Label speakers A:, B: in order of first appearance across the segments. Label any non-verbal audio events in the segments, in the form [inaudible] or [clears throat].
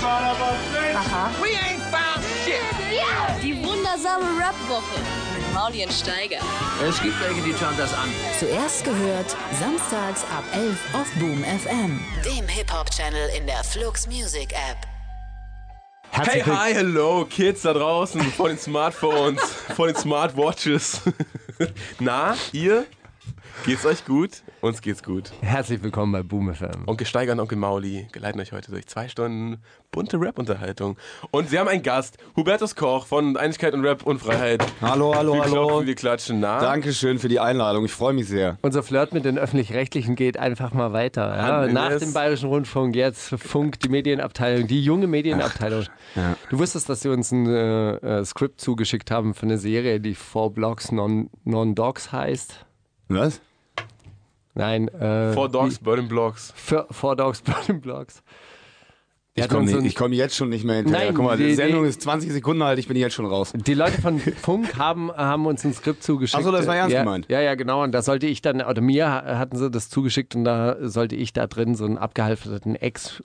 A: Aha.
B: We ain't found shit.
C: Die wundersame Rap-Woche mit Maulien Steiger.
D: Es gibt welche, die schauen das an.
E: Zuerst gehört, samstags ab 11 auf Boom FM.
F: Dem Hip-Hop-Channel in der Flux Music App.
G: Herzlich
H: Hey, hi, hello, Kids da draußen, vor den Smartphones, [laughs] vor den Smartwatches. [laughs] Na, ihr? Geht's euch gut? Uns geht's gut.
G: Herzlich willkommen bei Boom FM.
H: Onkel Steiger und Onkel Mauli geleiten euch heute durch zwei Stunden bunte Rap-Unterhaltung. Und sie haben einen Gast, Hubertus Koch von Einigkeit und Rap und Freiheit.
I: Hallo, hallo,
H: wir
I: hallo.
H: Klopfen, wir klatschen. Na,
I: Dankeschön für die Einladung. Ich freue mich sehr.
G: Unser Flirt mit den Öffentlich-Rechtlichen geht einfach mal weiter. Ja?
H: Mann,
G: Nach
H: Ines.
G: dem Bayerischen Rundfunk, jetzt Funk, die Medienabteilung, die junge Medienabteilung. Du wusstest, dass sie uns ein äh, äh, Skript zugeschickt haben für eine Serie, die Four Blocks Non, non Dogs heißt.
I: Was?
G: Nein, äh,
H: Four Dogs, Burning Blocks.
G: für, Four Dogs [laughs] Burning Blocks.
I: Ich
G: hat
I: komme
G: uns so ein-
I: komm jetzt schon nicht mehr hinterher.
G: Nein,
I: Guck mal, die,
G: die-
I: Sendung
G: die-
I: ist 20 Sekunden alt, ich bin jetzt schon raus.
G: Die Leute
I: [laughs]
G: von Funk haben, haben uns ein Skript zugeschickt.
I: Ach so, das war ernst
G: ja,
I: gemeint.
G: Ja, ja, genau. Und da sollte ich dann, oder mir ha- hatten sie das zugeschickt und da sollte ich da drin so einen abgehalfterten Ex-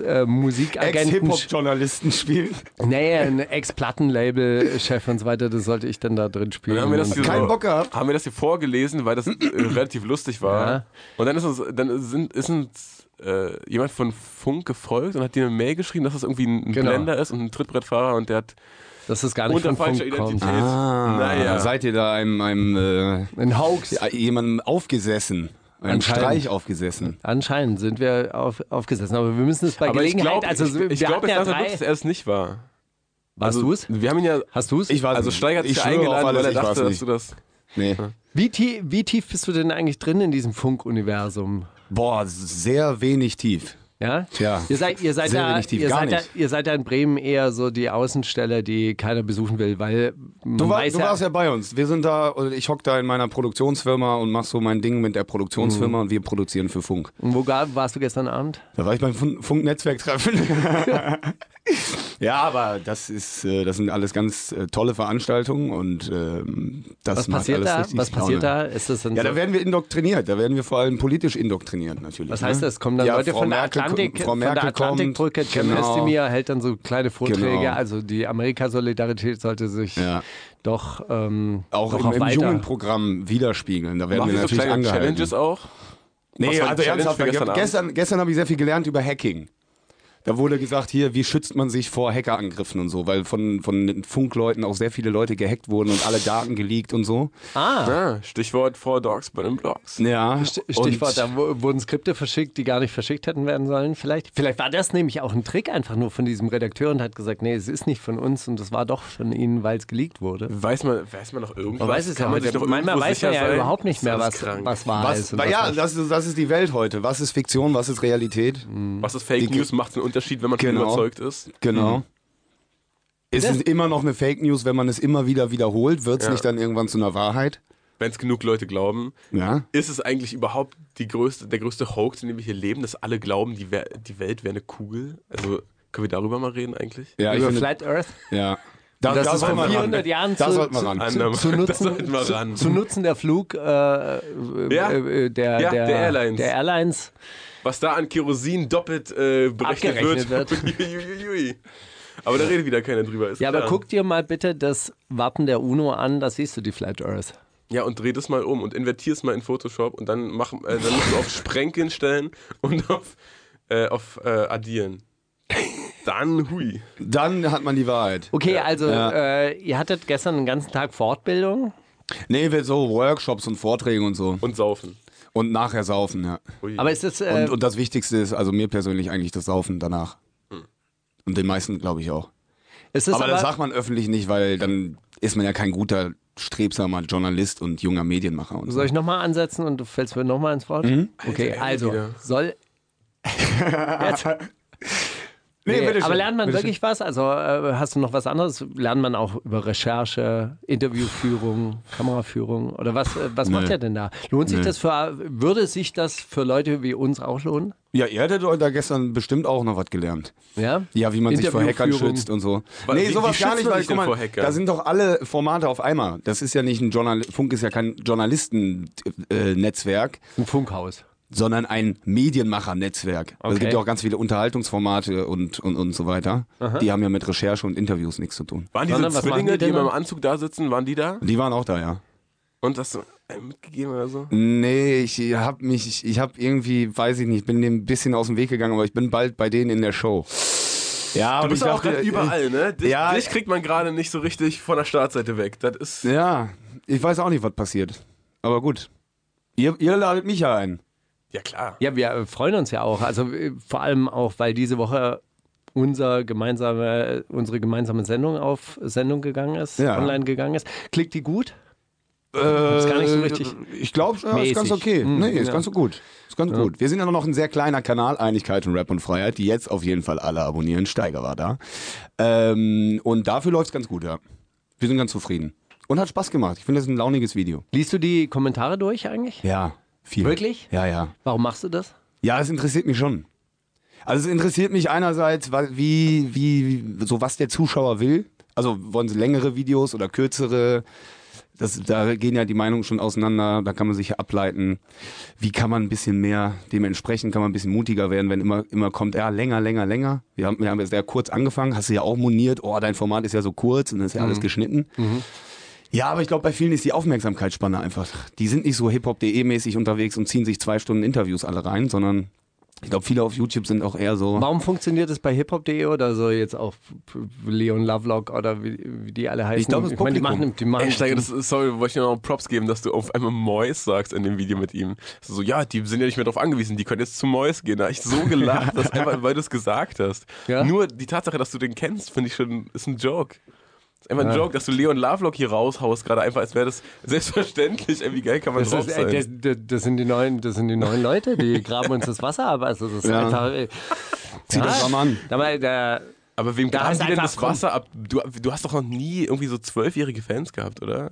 G: Ex-Musikagenten,
I: Ex-Hip-Hop-Journalisten spielen.
G: nee, ein Ex-Plattenlabel-Chef und so weiter, das sollte ich dann da drin spielen.
H: Dann haben wir das hier
I: Keinen
H: [laughs] so,
I: Bock gehabt.
H: Haben wir das hier vorgelesen, weil
G: [clears throat]
H: das äh, relativ lustig war.
G: Ja.
H: Und dann ist uns, dann sind, ist uns äh, jemand von Funk gefolgt und hat dir eine Mail geschrieben, dass das irgendwie ein ein
G: Genau.
H: Blender ist und ein Trittbrettfahrer und der hat
G: das ist gar nicht
H: unter
G: von
H: falscher
G: Funk Ah. kommt.
H: Identität. Ah.
I: Naja. Seid ihr da einem, einem
G: Ein Hoax.
I: äh, jemandem aufgesessen? Einem
G: Anscheinend.
I: Streich aufgesessen?
G: Anscheinend sind wir auf, aufgesessen, aber wir müssen es bei
H: Aber ich
G: Gelegenheit,
H: glaube,
G: also
H: ich, ich
G: wir
H: glaube
G: hatten ja
H: jetzt langsam
G: drei,
H: wirklich, dass er es nicht war.
G: warst
H: also,
G: du es?
H: Wir haben ihn ja,
G: Hast du es?
I: Ich weiß
H: also
I: nicht.
H: Steiger hat
I: ich
H: sich ja
I: schwöre
H: eingeladen,
I: auf alles,
H: weil er
I: ich weiß
H: dachte, dass
I: nicht.
H: du das...
I: Nee.
G: Wie, tie wie tief bist du denn eigentlich drin in diesem Funk-Universum?
I: Boah, sehr wenig tief.
G: Ja?
I: Tja.
G: Ihr seid, ihr seid,
I: Sehr
G: da,
I: wenig tief,
G: ihr
I: gar
G: seid da,
I: nicht.
G: ihr seid da in Bremen eher so die Außensteller, die keiner besuchen will, weil man
I: Du, war,
G: weiß
I: du warst ja bei uns. Wir sind da, und ich hock da in meiner Produktionsfirma und mach so mein Ding mit der
H: Mhm.
I: Produktionsfirma und wir produzieren für Funk.
G: Und Wo gar- warst du gestern Abend?
I: Da war ich beim Fun-
H: [laughs]
I: Funk-Netzwerktreffen. ja, aber das ist, äh, das sind alles ganz äh, tolle Veranstaltungen und ähm, das
G: Was
I: macht
G: passiert
I: alles
G: da?
I: richtig
G: Was passiert
I: Laune.
G: da? Ist das denn
I: Ja,
G: so?
I: da werden wir indoktriniert. Da werden wir vor allem politisch indoktriniert natürlich.
G: was heißt
I: ne?
G: das? Kommen dann
I: Ja,
G: Leute
I: Frau
G: von der
I: Merkel ko-
G: Atlantik,
I: Frau Merkel
G: von der Atlantikbrücke,
I: kommt,
G: Cem
I: genau.
G: Özdemir hält dann so kleine Vorträge.
I: Genau.
G: Also die Amerika-Solidarität sollte sich
I: Ja.
G: doch ähm,
I: Auch
G: noch
I: im,
G: auf
I: im
G: weiter.
I: jungen Programm widerspiegeln. Da werden
H: Machen
I: wir
H: wir so
I: natürlich
H: kleine
I: angehalten.
H: Challenges auch? Was
I: Nee,
H: war die
I: also
H: Challenge
I: ernsthaft,
H: für
I: ich
H: gestern
I: hab,
H: Abend?
I: gestern, gestern habe ich sehr viel gelernt über Hacking. Da wurde gesagt, hier, wie schützt man sich vor Hackerangriffen und so, weil von, von den Funkleuten auch sehr viele Leute gehackt wurden und alle Daten geleakt und so.
H: Ah, Stichwort Four Dogs bei den Blogs.
I: Ja,
G: Stichwort,
I: und,
G: da wo- wurden Skripte verschickt, die gar nicht verschickt hätten werden sollen. Vielleicht, vielleicht war das nämlich auch ein Trick einfach nur von diesem Redakteur und hat gesagt, nee, es ist nicht von uns und es war doch von ihnen, weil es geleakt wurde.
H: Weiß man, weiß man noch irgendwas?
G: Man weiß es ja
H: Kann man
G: heute.
H: sich noch
G: Manchmal
H: irgendwo
G: weiß man
H: sicher
G: ja
H: sein?
G: überhaupt nicht
H: Ist
G: mehr,
H: alles
G: was,
H: krank.
G: was wahr ist.
I: was,
G: und
I: na ja,
G: was nicht.
I: das ist, das ist die Welt heute. Was ist Fiktion, was ist Realität?
G: Mhm.
H: Was ist Fake
I: Die-
H: News? Macht einen Unterschied, wenn man schon
I: Genau.
H: überzeugt ist?
G: Mhm.
I: Genau. Ist
G: Das-
I: es immer noch eine Fake News, wenn man es immer wieder wiederholt? Wird es
H: Ja.
I: nicht dann irgendwann zu einer Wahrheit?
H: Wenn es genug Leute glauben.
I: Ja.
H: Ist es eigentlich überhaupt die größte, der größte Hoax, in dem wir hier leben, dass alle glauben, die, Wer- die Welt wäre eine Kugel? Also, können wir darüber mal reden eigentlich?
I: Ja, ich
G: Über
I: finde-
G: Flat Earth,
I: ja. Da,
G: Also das
I: da
G: ist
I: soll
G: vor
I: man ran.
G: 400 Jahren
I: Da
G: zu-
I: sollte man
G: zu- Also-
I: ran.
G: zu,
H: Andermal.
G: zu,
H: [laughs] Das sollten
G: nutzen,
H: wir
G: zu,
H: ran.
G: zu Nutzen der Flug äh, äh,
H: Ja.
G: äh, der,
H: Ja,
G: der,
H: der Airlines.
G: der Airlines.
H: Was da an Kerosin doppelt äh, berechnet
G: Abgerechnet
H: [laughs] wird. Uiuiui. aber da redet wieder keiner drüber. Ist
G: Ja, aber
H: klar.
G: guck dir mal bitte das Wappen der UNO an, da siehst du die Flat Earth.
H: Ja, und dreh das mal um und invertier es mal in Photoshop und dann, mach, äh, dann musst du auf Sprenkeln stellen und auf, äh, auf äh, Addieren. Dann hui.
I: Dann hat man die Wahrheit.
G: Okay, also
I: Ja.
G: Äh, ihr hattet gestern den ganzen Tag Fortbildung.
I: Nee, wir so Workshops und Vorträge und so.
H: Und saufen.
I: Und nachher saufen, ja.
H: Ui.
G: Aber ist das, äh,
I: Und, und das Wichtigste ist, also mir persönlich eigentlich das Saufen danach.
G: Hm.
I: Und den meisten glaube ich auch.
G: ist das
I: aber
G: aber,
I: das sagt man öffentlich nicht, weil dann ist man ja kein guter, strebsamer Journalist und junger Medienmacher und so.
G: soll ich nochmal ansetzen und du fällst mir nochmal ins Wort?
I: Mhm.
G: Okay,
H: Alter,
G: also
H: wieder. [laughs]
G: soll. Jetzt, nee, aber lernt man wirklich was? Also äh, hast du noch was anderes? Lernt man auch über Recherche, Interviewführung, Kameraführung oder was? Äh, was macht ihr denn da? Lohnt sich das für? Würde sich das für Leute wie uns auch lohnen?
I: Ja, ihr hättet euch da gestern bestimmt auch noch was gelernt.
G: Ja.
I: Ja, wie man sich vor Hackern
G: Interviewführung.
I: schützt und so.
H: Weil- wie-
I: nee,
H: wie
I: sowas
H: schützt
I: gar
H: man
I: nicht,
H: sich
I: weil
H: denn
I: guck mal,
H: vor Hackern?
I: da sind doch alle Formate auf einmal. Das ist ja nicht ein Journal Funk ist ja kein Journalisten-Netzwerk.
G: Ein Funkhaus.
I: äh, sondern ein Medienmacher-Netzwerk. Also Es
G: Okay.
I: gibt ja auch ganz viele Unterhaltungsformate und, und, und so weiter. Die haben ja mit Recherche und Interviews nichts zu tun.
H: Waren diese
G: Sondern was machen
H: Zwillinge,
G: die
H: die
G: denn
H: immer im
G: dann?
H: Anzug da sitzen, waren die da?
I: Die waren auch da, ja.
H: Und das so äh, mitgegeben oder so?
I: Nee, ich hab mich, ich, ich hab irgendwie, weiß ich nicht, bin dem ein bisschen aus dem Weg gegangen, aber ich bin bald bei denen in der Show. Ja,
H: Du bist ja auch
G: äh,
H: gerade überall, ne? Dich,
I: ja,
H: dich kriegt man gerade nicht so richtig von der Startseite weg. Das ist.
I: Ja, ich weiß auch nicht, was passiert. Aber gut. Ihr, ihr ladet mich ja ein.
H: Ja, klar.
G: Ja, wir äh, freuen uns ja auch. Also äh, vor allem auch, weil diese Woche unser gemeinsame, unsere gemeinsame Sendung auf Sendung gegangen ist,
I: Ja.
G: online gegangen ist. Klickt die gut?
I: Äh,
G: gar nicht so richtig
I: Ich glaube, ja, ist
G: mäßig.
I: ganz okay.
G: Hm,
I: nee, ist
G: ja.
I: ganz so gut. Ist ganz gut. Wir sind ja noch ein sehr kleiner Kanal, Einigkeit und Rap und Freiheit, die jetzt auf jeden Fall alle abonnieren. Steiger war da. Ähm, und dafür läuft's ganz gut, ja. Wir sind ganz zufrieden. Und hat Spaß gemacht. Ich finde, das ist ein launiges Video.
G: Liest du die Kommentare durch eigentlich?
I: Ja, viel.
G: Wirklich?
I: Ja, ja.
G: Warum machst du das?
I: Ja, es interessiert mich schon. Also es interessiert mich einerseits, wa- wie, wie, so was der Zuschauer will. Also wollen sie längere Videos oder kürzere? Das, da gehen ja die Meinungen schon auseinander, da kann man sich ja ableiten. Wie kann man ein bisschen mehr, dementsprechend kann man ein bisschen mutiger werden, wenn immer, immer kommt, ja, länger, länger, länger. Wir haben, wir haben jetzt sehr kurz angefangen, hast du ja auch moniert, oh, dein Format ist ja so kurz und dann ist ja
G: Mhm.
I: alles geschnitten. Ja, aber ich glaube, bei vielen ist die Aufmerksamkeitsspanne einfach. Die sind nicht so hip-hop.de-mäßig unterwegs und ziehen sich zwei Stunden Interviews alle rein, sondern ich glaube, viele auf YouTube sind auch eher so.
G: Warum funktioniert es bei hiphop.de oder so jetzt auch Leon Lovelock oder wie, wie die alle heißen?
I: glaube, das
G: meine, die
I: Publikum.
G: machen, die machen
H: Ey, Steiger, das ist, sorry, wollte ich dir noch Props geben, dass du auf einmal Mois sagst in dem Video mit ihm. So, ja, die sind ja nicht mehr darauf angewiesen, die können jetzt zu Mois gehen. Da habe ich
G: [laughs]
H: so gelacht, dass einfach, weil du es gesagt hast.
G: Ja.
H: Nur die Tatsache, dass du den kennst, finde ich schon, ist ein Joke. Ist einfach ein Joke, dass du Leon Lovelock hier raushaust, gerade einfach, als wäre das selbstverständlich. Ey, wie geil kann man
G: das,
H: drauf
G: ist, äh,
H: sein?
G: das, das, das, sind die neuen, das sind die neuen Leute, [laughs] die graben uns das Wasser ab. Also das ist
I: Ja.
G: einfach. äh,
I: Zieh das mal an.
G: Da, mal- da,
H: Aber wem
G: Da
H: graben
G: ist
H: die denn
G: einfach-
H: das Wasser ab? Du, du hast doch noch nie irgendwie so zwölfjährige Fans gehabt,
G: Äh,
H: oder?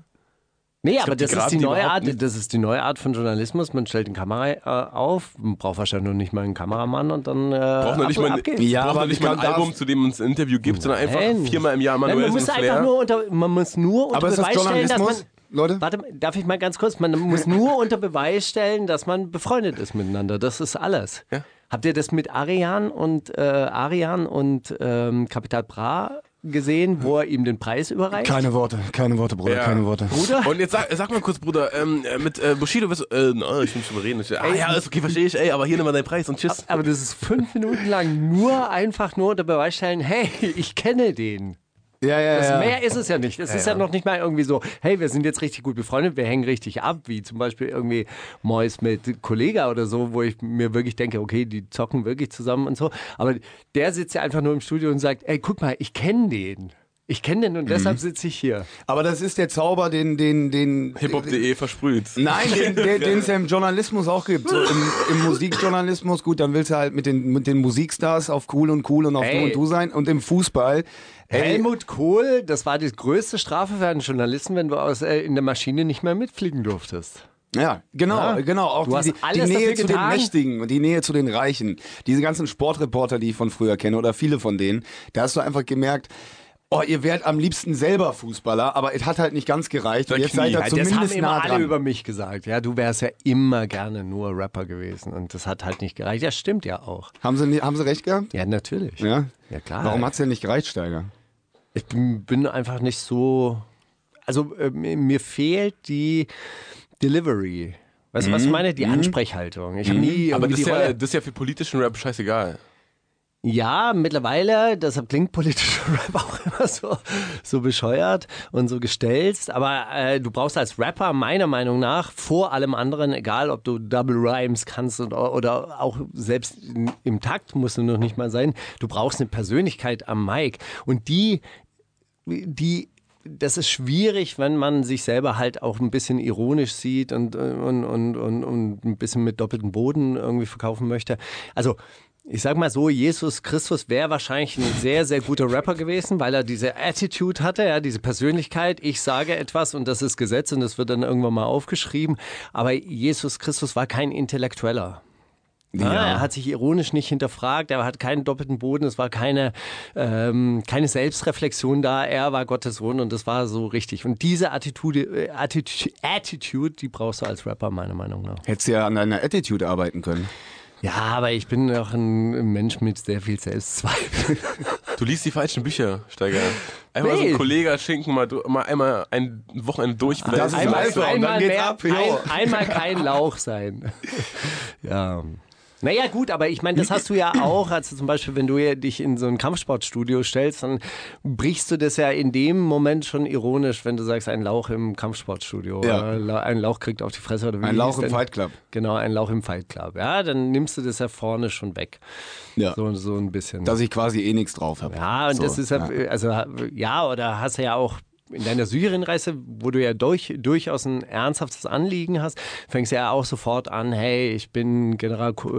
G: Nee,
H: glaub,
G: aber
H: die
G: das
H: graben
G: ist die
H: die
G: neue
H: überhaupt
G: Art,
H: nicht.
G: das ist die neue Art von Journalismus. Man stellt eine Kamera äh, auf, man braucht wahrscheinlich noch nicht mal einen Kameramann und dann äh,
H: Braucht noch
G: ab,
H: nicht mal ein,
G: ab geht's.
I: Ja,
H: braucht noch
I: aber
H: nicht
I: wie
H: mal ein
I: kann darf-
H: Album, zu dem man ein Interview gibt, sondern einfach
G: Nein.
H: viermal im Jahr
G: Nein,
H: Manuel
G: man muss einfach nur unter man muss nur unter
I: Aber ist das
G: Beweis stellen, dass man
I: Journalismus, Leute?
G: Warte, mal, darf ich mal ganz kurz? Man muss nur unter Beweis stellen, dass man befreundet ist miteinander. Das ist alles.
H: Ja.
G: Habt ihr das mit Arian und äh, Arian und ähm, Kapital Bra gesehen, wo er ihm den Preis überreicht?
I: Keine Worte, keine Worte, Bruder,
H: Ja.
I: keine Worte.
G: Bruder?
H: Und jetzt sag, sag mal kurz, Bruder, ähm, äh, mit äh, Bushido wirst du. Äh, na, ich muss schon mal reden. Ich, ah ja, ist okay, verstehe ich, ey, aber hier nimm mal deinen Preis und tschüss.
G: Aber das ist fünf Minuten lang nur einfach nur unter Beweis stellen, hey, ich kenne den.
I: Ja, ja,
G: Das
I: ja.
G: Mehr ist es ja nicht. Es ist ja. noch nicht mal irgendwie so, hey, wir sind jetzt richtig gut befreundet, wir hängen richtig ab, wie zum Beispiel irgendwie Mois mit Kollega oder so, wo ich mir wirklich denke, okay, die zocken wirklich zusammen und so. Aber der sitzt ja einfach nur im Studio und sagt, ey, guck mal, ich kenne den. Ich kenne den
I: Mhm.
G: und deshalb sitze ich hier.
I: Aber das ist der Zauber, den, den, den.
H: Hiphop.de versprüht.
I: Nein, den
G: [laughs]
I: den- den es ja im Journalismus auch gibt. So im, Im Musikjournalismus, gut, dann willst du halt mit den, mit den Musikstars auf cool und cool und auf
G: Ey.
I: du und du sein. Und im Fußball, hey,
G: Helmut Kohl, das war die größte Strafe für einen Journalisten, wenn du aus, äh, in der Maschine nicht mehr mitfliegen durftest.
I: Ja, genau,
G: Ja.
I: genau. Auch
G: Du
I: die,
G: hast
I: die, die
G: alles
I: Nähe
G: dafür
I: zu
G: getan.
I: den Mächtigen und die Nähe zu den Reichen. Diese ganzen Sportreporter, die ich von früher kenne oder viele von denen, da hast du einfach gemerkt, oh, ihr wärt am liebsten selber Fußballer, aber es hat halt nicht ganz gereicht. Und
H: Dein
I: jetzt
H: Knie.
I: seid ihr
H: Ja,
G: das haben
I: zumindest
G: immer
I: nah
G: alle
I: dran.
G: über mich gesagt. Ja, du wärst ja immer gerne nur Rapper gewesen und das hat halt nicht gereicht. Ja, stimmt ja auch.
I: Haben sie, nie- haben sie recht gehabt?
G: Ja, natürlich.
I: Ja.
G: Ja, klar.
I: Warum hat's denn nicht gereicht, Steiger?
G: Ich bin, bin einfach nicht so. Also äh, mir mir fehlt die Delivery. Weißt du, was ich meine? Die Ansprechhaltung. Ich habe nie
H: aber
G: irgendwie
H: das
G: die
H: ist, ja,
G: Rolle.
H: das ist ja für politischen Rap scheißegal.
G: Ja, mittlerweile, deshalb klingt politischer [laughs] Rap auch immer so, so bescheuert und so gestelzt. Aber äh, du brauchst als Rapper meiner Meinung nach vor allem anderen, egal ob du Double Rhymes kannst und, oder auch selbst in, im Takt musst du noch nicht mal sein, du brauchst eine Persönlichkeit am Mic. Und die die das ist schwierig, wenn man sich selber halt auch ein bisschen ironisch sieht und, äh, und, und, und, und ein bisschen mit doppeltem Boden irgendwie verkaufen möchte. Also, ich sag mal so, Jesus Christus wäre wahrscheinlich ein sehr, sehr guter Rapper gewesen, weil er diese Attitude hatte, ja, diese Persönlichkeit, ich sage etwas und das ist Gesetz und das wird dann irgendwann mal aufgeschrieben. Aber Jesus Christus war kein Intellektueller. Ah, er hat sich ironisch nicht hinterfragt, er hat keinen doppelten Boden, es war keine, ähm, keine Selbstreflexion da, er war Gottes Sohn und das war so richtig. Und diese Attitude, äh, Attitude, Attitude, die brauchst du als Rapper, meiner Meinung nach.
I: Hättest ja an deiner Attitude arbeiten können.
G: Ja, aber ich bin auch ein Mensch mit sehr viel [laughs] Selbstzweifel.
H: Du liest die falschen Bücher, Steiger. Einmal
G: Nee.
H: so ein Kollege schinken, mal, du- mal einmal ein Wochenende durchblättern.
I: Das ist
G: einmal,
I: Alpha und dann
G: einmal,
I: geht's
G: mehr,
I: ab, jo.
G: ein, einmal kein
I: [laughs]
G: Lauch sein. ja. Naja, gut, aber ich meine, das hast du ja auch. Also zum Beispiel, wenn du ja dich in so ein Kampfsportstudio stellst, dann brichst du das ja in dem Moment schon ironisch, wenn du sagst, ein Lauch im Kampfsportstudio.
I: Ja.
G: Oder La- ein Lauch kriegt auf die Fresse oder wie
I: Ein
G: hieß
I: Lauch im
G: denn?
I: Fight Club.
G: Genau, ein Lauch im Fight Club. Ja, dann nimmst du das ja vorne schon weg.
I: Ja.
G: So, so ein bisschen.
I: Dass ich quasi eh nichts drauf habe.
G: Ja, und
I: so,
G: das ist ja, also ja, oder hast du ja auch in deiner Syrienreise, wo du ja durch, durchaus ein ernsthaftes Anliegen hast, fängst du ja auch sofort an, hey, ich bin Genera äh,
I: Jo.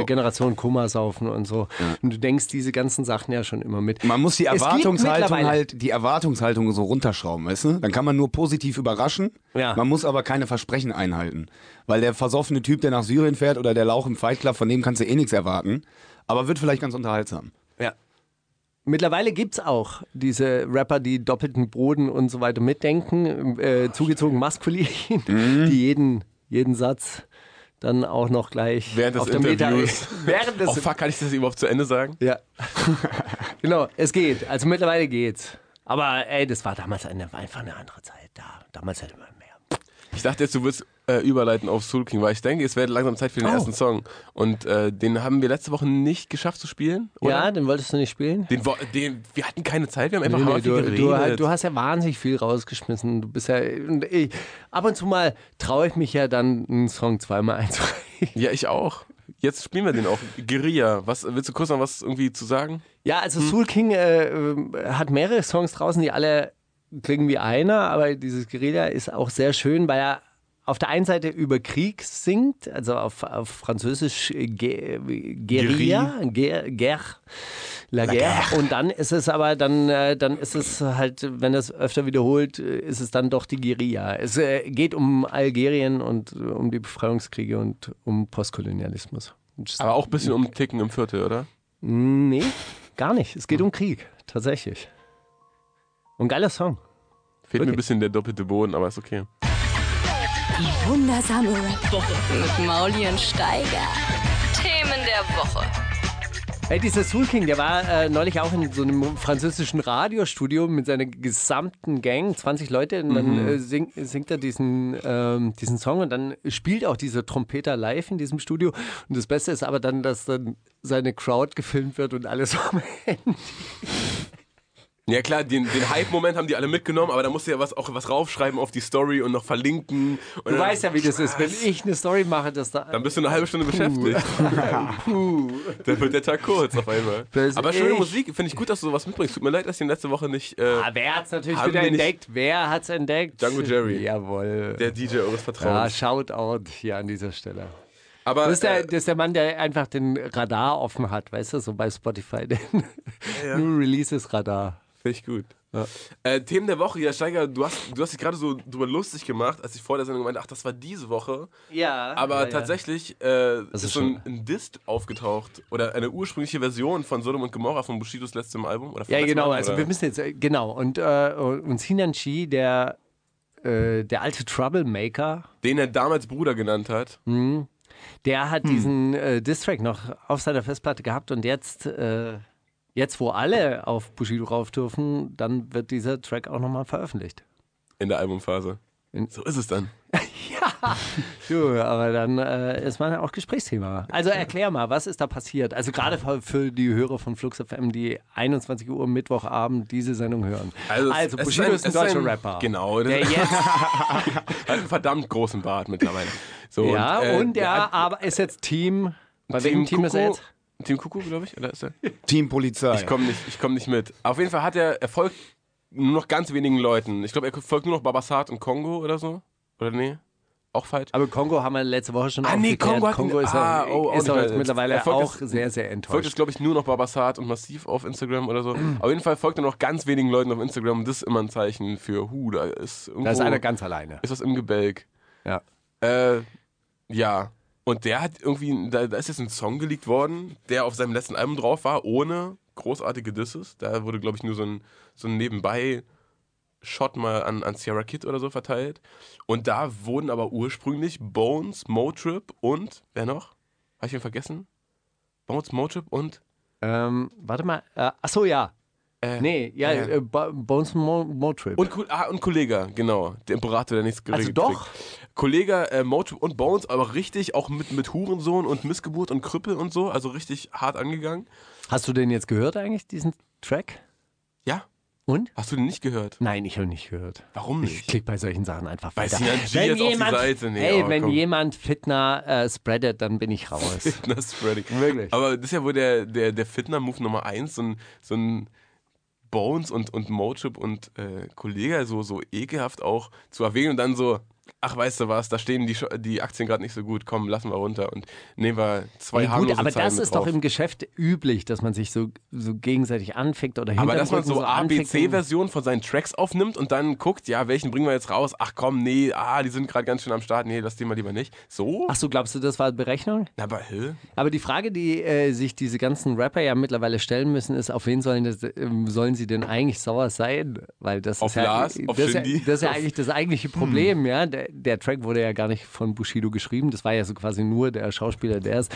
G: äh, Generation Kummersaufen und so. Und du denkst diese ganzen Sachen ja schon immer mit.
I: Man muss die
G: Es gibt
I: Erwartungshaltung
G: mittlerweile-
I: halt, die Erwartungshaltung so runterschrauben, weißt du? Dann kann man nur positiv überraschen.
G: Ja.
I: Man muss aber keine Versprechen einhalten. Weil der versoffene Typ, der nach Syrien fährt oder der Lauch im Fight Club, von dem kannst du eh nichts erwarten. Aber wird vielleicht ganz unterhaltsam.
G: Ja. Mittlerweile gibt es auch diese Rapper, die doppelten Boden und so weiter mitdenken, äh, zugezogen maskulin, [laughs] die jeden, jeden Satz dann auch noch gleich
H: Während des
G: auf der Meta-
H: Interviews.
G: [laughs] während des
H: Oh fuck, kann ich das überhaupt zu Ende sagen?
G: Ja. [laughs] genau, es geht. Also mittlerweile geht's. Aber ey, das war damals eine, einfach eine andere Zeit. Da, damals hätte man mehr.
H: Ich dachte jetzt, du wirst äh, überleiten auf Soul King, weil ich denke, es wird langsam Zeit für
G: Oh.
H: den ersten Song. Und äh, den haben wir letzte Woche nicht geschafft zu spielen, oder?
G: Ja, den wolltest du nicht spielen?
H: Den, wo- den, wir hatten keine Zeit, wir haben einfach nee,
G: du,
H: geredet.
G: du, du hast ja wahnsinnig viel rausgeschmissen. Du bist ja. und Ich, ab und zu mal traue ich mich ja dann, einen Song zweimal einzureichen.
H: ja, ich auch. Jetzt spielen wir den auch. Guerilla, was, willst du kurz noch was irgendwie zu sagen?
G: Ja, also Soul King äh, äh, hat mehrere Songs draußen, die alle klingen wie einer, aber dieses Guerilla ist auch sehr schön, weil er auf der einen Seite über Krieg singt, also auf, auf Französisch äh, Ge- äh, Guerilla, Ger, Ger, La Guerre. Und dann ist es aber, dann, äh, dann ist es halt, wenn das öfter wiederholt, äh, ist es dann doch die Guerilla. Es äh, geht um Algerien und äh, um die Befreiungskriege und um Postkolonialismus. Und
H: Aber auch ein bisschen um Ticken im Viertel, oder?
G: Nee, gar nicht. Es geht um Krieg, tatsächlich. Und geiler Song.
H: Fehlt mir
G: Okay.
H: ein bisschen der doppelte Boden, aber ist okay.
E: Die wundersame
C: Mit Mauli und Steiger. Themen der Woche.
G: Ey, dieser Soul King, der war äh, neulich auch in so einem französischen Radiostudio mit seiner gesamten Gang, 20 Leute, und dann äh, sing, singt er diesen, ähm, diesen Song und dann spielt auch dieser Trompeter live in diesem Studio. Und das Beste ist aber dann, dass dann seine Crowd gefilmt wird und alles [laughs] am Handy.
H: Ja klar, den, den Hype-Moment haben die alle mitgenommen, aber da musst du ja was, auch was raufschreiben auf die Story und noch verlinken. Und
G: Du weißt ja, wie das ist. Wenn ich eine Story mache, dass da.
H: Dann bist du eine halbe Stunde beschäftigt.
G: [laughs]
H: Dann wird der Tag kurz auf einmal.
G: Das ist
H: Aber schöne
G: echt.
H: Musik, finde ich gut, dass du sowas mitbringst. Tut mir leid, dass ich ihn letzte Woche nicht äh,
G: Ah, wer hat's natürlich
H: Haben
G: wieder
H: wir nicht-
G: entdeckt? Wer hat's entdeckt?
H: Django Jerry.
G: Jawohl.
H: der DJ eures
G: Ja,
H: Vertrauens.
G: Shoutout hier an dieser Stelle.
H: aber
G: Das ist, der,
H: äh,
G: das ist der Mann, der einfach den Radar offen hat, weißt du, so bei Spotify, [laughs] den New Releases Radar.
H: finde ich gut. Äh, Themen der Woche, ja, Steiger, du hast, du hast dich gerade so drüber lustig gemacht, als ich vor der Sendung meinte, ach, das war diese Woche.
G: Ja.
H: Aber tatsächlich äh,
G: Das
H: ist,
G: ist
H: so ein, ein Dist aufgetaucht oder eine ursprüngliche Version von Sodom und Gomorra von Bushidos letztem Album. Oder vom
G: Ja,
H: letzten
G: genau.
H: Album,
G: Also
H: oder?
G: wir müssen jetzt, äh, genau. Und, äh, und Sinan Chi, der, äh, der alte Troublemaker,
H: Den er damals Bruder genannt hat.
G: Hm. Der
H: Hm.
G: hat diesen äh, Distrack noch auf seiner Festplatte gehabt und jetzt, äh, jetzt wo alle auf Bushido rauf dürfen, dann wird dieser Track auch nochmal veröffentlicht.
H: in der Albumphase. So ist es dann.
G: Jo, aber dann äh, ist man auch Gesprächsthema. Also erklär mal, was ist da passiert? Also gerade für- für die Hörer von Flux FM, die 21 Uhr Mittwochabend diese Sendung hören. Also,
H: es- es
G: Bushido ist ein,
H: es
G: deutscher Rapper.
H: Genau, [laughs]
G: Der
H: der hat
G: jetzt,
H: einen verdammt großen Bart mittlerweile. So,
G: ja,
H: äh,
G: und
H: der
G: der
H: hat
G: aber ist jetzt Team. Bei welchem Team ist er
H: Kuku-
G: jetzt?
H: Team Kuku, glaube ich, oder ist er?
I: Team Polizei.
H: Ich komme nicht, ich komm nicht mit. Auf jeden Fall hat er Erfolg nur noch ganz wenigen Leuten. Ich glaube, er folgt nur noch Babasat und Kongo oder so. Oder nee? Auch falsch.
G: Aber Kongo haben wir letzte Woche schon
H: Ah, nee,
G: aufgeklärt.
H: Kongo hat-
G: Kongo ist,
H: ah,
G: auch,
H: oh, auch
G: ist
H: nicht
G: auch
H: mehr.
G: jetzt mittlerweile
H: Er folgt
G: auch
H: jetzt-
G: sehr, sehr
H: Folgt
G: enttäuscht.
H: jetzt, glaube ich, nur noch Babasat und Massiv auf
G: [clears throat]
H: Instagram oder so. Auf jeden Fall folgt er nur noch ganz wenigen Leuten auf Instagram. Und Das ist immer ein Zeichen für, hu, da ist irgendwo...
G: Da ist einer ganz alleine.
H: ist das im Gebälk.
G: Ja.
H: Äh, ja. Und der hat irgendwie, da, da ist jetzt ein Song geleakt worden, der auf seinem letzten Album drauf war, ohne großartige Disses. Da wurde, glaube ich, nur so ein, so ein Nebenbei-Shot mal an, an Sierra Kid oder so verteilt. Und da wurden aber ursprünglich Bones, Motrip und, wer noch? Habe ich ihn vergessen? Bones, Motrip und
G: Ähm, warte mal. Äh, achso, ja.
H: Äh,
G: nee, ja,
H: äh,
G: äh, Bo- Bones Mo Motrip.
H: Und, Ko- ah, und Kollega, genau. Der Imperator, der nichts
G: Also
H: geregelt
G: doch.
H: kriegt. Kollega, äh, Motrip und Bones, aber richtig auch mit, mit Hurensohn und Missgeburt und Krüppel und so, also richtig hart angegangen.
G: Hast du den jetzt gehört eigentlich, diesen Track?
H: Ja,
G: Und?
H: hast du den nicht gehört?
G: Nein, ich habe nicht gehört.
H: Warum
G: Ich
H: nicht?
G: klicke bei solchen Sachen einfach
H: Weil
G: weiter.
H: Sinan G jetzt auf die Seite- nee,
G: ey,
H: aber
G: wenn
H: komm.
G: jemand Fitner äh, spreadet, dann bin ich
H: [laughs]
G: raus.
H: Das Freddy.
G: Wirklich.
H: Aber das ist ja wohl der, der, der Fitner-Move Nummer 1, so ein, so ein Bones und, und Motrip und äh, Kollega so, so ekelhaft auch zu erwähnen und dann so, ach weißt du was, da stehen die, Scho- die Aktien gerade nicht so gut, komm, lassen wir runter und nehmen wir zwei
G: Ey,
H: harmlose
G: gut, aber
H: Zahlen
G: das
H: mit
G: ist
H: drauf.
G: doch im Geschäft üblich, dass man sich so, so gegenseitig anfickt oder
H: Aber
G: hinterm
H: dass man
G: Rücken
H: so
G: anfickt und-
H: ABC-Version von seinen Tracks aufnimmt und dann guckt, ja, welchen bringen wir jetzt raus? Ach komm, nee, ah, die sind gerade ganz schön am Start, nee, lass die mal lieber nicht. So?
G: Ach so, glaubst du, das war Berechnung?
H: Na, aber hä?
G: Aber die Frage, die äh, sich diese ganzen Rapper ja mittlerweile stellen müssen, ist, auf wen sollen, das, ähm, sollen sie denn eigentlich sauer sein? Weil das
H: Auf
G: ist ja,
H: Lars,
G: das
H: auf
G: ist ja,
H: Shindy,
G: das ist ja
H: auf- Hm.
G: eigentlich das eigentliche Problem, ja. Der, der Track wurde ja gar nicht von Bushido geschrieben. Das war ja so quasi nur der Schauspieler, der es.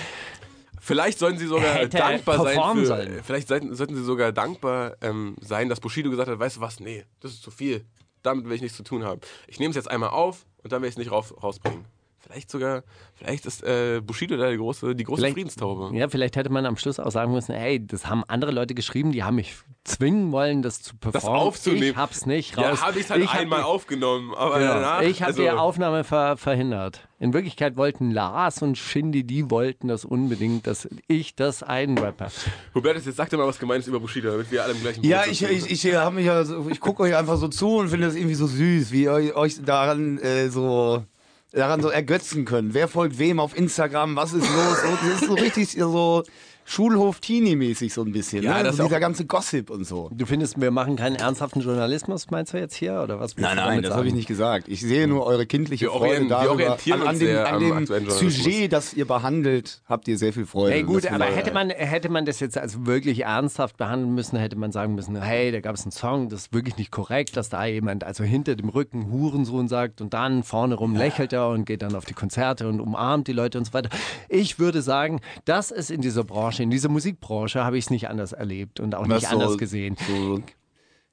H: Vielleicht sollten sie sogar
G: [laughs] Hätte er
H: dankbar sein.
G: performen
H: Für,
G: sollen.
H: Vielleicht sollten, sollten sie sogar dankbar ähm, sein, dass Bushido gesagt hat, weißt du was, nee, das ist zu viel. Damit will ich nichts zu tun haben. Ich nehme es jetzt einmal auf und dann will ich es nicht rauf, rausbringen. Vielleicht sogar, vielleicht ist äh, Bushido da die große, die große
G: Vielleicht-
H: Friedenstaube.
G: Ja, vielleicht hätte man am Schluss auch sagen müssen, hey, das haben andere Leute geschrieben, die haben mich zwingen wollen, das zu performen.
H: aufzunehmen.
G: Ich hab's nicht raus.
H: Ja, habe ich halt
G: hab
H: einmal
G: die-
H: aufgenommen, aber
G: Ja.
H: danach.
G: ich habe
H: also-
G: die Aufnahme ver verhindert. In Wirklichkeit wollten Lars und Shindy, die wollten das unbedingt, dass ich das einrappe.
H: Hubertus, jetzt sag doch mal was Gemeines über Bushido, damit wir alle im gleichen
I: Ja,
H: Boot
I: ich,
H: sitzen.
I: ich, ich hab mich ja so, ich gucke euch einfach so zu und finde das irgendwie so süß, wie ihr euch daran äh, so daran so ergötzen können. Wer folgt wem auf Instagram, was ist los? So, das ist so richtig so Schulhof Teenie mäßig so ein bisschen,
H: Ja,
I: ne?
H: das
I: so
H: auch-
I: dieser ganze Gossip und so.
G: Du findest, wir machen keinen ernsthaften Journalismus, meinst du jetzt hier? Oder was willst du damit
I: das
G: sagen?
I: habe ich nicht gesagt. Ich sehe nur eure kindliche
H: Wir
I: Freude
H: orien- wir
I: darüber.
H: orientieren
I: an
H: uns
I: dem,
H: sehr
I: an
H: am
I: dem
H: aktuellen Journalismus.
I: Sujet, das ihr behandelt, habt ihr sehr viel Freude.
G: Ey, gut,
I: Das
G: aber
I: finde ich-
G: hätte man, hätte man das jetzt als wirklich ernsthaft behandeln müssen, hätte man sagen müssen, hey, da gab es einen Song, das ist wirklich nicht korrekt, dass da jemand also hinter dem Rücken Hurensohn sagt und dann vorne rum lächelt er und geht dann auf die Konzerte und umarmt die Leute und so weiter. Ich würde sagen, das ist in dieser Branche, in dieser Musikbranche habe ich es nicht anders erlebt und auch
I: Was äh,
G: nicht
I: so-
G: anders gesehen.
I: So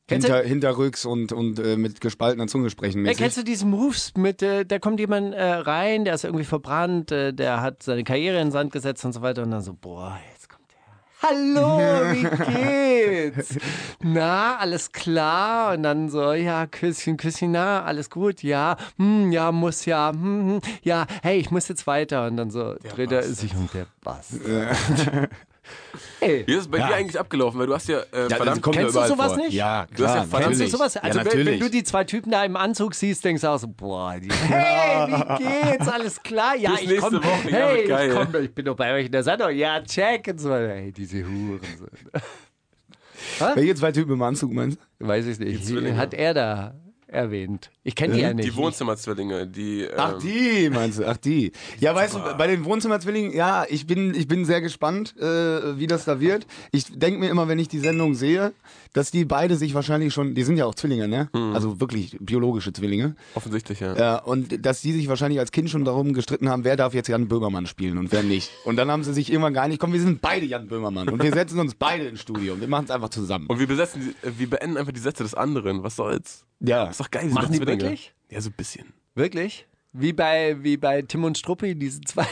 G: Kennst du-
I: hinter, hinterrücks und, und äh, mit gespaltener Zunge sprechen
G: Ja,
I: mäßig.
G: kennst du diesen Moves mit, äh, da kommt jemand äh, rein, der ist irgendwie verbrannt, äh, der hat seine Karriere in den Sand gesetzt und so weiter und dann so, boah, jetzt kommt der. Hallo,
I: [laughs]
G: wie geht's? Na, alles klar? Und dann so, ja, Küsschen, Küsschen, na, alles gut, ja, hm, ja, muss ja, hm, hm, ja, hey, ich muss jetzt weiter. Und dann so dreht er
H: Bastard.
G: sich und der Bass. Ey,
H: Wie ist es bei dir eigentlich abgelaufen? Weil du hast ja, äh,
I: Ja, das
H: verdammt,
I: kommt ja
G: Kennst du
I: überall
G: sowas
I: vor.
G: nicht?
I: Ja,
H: hast ja
I: klar.
H: verdammt-
G: Kennst du
H: Ah, Natürlich.
G: sowas? Also,
I: ja,
G: wenn,
I: natürlich.
G: wenn du die zwei Typen da im Anzug siehst, denkst du auch so, boah, [laughs] die, hey, wie geht's? Alles klar? Ja,
H: Bis
G: ich
H: nächste
G: komm,
H: Woche, ja,
G: hey,
H: wird geil.
G: ich komm, ich bin doch bei euch in der Sendung. Ja, check und so. weiter. Hey, diese Huren.
I: Welche zwei Typen im Anzug meinst du?
G: Weiß ich nicht.
H: Zwillinge.
G: Hat er da erwähnt. Ich kenne die ja nicht.
H: die Wohnzimmerzwillinge, die. Ähm,
I: Ach die, meinst du? Ach die. Ja, weißt du, bei den Wohnzimmerzwillingen, ja, ich bin, ich bin sehr gespannt, äh, wie das da wird. Ich denke mir immer, wenn ich die Sendung sehe, dass die beide sich wahrscheinlich schon, die sind ja auch Zwillinge, ne?
H: Hm.
I: Also wirklich biologische Zwillinge.
H: Offensichtlich, ja.
I: Ja, und dass die sich wahrscheinlich als Kind schon darum gestritten haben, wer darf jetzt Jan Böhmermann spielen und wer nicht. Und dann haben sie sich irgendwann gar nicht, komm, wir sind beide Jan Böhmermann und wir setzen uns beide ins Studio und wir machen es einfach zusammen.
H: Und wir besetzen, die- äh, wir beenden einfach die Sätze des anderen. Was soll's?
I: ja.
H: Ist doch geil.
G: Machen
H: sind
G: die
H: doch Zwillinge.
G: wirklich?
H: Ja, so ein bisschen.
G: Wirklich? Wie bei, wie bei Tim und Struppi, diese zwei,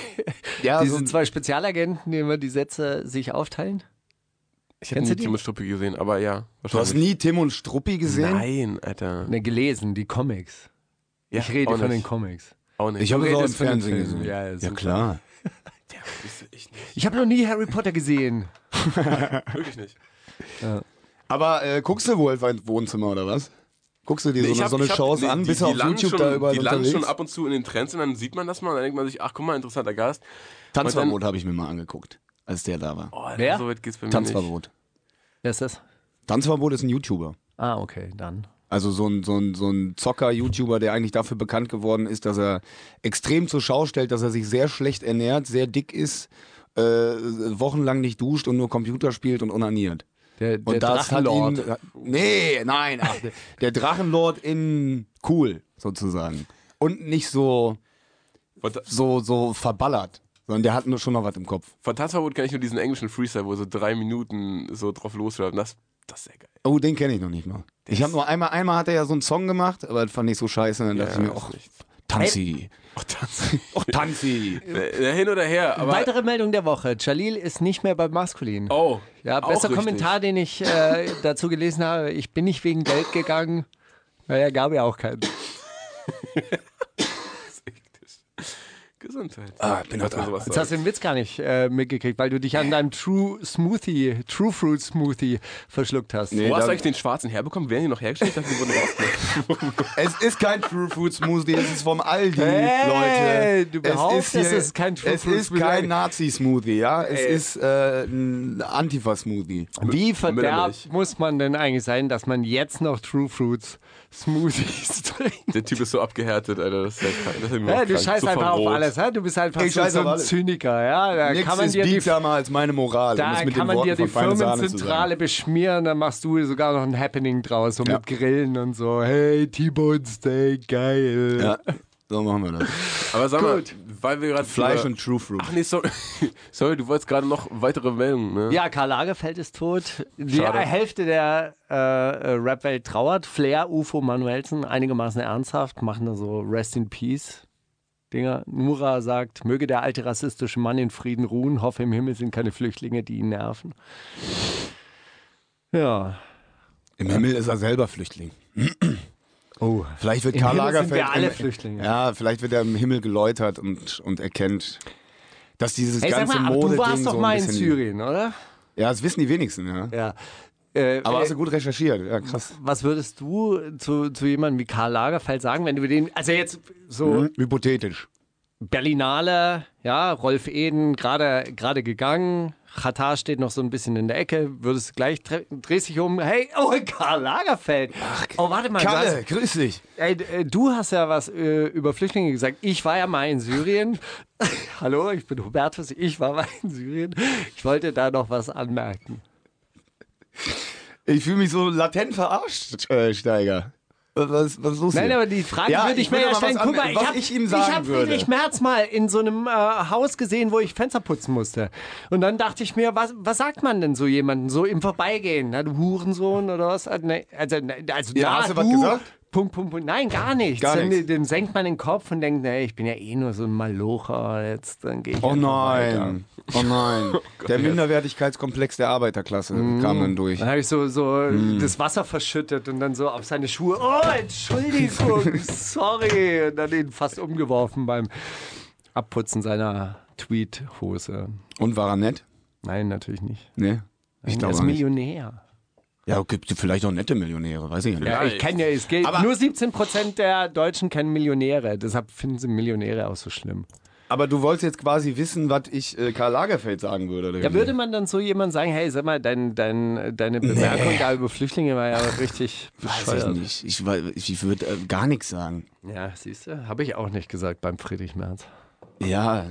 I: Ja,
G: diese
I: so ein-
G: zwei Spezialagenten, die immer die Sätze sich aufteilen.
H: Ich hätte
G: Kennst
H: nie
G: du die?
H: Tim und Struppi gesehen, aber ja.
I: Du hast nie Tim und Struppi gesehen?
H: Nein, Alter.
G: Ne, gelesen, die Comics.
H: Ja,
G: ich rede
H: auch
G: von den
H: nicht.
G: Comics.
H: Auch nicht.
I: Ich habe es auch im
G: redest von den
I: Fernsehen
G: Filmen.
I: gesehen.
G: Ja, ja, super.
I: klar.
H: ich nicht.
G: Ich habe noch nie Harry Potter gesehen.
H: [laughs] Wirklich nicht.
I: Aber äh, guckst du wohl ein Wohnzimmer oder was? Guckst du dir so,
H: ich
I: eine-
H: hab-
I: so eine
H: ich hab-
I: Chance
H: nee,
I: an?
H: die-
I: Bist du
H: die
I: auf
H: landen
I: YouTube
H: schon,
I: da überall
H: Die landen schon
I: unterwegs?
H: ab und zu in den Trends und dann sieht man das mal und dann denkt man sich, ach guck mal, interessanter Gast.
I: Tanzverbot habe ich mir mal angeguckt, als der da war.
H: Oh,
G: Wer?
H: So weit geht's bei mir nicht.
I: Tanzverbot.
G: Wer ist das?
I: Tanzverbot ist ein YouTuber.
G: Ah, okay, dann.
I: Also so ein, so ein, so ein Zocker-YouTuber, der eigentlich dafür bekannt geworden ist, dass er extrem zur Schau stellt, dass er sich sehr schlecht ernährt, sehr dick ist, äh, wochenlang nicht duscht und nur Computer spielt und onaniert.
G: Der, der
I: und das hat
G: Drachenlord.
I: ihn. äh, Nee, nein. Ach, der- der Drachenlord in cool, sozusagen. Und nicht so,
H: Von,
I: so, so verballert, sondern der hat nur schon noch was im Kopf.
H: von Tanzverbot kann ich nur diesen englischen Freestyle, wo so drei Minuten so drauf loswerden. Das, das ist sehr geil.
I: Oh, den kenne ich noch nicht mal. Ich habe nur einmal, einmal hat er ja so einen Song gemacht, aber das fand ich so scheiße. Dann dachte ich mir,
H: ist
I: ach,
H: nicht-
I: Tanzi.
H: Oh, Tanz.
I: Och, Tanzi.
G: [laughs]
H: Äh, hin oder her, aber.
G: Weitere Meldung der Woche. Jalil ist nicht mehr bei Maskulin.
H: Oh,
G: ja,
H: auch
G: bester
H: richtig.
G: Kommentar, den ich äh, dazu gelesen habe. Ich bin nicht wegen Geld gegangen. Naja, gab ja auch keinen.
H: [laughs] Gesundheit.
I: Ah, ich bin
H: Dass
I: heute
H: man
I: Abend-
H: sowas
G: Jetzt
H: sagt.
G: hast du den Witz gar nicht äh, mitgekriegt, weil du dich an deinem True Smoothie, True Fruit Smoothie verschluckt hast.
I: Nee.
H: Wo hast
I: dann-
H: du eigentlich den schwarzen herbekommen? Werden die noch hergestellt? Ich dachte, die wurden
G: [laughs]
H: rausgenommen.
I: Es ist kein True Food Smoothie, es ist vom Aldi,
G: Hey,
I: Leute.
G: du behauptest, es ist kein True
I: Es
G: Fruit
I: ist
G: Smoothie.
I: kein Nazi-Smoothie, ja. Es ist äh, ein Antifa-Smoothie.
G: Wie verderbt
H: Müllermilch.
G: muss man denn eigentlich sein, dass man jetzt noch True Fruits Smoothies [laughs] trinkt?
H: Der Typ ist so abgehärtet, Alter. Das ist ja krank. Das ist irgendwie
G: Ja,
H: auch
G: du
H: krank.
G: scheißt
H: So
G: einfach auf
H: verrot.
G: alles, hä? du bist einfach
I: Ich
G: so,
I: scheiß
G: so
I: auf
G: ein
I: alles.
G: Zyniker. Ja? Da
I: Nix
G: kann man
I: ist
G: dir die
I: biegsamer als meine Moral. um es
G: Da
I: mit den
G: kann man dir
I: Worten
G: die
I: von Feine Sahne zu sagen.
G: Firmenzentrale beschmieren, dann machst du sogar noch ein Happening draus, so
I: Ja.
G: mit Grillen und so. Hey, T-Bone Steak, geil.
I: Ja, so machen wir das.
G: [laughs]
H: Aber sag mal,
G: Gut.
H: weil wir gerade.
I: Fleisch
H: über-
I: und True Fruit.
H: Ach nee, sorry. [laughs] sorry, du wolltest gerade noch weitere Meldungen, ne?
G: Ja, Karl Lagerfeld ist tot. Die
H: Schade.
G: Hälfte der äh, äh, Rap-Welt trauert. Flair, UFO, Manuelsen einigermaßen ernsthaft, machen da so Rest in Peace. Dinger. Nura sagt, möge der alte rassistische Mann in Frieden ruhen, hoffe im Himmel sind keine Flüchtlinge, die ihn nerven. Ja.
I: Im Himmel ist er selber [clears throat] Flüchtling.
G: Oh.
I: Vielleicht wird
G: Im
I: Karl
G: Himmel sind
I: Lagerfeld.
G: wir alle
I: im-
G: Flüchtlinge.
I: Ja, vielleicht wird er im Himmel geläutert und, und erkennt, dass dieses
G: Hey, sag
I: ganze
G: mal, aber
I: Mode
G: du warst doch
I: so ein
G: mal in
I: bisschen-
G: Syrien, oder?
I: Ja, das wissen die wenigsten, ja.
G: Ja. Äh,
I: Aber
G: äh,
I: hast du gut recherchiert, ja, krass.
G: was würdest du zu, zu jemandem wie Karl Lagerfeld sagen, wenn du den, also jetzt
I: Mhm.
G: so
I: Hypothetisch.
G: Berlinale, ja, Rolf Eden gerade gerade gegangen. Katar steht noch so ein bisschen in der Ecke, würdest gleich tre- drehst dich um, hey, oh [laughs] Karl Lagerfeld. oh, warte mal, du
I: Kalle,
G: hast,
I: grüß dich.
G: ey, d- äh, du hast ja was äh, über Flüchtlinge gesagt. Ich war ja mal in Syrien. [laughs] Hallo, ich bin Hubertus, ich war mal in Syrien. Ich wollte da noch was anmerken.
I: Ich fühle mich so latent verarscht, äh, Steiger. Was, was ist los
G: Nein,
I: hier?
G: aber die Frage
I: Ja,
G: würde ich,
I: ich
G: mir
I: würde
G: ja
I: mal
G: stellen.
I: was
G: Guck mal,
I: anmerken,
G: ich
I: was
G: habe
I: ich Ihnen sagen
G: hab
I: würde.
G: Friedrich Merz mal in so einem äh, Haus gesehen, wo ich Fenster putzen musste. Und dann dachte ich mir, was, was sagt man denn so jemandem so im Vorbeigehen? Na, du Hurensohn oder was? Also, ne, also, ne, also
I: Ja,
G: da,
I: hast du was gesagt?
G: Punkt, Punkt, Punkt. Nein, gar nichts.
I: Gar
G: dann,
I: nichts.
G: dann senkt man den Kopf und denkt, nee, ich bin ja eh nur so ein Malocher. Jetzt, dann gehe ich
I: Oh
G: einfach weiter.
I: nein, oh nein. Der Minderwertigkeitskomplex der Arbeiterklasse kam dann durch.
G: Dann habe ich so, so das Wasser verschüttet und dann so auf seine Schuhe, oh, [laughs] Entschuldigung, sorry. Und dann ihn fast umgeworfen beim Abputzen seiner Tweet-Hose.
I: Und war er nett?
G: Nein, natürlich nicht.
I: Nee, ich
G: er ist
I: glaube nicht.
G: Millionär.
I: Ja, gibt vielleicht auch nette Millionäre, weiß ich nicht.
G: Ja, ich kenne ja, es geht.
I: Aber-
G: nur 17% der Deutschen kennen Millionäre. Deshalb finden sie Millionäre auch so schlimm.
I: Aber du wolltest jetzt quasi wissen, was ich äh, Karl Lagerfeld sagen würde. Oder
G: Ja,
I: wie?
G: würde man dann so jemand sagen, hey, sag mal, dein, dein, deine Bemerkung da über Flüchtlinge war ja richtig
I: Weiß ich
G: bescheuert.
I: nicht. Ich, wei- ich würde äh, gar nichts sagen.
G: Ja, siehst du, habe ich auch nicht gesagt beim Friedrich Merz.
I: Ja.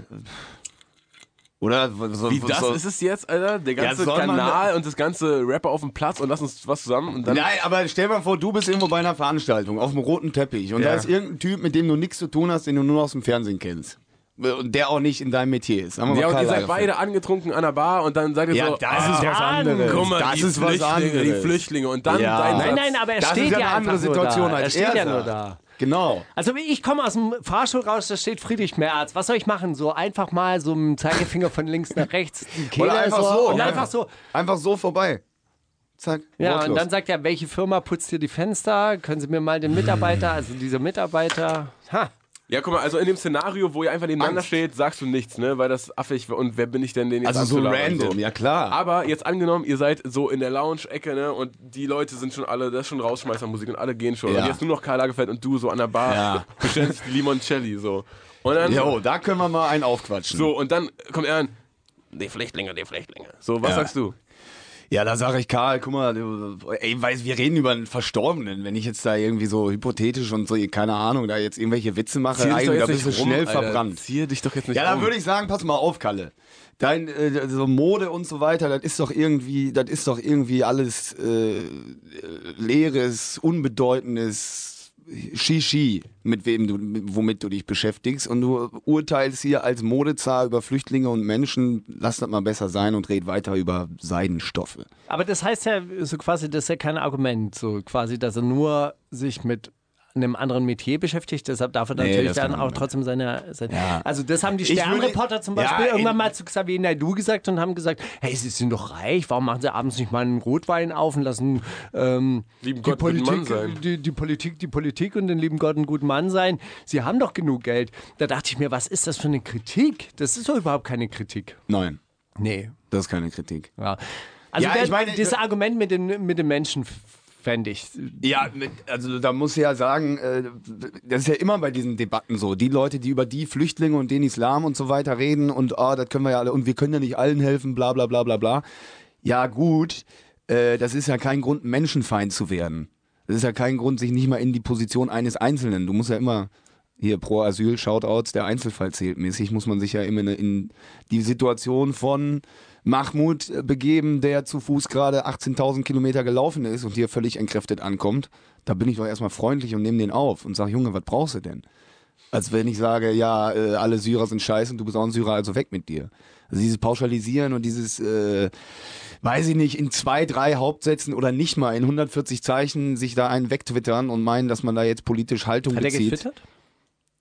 I: Oder w- so,
H: Wie das
I: so,
H: ist es jetzt, Alter? Der ganze
I: soll man-
H: Kanal und das ganze Rapper auf dem Platz und lass uns was zusammen und dann.
I: Nein, aber stell mal vor, du bist irgendwo bei einer Veranstaltung auf dem roten Teppich und da
H: Ja.
I: ist irgendein Typ, mit dem du nichts zu tun hast, den du nur aus dem Fernsehen kennst. Und der auch nicht in deinem Metier ist. Sagen wir mal
H: Ja, und
I: Karl
H: ihr seid
I: Lagerfeld.
H: beide angetrunken an der Bar und dann sagt ihr
I: Ja,
H: so, ah,
I: das ist was
G: dann,
I: anderes.
H: guck mal,
I: das
H: die
I: ist was
H: Flüchtlinge,
I: anderes.
H: die Flüchtlinge und dann
I: Ja.
H: dein
G: Nein,
H: Satz.
G: nein, aber er
I: das
G: steht
I: ist ja
G: ja
I: eine andere
G: einfach nur
I: Situation
G: da.
I: als
G: er steht ja
I: sagt.
G: nur da.
I: Genau.
G: Also ich komme aus dem Fahrstuhl raus, da steht Friedrich Merz. Was soll ich machen? So einfach mal so mit dem Zeigefinger von links nach
I: [laughs]
G: rechts die Kehle
I: Oder einfach so. ne?
G: und einfach so.
I: Einfach so vorbei. Zack.
G: Ja,
I: wortlos.
G: und dann sagt er, welche Firma putzt hier die Fenster? Können Sie mir mal den Mitarbeiter, also diese Mitarbeiter. Ha.
H: Ja, guck mal, also in dem Szenario, wo ihr einfach nebeneinander
I: Angst.
H: steht, sagst du nichts, ne? Weil das affig war. und wer bin ich denn, den jetzt
I: also so
H: anzulabern,
I: random,
H: so.
I: ja klar.
H: Aber jetzt angenommen, ihr seid so in der Lounge-Ecke, ne? Und die Leute sind schon alle, das ist schon Rausschmeißermusik und alle gehen schon.
I: Ja.
H: Und jetzt nur noch Karl Lagerfeld und du so an der Bar
I: Ja.
H: bestellst dich die Limoncelli so. Und dann
I: Jo, da können wir mal einen aufquatschen.
H: so und dann kommt er an, die Flüchtlinge, die Flüchtlinge. So, was
I: Ja.
H: sagst du?
I: Ja, da sage ich Karl, guck mal, ey, weiß, wir reden über einen Verstorbenen. Wenn ich jetzt da irgendwie so hypothetisch und so, keine Ahnung, da jetzt irgendwelche Witze mache,
H: Zieh dich doch
I: Alter, da
H: jetzt
I: bist du
H: nicht rum,
I: schnell
H: Alter.
I: verbrannt.
H: Zieh dich doch jetzt nicht
I: Ja, da
H: um.
I: würde ich sagen, pass mal auf, Kalle. Dein äh, so Mode und so weiter, das ist doch irgendwie, das ist doch irgendwie alles äh, äh, leeres, unbedeutendes Shishi, mit wem du, mit, womit du dich beschäftigst. Und du urteilst hier als Modezahl über Flüchtlinge und Menschen, lass das mal besser sein und red weiter über Seidenstoffe.
G: Aber das heißt ja so quasi, das ist ja kein Argument, so quasi, dass er nur sich mit einem anderen Metier beschäftigt, deshalb darf er
I: Nee,
G: natürlich
I: das ist kein
G: dann auch
I: Argument.
G: trotzdem seine, seine
I: Ja.
G: also das haben die
I: Ich würde-
G: Sternreporter zum
I: Ja,
G: Beispiel
I: in-
G: irgendwann mal zu Xavier Naidoo gesagt und haben gesagt, hey, sie sind doch reich, warum machen sie abends nicht mal einen Rotwein auf und lassen ähm, die
H: Lieben Gott, guten
G: Politik,
H: Mann sein.
G: Die, die Politik, die Politik und den lieben Gott einen guten Mann sein, sie haben doch genug Geld. Da dachte ich mir, was ist das für eine Kritik? Das ist doch überhaupt keine Kritik.
I: Nein,
G: Nee,
I: das ist keine Kritik.
G: ja. Also
I: Ja,
G: der,
I: ich meine-
G: dieses Argument mit den, mit den Menschen fände ich.
I: Ja, mit- also da muss ich ja sagen, äh, das ist ja immer bei diesen Debatten so. Die Leute, die über die Flüchtlinge und den Islam und so weiter reden und ah, das können wir ja alle und wir können ja nicht allen helfen, bla bla bla bla bla. Ja gut, äh, das ist ja kein Grund, Menschenfeind zu werden. Das ist ja kein Grund, sich nicht mal in die Position eines Einzelnen. Du musst ja immer hier pro Asyl, Shoutouts, der Einzelfall zählt mäßig, muss man sich ja immer in, in die Situation von Mahmoud äh, begeben, der zu Fuß gerade 18.000 Kilometer gelaufen ist und hier völlig entkräftet ankommt. Da bin ich doch erstmal freundlich und nehme den auf und sage, Junge, was brauchst du denn? Als wenn ich sage, ja, äh, alle Syrer sind scheiße und du bist auch ein Syrer, also weg mit dir. Also dieses Pauschalisieren und dieses, äh, weiß ich nicht, in zwei, drei Hauptsätzen oder nicht mal in 140 Zeichen sich da einen wegtwittern und meinen, dass man da jetzt politisch Haltung
G: Hat er
I: bezieht.
G: getwittert?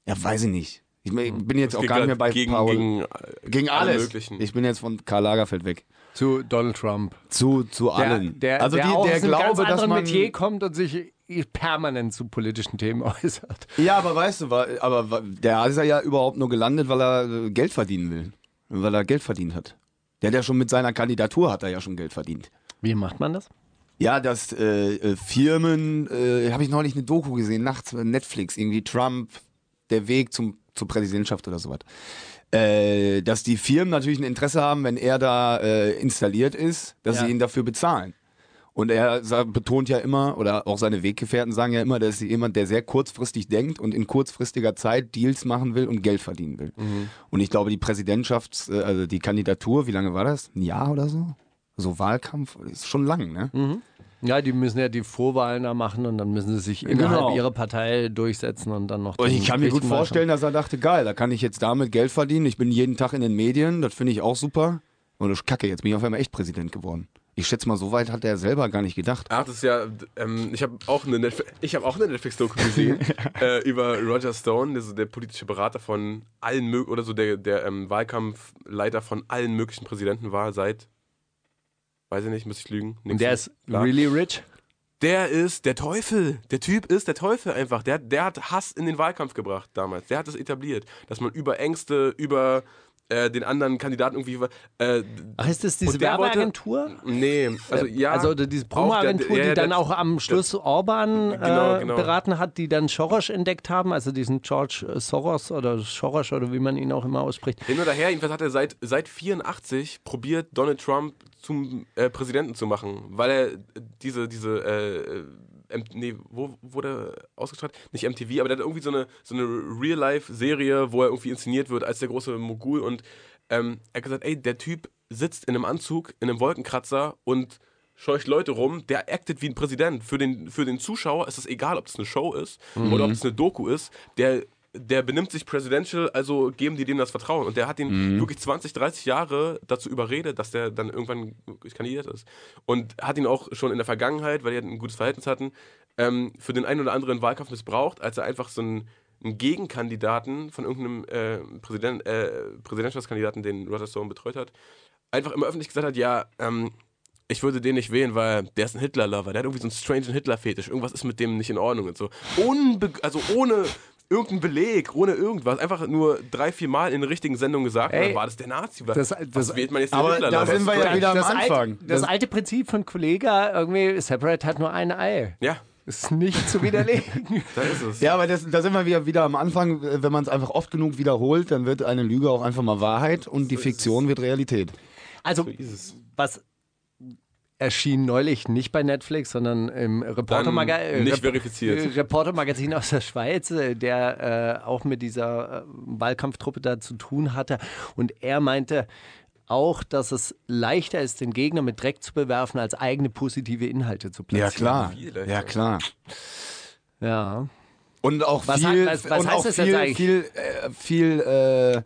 I: Ja, weiß ich nicht. Ich mein, ich bin jetzt auch
H: Geht
I: gar nicht mehr bei
H: gegen,
I: Paul.
H: Gegen,
I: Gegen
H: alle
I: alles.
H: möglichen.
I: Ich bin jetzt von Karl Lagerfeld weg.
G: Zu Donald Trump.
I: Zu, zu
G: Der,
I: allen.
G: der,
I: also
G: der,
I: die,
G: auch
I: der
G: aus einem ganz
I: Glaube, dass
G: anderen
I: man.
G: Metier kommt und sich äh, permanent zu politischen Themen [laughs] äußert.
I: Ja, aber weißt du, wa- aber wa- der ist ja überhaupt nur gelandet, weil er äh, Geld verdienen will. Weil er Geld verdient hat. Der hat ja schon mit seiner Kandidatur hat er ja schon Geld verdient.
G: Wie macht man das?
I: Ja, dass äh, äh, Firmen, äh, habe ich neulich eine Doku gesehen, nachts bei Netflix, irgendwie Trump, der Weg zum, zur Präsidentschaft oder sowas. Äh, dass die Firmen natürlich ein Interesse haben, wenn er da äh, installiert ist, dass
G: Ja.
I: sie ihn dafür bezahlen. Und er sa- betont ja immer, oder auch seine Weggefährten sagen ja immer, dass ist jemand, der sehr kurzfristig denkt und in kurzfristiger Zeit Deals machen will und Geld verdienen will. Und ich glaube, die Präsidentschafts-, äh, also die Kandidatur, wie lange war das? Ein Jahr oder so? So Wahlkampf, ist schon lang, ne?
G: Ja, die müssen ja die Vorwahlen da machen und dann müssen sie sich innerhalb
I: Genau.
G: ihrer Partei durchsetzen und dann noch.
I: Und ich
G: den
I: kann mir gut
G: richtigen
I: vorstellen, dass er dachte, geil, da kann ich jetzt damit Geld verdienen. Ich bin jeden Tag in den Medien, das finde ich auch super. Und ich kacke, jetzt bin ich auf einmal echt Präsident geworden. Ich schätze mal, so weit hat er selber gar nicht gedacht.
H: Ach, das ist ja, d- ähm, ich habe auch eine Netflix, ich habe auch eine
I: [laughs]
H: Netflix-Doku gesehen äh, über Roger Stone, der, so der politische Berater von allen möglichen, oder so der, der ähm, Wahlkampfleiter von allen möglichen Präsidenten war seit, weiß ich nicht, muss ich lügen.
G: Wahlkampf. Und der ist
H: Klar.
G: really rich.
H: der ist der Teufel. Der Typ ist der Teufel einfach. Der, der hat Hass in den Wahlkampf gebracht damals. Der hat es etabliert, dass man über Ängste, über äh, den anderen Kandidaten irgendwie. Äh,
G: Ach, ist das diese
H: Und der wollte-
G: Werbeagentur?
H: nee, also ja.
G: Also oder diese
H: auch
G: Promo-Agentur,
H: der- ja, ja,
G: die dann
H: der-
G: auch am Schluss Orban äh,
H: Genau, genau.
G: beraten hat, die dann Soros entdeckt haben, also diesen George äh, Soros oder Soros oder wie man ihn auch immer ausspricht.
H: Hin oder her, jedenfalls hat er seit, seit 84 probiert, Donald Trump zum äh, Präsidenten zu machen, weil er äh, diese, diese, äh, M nee, wo wurde ausgestrahlt? Nicht MTV, aber der hat irgendwie so eine, so eine Real-Life-Serie, wo er irgendwie inszeniert wird als der große Mogul und ähm, er hat gesagt, ey, der Typ sitzt in einem Anzug, in einem Wolkenkratzer und scheucht Leute rum, der actet wie ein Präsident. Für den, für den Zuschauer ist es egal, ob es eine Show ist oder ob es eine Doku ist, der, der benimmt sich presidential, also geben die dem das Vertrauen. Und der hat ihn wirklich 20, 30 Jahre dazu überredet, dass der dann irgendwann kandidiert ist. Und hat ihn auch schon in der Vergangenheit, weil die halt ein gutes Verhältnis hatten, ähm, für den einen oder anderen Wahlkampf missbraucht, als er einfach so einen, einen Gegenkandidaten von irgendeinem äh, Präsident, äh, Präsidentschaftskandidaten, den Roger Stone betreut hat, einfach immer öffentlich gesagt hat, ja, ähm, ich würde den nicht wählen, weil der ist ein Hitler-Lover, der hat irgendwie so einen strange Hitler-Fetisch, irgendwas ist mit dem nicht in Ordnung und so. Unbe also ohne irgendeinen Beleg, ohne irgendwas, einfach nur drei, vier Mal in den richtigen Sendungen gesagt,
G: Ey,
H: dann war das der Nazi. Was,
G: das- das-
H: was wählt man jetzt den
I: aber da
H: Hitler-Lover?
I: sind wir ja
H: Strange.
I: wieder am
G: das
I: Anfang.
G: Alte, das,
I: Das-
G: alte Prinzip von Kollega, irgendwie, Separate hat nur ein Ei.
H: Ja,
G: Ist nicht zu [laughs] widerlegen.
H: da ist es.
I: Ja, aber das, da sind wir wieder, wieder am Anfang. Äh, Wenn man es einfach oft genug wiederholt, dann wird eine Lüge auch einfach mal Wahrheit und die Fiktion wird Realität.
G: Also, was Also, erschien neulich nicht bei Netflix, sondern im Reportermaga
H: Dann nicht verifiziert.
G: Reportermagazin aus der Schweiz, äh, der äh, auch mit dieser äh, Wahlkampftruppe da zu tun hatte. Und er meinte auch, dass es leichter ist, den Gegner mit Dreck zu bewerfen, als eigene positive Inhalte zu
I: Ja,
G: platzieren.
I: klar.
H: viel, Alter.
I: Ja, klar.
G: Ja.
I: Und auch
G: Was
I: viel,
G: hat- was- was
I: und
G: heißt
I: auch
G: das
I: viel,
G: jetzt eigentlich?
I: viel, äh, viel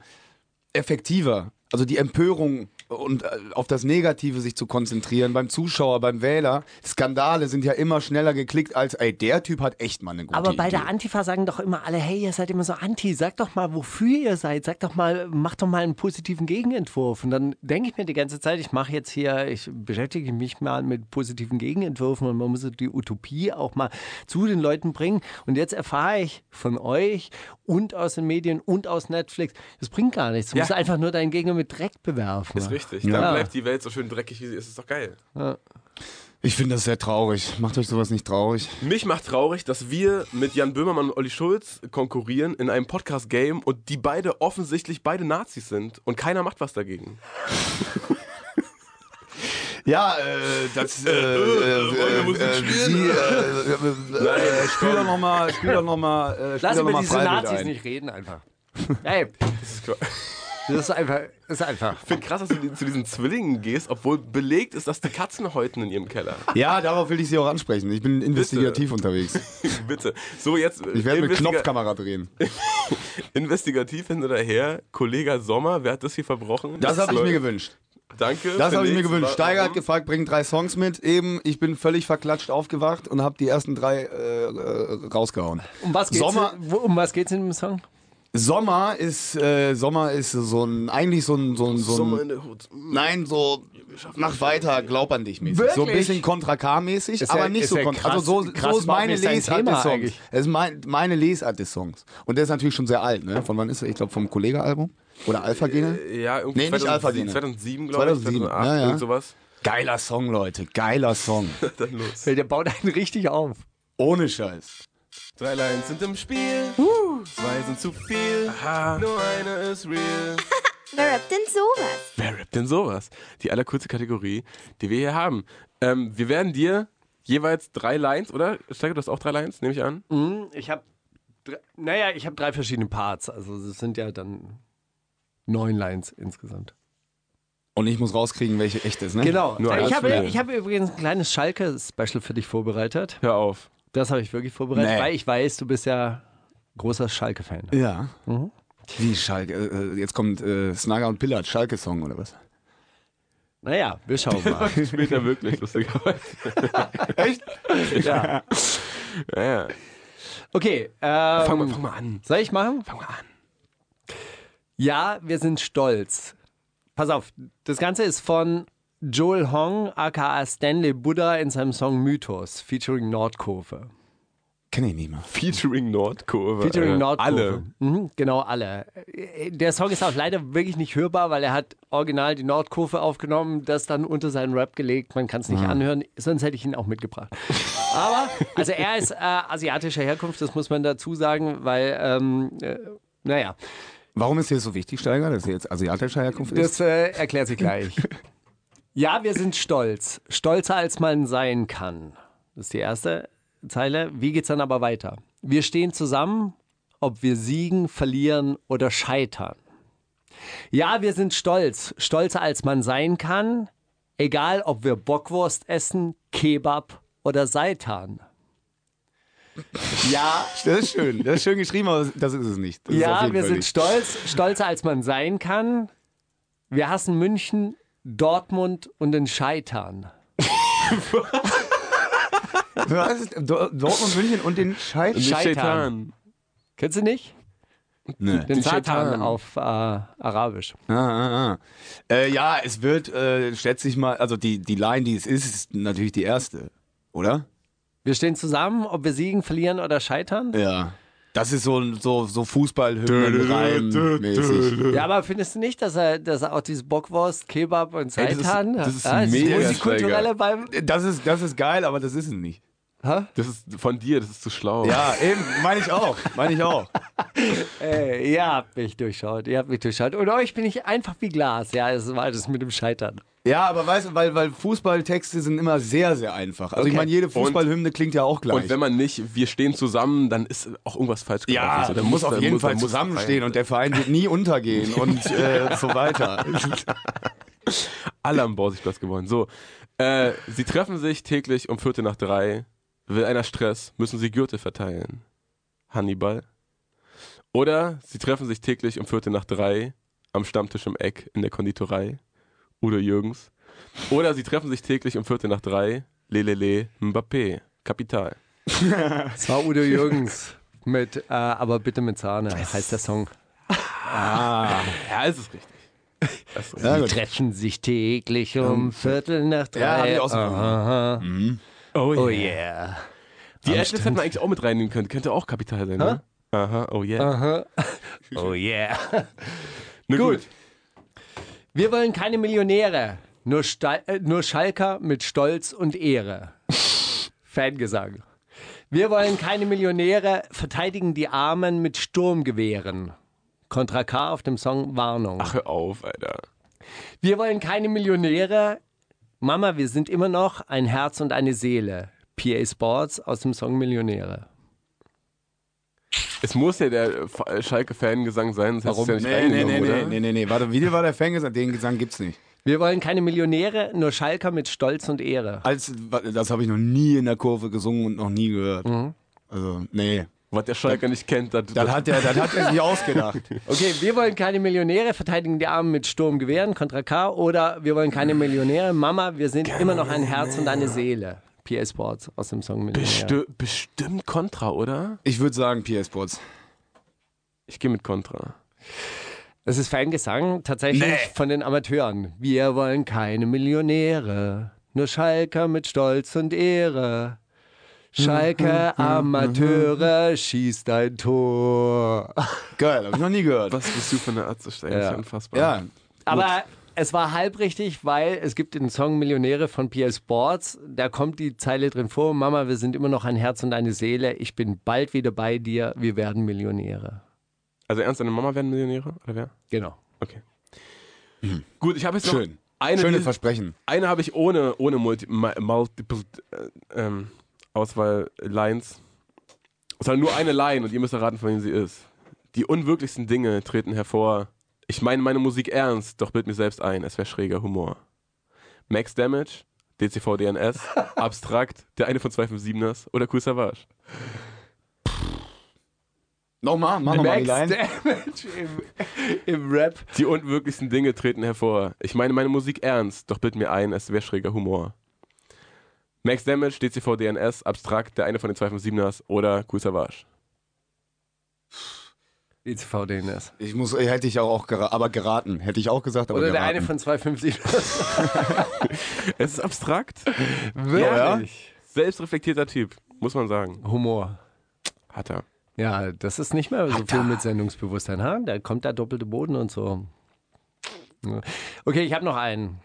I: äh, effektiver. Also die Empörung und äh, auf das Negative sich zu konzentrieren beim Zuschauer, beim Wähler. Skandale sind ja immer schneller geklickt als, ey, der Typ hat echt mal eine gute
G: Aber bei
I: Idee.
G: der Antifa sagen doch immer alle, hey, ihr seid immer so anti, sagt doch mal, wofür ihr seid, sagt doch mal, macht doch mal einen positiven Gegenentwurf. Und dann denke ich mir die ganze Zeit, ich mache jetzt hier, ich beschäftige mich mal mit positiven Gegenentwürfen und man muss die Utopie auch mal zu den Leuten bringen. Und jetzt erfahre ich von euch und aus den Medien und aus Netflix, das bringt gar nichts. Du musst einfach nur deinen Gegner mit Dreck bewerfen.
H: Ist richtig.
I: Ja.
H: Dann bleibt die Welt so schön dreckig, wie sie ist. Ist doch geil.
I: ich finde das sehr traurig. Macht euch sowas nicht traurig.
H: Mich macht traurig, dass wir mit Jan Böhmermann und Olli Schulz konkurrieren in einem Podcast-Game und die beide offensichtlich beide Nazis sind und keiner macht was dagegen.
I: Ja, äh, das. Äh, äh,
H: wir Musik
I: äh,
H: spielen?
I: Sie, äh, äh, äh, spiel doch nochmal. Spiel doch nochmal. Äh, spiel
G: Lass
I: doch noch
G: über
I: mal
G: diese
I: Freiwild
G: Nazis
I: ein.
G: nicht reden einfach. [laughs] Hey,
H: Das ist klar.
G: das ist einfach, das ist einfach.
H: Ich finde krass, dass du die- zu diesen Zwillingen gehst, obwohl belegt ist, dass die Katzen häuten in ihrem Keller.
I: Ja, darauf will ich Sie auch ansprechen. Ich bin investigativ unterwegs.
H: Bitte. So, jetzt. äh,
I: Ich werde mit
H: investiga-
I: Knopfkamera drehen.
H: Investigativ hin oder her. Kollege Sommer, wer hat das hier verbrochen?
I: Das habe ich
H: läuft.
I: mir gewünscht.
H: Danke.
I: Das
H: für
I: habe ich mir
H: nichts.
I: gewünscht. Steiger hat
H: Warum?
I: gefragt, bring drei Songs mit. Eben, ich bin völlig verklatscht aufgewacht und habe die ersten drei äh, äh, rausgehauen.
G: Um was geht's,
I: Sommer-
G: wo- um was geht's in dem Song?
I: Sommer ist, äh, Sommer ist so ein, eigentlich so ein, so ein, so
H: Sommer
I: ein
H: in der Hut.
I: Nein, so mach weiter, glaub an dich mäßig. So ein
G: Wirklich?
I: bisschen Kontra K mäßig,
G: Ist
I: aber
G: ja-
I: nicht
G: ist
I: so
G: ja
I: Kontra.
G: krass-
I: also so,
G: krass,
I: so ist
G: warum
I: meine
G: ist sein
I: Lesart
G: Thema
I: des Songs.
G: eigentlich?
I: Es ist mein, meine Lesart des Songs. Und der ist natürlich schon sehr alt, ne? Von wann ist er? Ich glaube vom Kollega-Album oder Alpha Gene.
H: Ja, irgendwie
I: Nee, nicht
H: 2007,
I: Alpha-Gene.
H: 2007, glaube ich.
I: 2007,
H: 2008,
I: ja, ja.
H: irgend sowas.
I: Geiler Song, Leute, geiler Song.
H: Dann los.
G: Der baut einen richtig auf.
I: Ohne Scheiß.
H: Drei Lines sind im Spiel. Zwei sind zu viel. Nur eine ist real.
A: Wer rappt denn sowas?
H: Wer rappt denn sowas? Die allercoolste Kategorie, die wir hier haben. Ähm, wir werden dir jeweils drei Lines, oder? Steiger, du hast auch drei Lines, nehme ich an.
G: Ich habe, naja, ich habe drei verschiedene Parts. Also es sind ja dann neun Lines insgesamt.
I: Und ich muss rauskriegen, welche echt ist, ne?
G: Genau.
H: Nur eins
G: ich habe,
H: von mir.
G: ich habe übrigens ein kleines Schalke-Special für dich vorbereitet.
H: Hör auf.
G: Das habe ich wirklich vorbereitet,
I: Nee.
G: weil ich weiß, du bist ja großer Schalke-Fan.
I: Ja. Wie Schalke? äh, äh, Jetzt kommt äh, Snaga und Pillard, Schalke-Song oder was?
G: Naja, wir schauen [laughs] mal.
H: Spielt er wirklich, lustigerweise.
I: Echt?
G: ja.
H: Ja, ja.
G: Okay. Ähm,
H: Fang, mal, fang mal an.
G: Soll ich machen?
H: Fang mal an.
G: Ja, wir sind stolz. Pass auf, das Ganze ist von Joel Hong, aka Stanley Buddha, in seinem Song Mythos, featuring Nordkurve.
I: Kenn ich nicht mal.
H: Featuring Nordkurve.
G: Featuring
H: Äh,
G: Nordkurve.
H: Alle.
G: Mhm, genau, alle. Äh, Der Song ist auch leider wirklich nicht hörbar, weil er hat original die Nordkurve aufgenommen, das dann unter seinen Rap gelegt. Man kann es nicht
H: Ah.
G: anhören, sonst hätte ich ihn auch
H: [laughs]
G: mitgebracht. Aber, also er ist äh, asiatischer Herkunft, das muss man dazu sagen, weil, ähm, äh, naja,
I: Warum ist dir das so wichtig, Steiger, dass er jetzt asiatischer Herkunft ist?
G: das äh, erklärt sich gleich. [laughs] ja, wir sind stolz. Stolzer, als man sein kann. Das ist die erste Zeile. Wie geht's dann aber weiter? Wir stehen zusammen, ob wir siegen, verlieren oder scheitern. Ja, wir sind stolz. Stolzer, als man sein kann. Egal, ob wir Bockwurst essen, Kebab oder Seitan. Ja,
I: Das ist schön, das ist schön geschrieben, aber das ist es nicht. Das ist auf
G: ja,
I: jeden
G: wir
I: Fall
G: sind
I: nicht.
G: stolz, stolzer als man sein kann. Wir hassen München, Dortmund und den Scheitern.
I: Was ist Dor- Dortmund, München und den Scheit.
G: Scheitern.
H: Shaitan.
G: Kennst du nicht?
I: Nee.
G: Den, Satan
H: Scheitern.
G: auf äh, Arabisch.
I: Ah, ah, ah. Äh, ja, es wird, äh, schätze ich mal, also die, die Line, die es ist, ist natürlich die erste, oder?
G: Wir stehen zusammen, ob wir siegen, verlieren oder scheitern.
I: Ja. Das ist so, ein- so, so Fußballhymnen-Reim-mäßig.
G: Ja, aber findest du nicht, dass er, dass er auch diese Bockwurst, Kebab und
H: Ey, das ist-
G: Seitan,
H: das ist
G: ja,
H: mega
G: multikulturelle beim
I: Das ist, das ist geil, aber das ist es nicht.
G: Hä?
H: Das ist von dir, das ist zu schlau.
I: Ja, eben, meine ich auch. Meine ich auch.
G: Ey, ihr habt mich durchschaut, ihr habt mich durchschaut. Und euch bin ich einfach wie Glas. Ja, es war das mit dem Scheitern.
I: Ja, aber weißt du, weil, weil Fußballtexte sind immer sehr, sehr einfach. Also ich
G: Okay.
I: meine, jede Fußballhymne klingt ja auch gleich.
H: Und wenn man nicht, wir stehen zusammen, dann ist auch irgendwas falsch gelaufen.
I: ja,
H: So,
I: da
H: dann
I: muss auf
H: dann
I: jeden
H: muss-
I: Fall
H: dann muss-
I: zusammenstehen und der Verein wird nie
H: [laughs]
I: untergehen und äh, so weiter.
H: Alle am Borsigplatz gewonnen. So, äh, sie treffen sich täglich um Viertel nach drei. Will einer Stress, müssen sie Gürtel verteilen. Hannibal. Oder sie treffen sich täglich um Viertel nach drei am Stammtisch im Eck in der Konditorei. Udo Jürgens. Oder sie treffen sich täglich um Viertel nach drei. Lelele Mbappé. Kapital.
G: Es war Ah, Udo Jürgens mit äh, Aber bitte mit Sahne, heißt der Song.
H: Ja, ist es richtig.
I: Ja,
G: Die
I: gut.
G: treffen sich täglich um Viertel nach drei.
I: Ja, hab ich auch so Mhm.
G: Aha.
H: Oh
G: Oh yeah.
H: Die Ashley hätte man eigentlich auch mit reinnehmen können. Könnte auch Kapital sein, ne? Aha, oh yeah.
G: Aha. Oh yeah.
H: Na
G: Gut. Wir wollen keine Millionäre, nur, Sta äh, nur Schalker mit Stolz und Ehre.
I: [laughs]
G: Fangesang. Wir wollen keine Millionäre, verteidigen die Armen mit Sturmgewehren. Kontra K auf dem Song Warnung.
H: Ach, hör auf, Alter.
G: Wir wollen keine Millionäre. Mama, wir sind immer noch ein Herz und eine Seele. PA Sports aus dem Song Millionäre.
H: Es muss ja der äh, Schalke-Fangesang sein, sonst
G: Warum?
H: hättest du ja nicht
I: Nee, nee,
H: reingenommen,
I: nee, nee,
H: oder?
I: nee, nee, nee. Warte, wie war der Fangesang? Den Gesang gibt's nicht.
G: Wir wollen keine Millionäre, nur Schalker mit Stolz und Ehre.
I: Als, das habe ich noch nie in der Kurve gesungen und noch nie gehört.
H: Mhm.
I: Also, nee.
H: Was der Schalke nicht kennt, das,
I: Das hat er, das hat er sich
H: [laughs]
I: ausgedacht.
G: Okay, wir wollen keine Millionäre, verteidigen die Armen mit Sturmgewehren, Kontra K. Oder wir wollen keine Millionäre. Mama, wir sind immer noch ein Herz und eine Seele. PA Sports aus dem Song Millionäre.
H: Besti- bestimmt Kontra, oder?
I: Ich würde sagen, PS Sports.
H: Ich gehe mit Kontra.
G: Es ist Fangesang tatsächlich von den Amateuren. Wir wollen keine Millionäre, nur Schalker mit Stolz und Ehre. Schalke Amateure, schießt ein Tor.
I: Geil, habe ich noch nie gehört.
H: Was bist du für eine Arzt? Das ist ja. unfassbar.
I: Ja,
G: Aber es war halb richtig, weil es gibt den Song Millionäre von PL Sports. Da kommt die Zeile drin vor: Mama, wir sind immer noch ein Herz und eine Seele. Ich bin bald wieder bei dir. Wir werden Millionäre.
H: Also ernst, deine Mama werden Millionäre, oder wer?
G: Genau.
H: Okay. Gut, ich habe jetzt
I: schön.
H: noch eine,
I: Schöne
H: Liste-
I: Versprechen.
H: eine habe ich ohne, ohne Multi, Ma- Multiple äh, ähm, Auswahl Lines. Es war nur eine Line und ihr müsst erraten, von wem sie ist. Die unwirklichsten Dinge treten hervor. Ich meine meine Musik ernst, doch bild mir selbst ein, es wäre schräger Humor. Max Damage, DCV DNS, Abstrakt, der eine von 257ers oder Cool Savage.
I: Nochmal, mach nochmal die
G: Max
I: Line.
G: Damage im, [laughs] im Rap.
H: Die unwirklichsten Dinge treten hervor. Ich meine meine Musik ernst, doch bild mir ein, es wäre schräger Humor. Max Damage, DCV DNS, Abstrakt, der eine von den 257ers oder Cool Savage.
G: ECV DNS.
I: Ich muss, hätte ich auch, auch gera aber geraten. Hätte ich auch gesagt, aber
G: Oder der
I: geraten.
G: eine von [laughs] 250.
H: Es ist abstrakt.
G: Wirklich?
H: Selbstreflektierter Typ, muss man sagen.
G: Humor.
H: Hat er.
G: Ja, das ist nicht mehr so viel mit Sendungsbewusstsein. Ha? Da kommt der doppelte Boden und so. Ja. Okay, ich habe noch einen.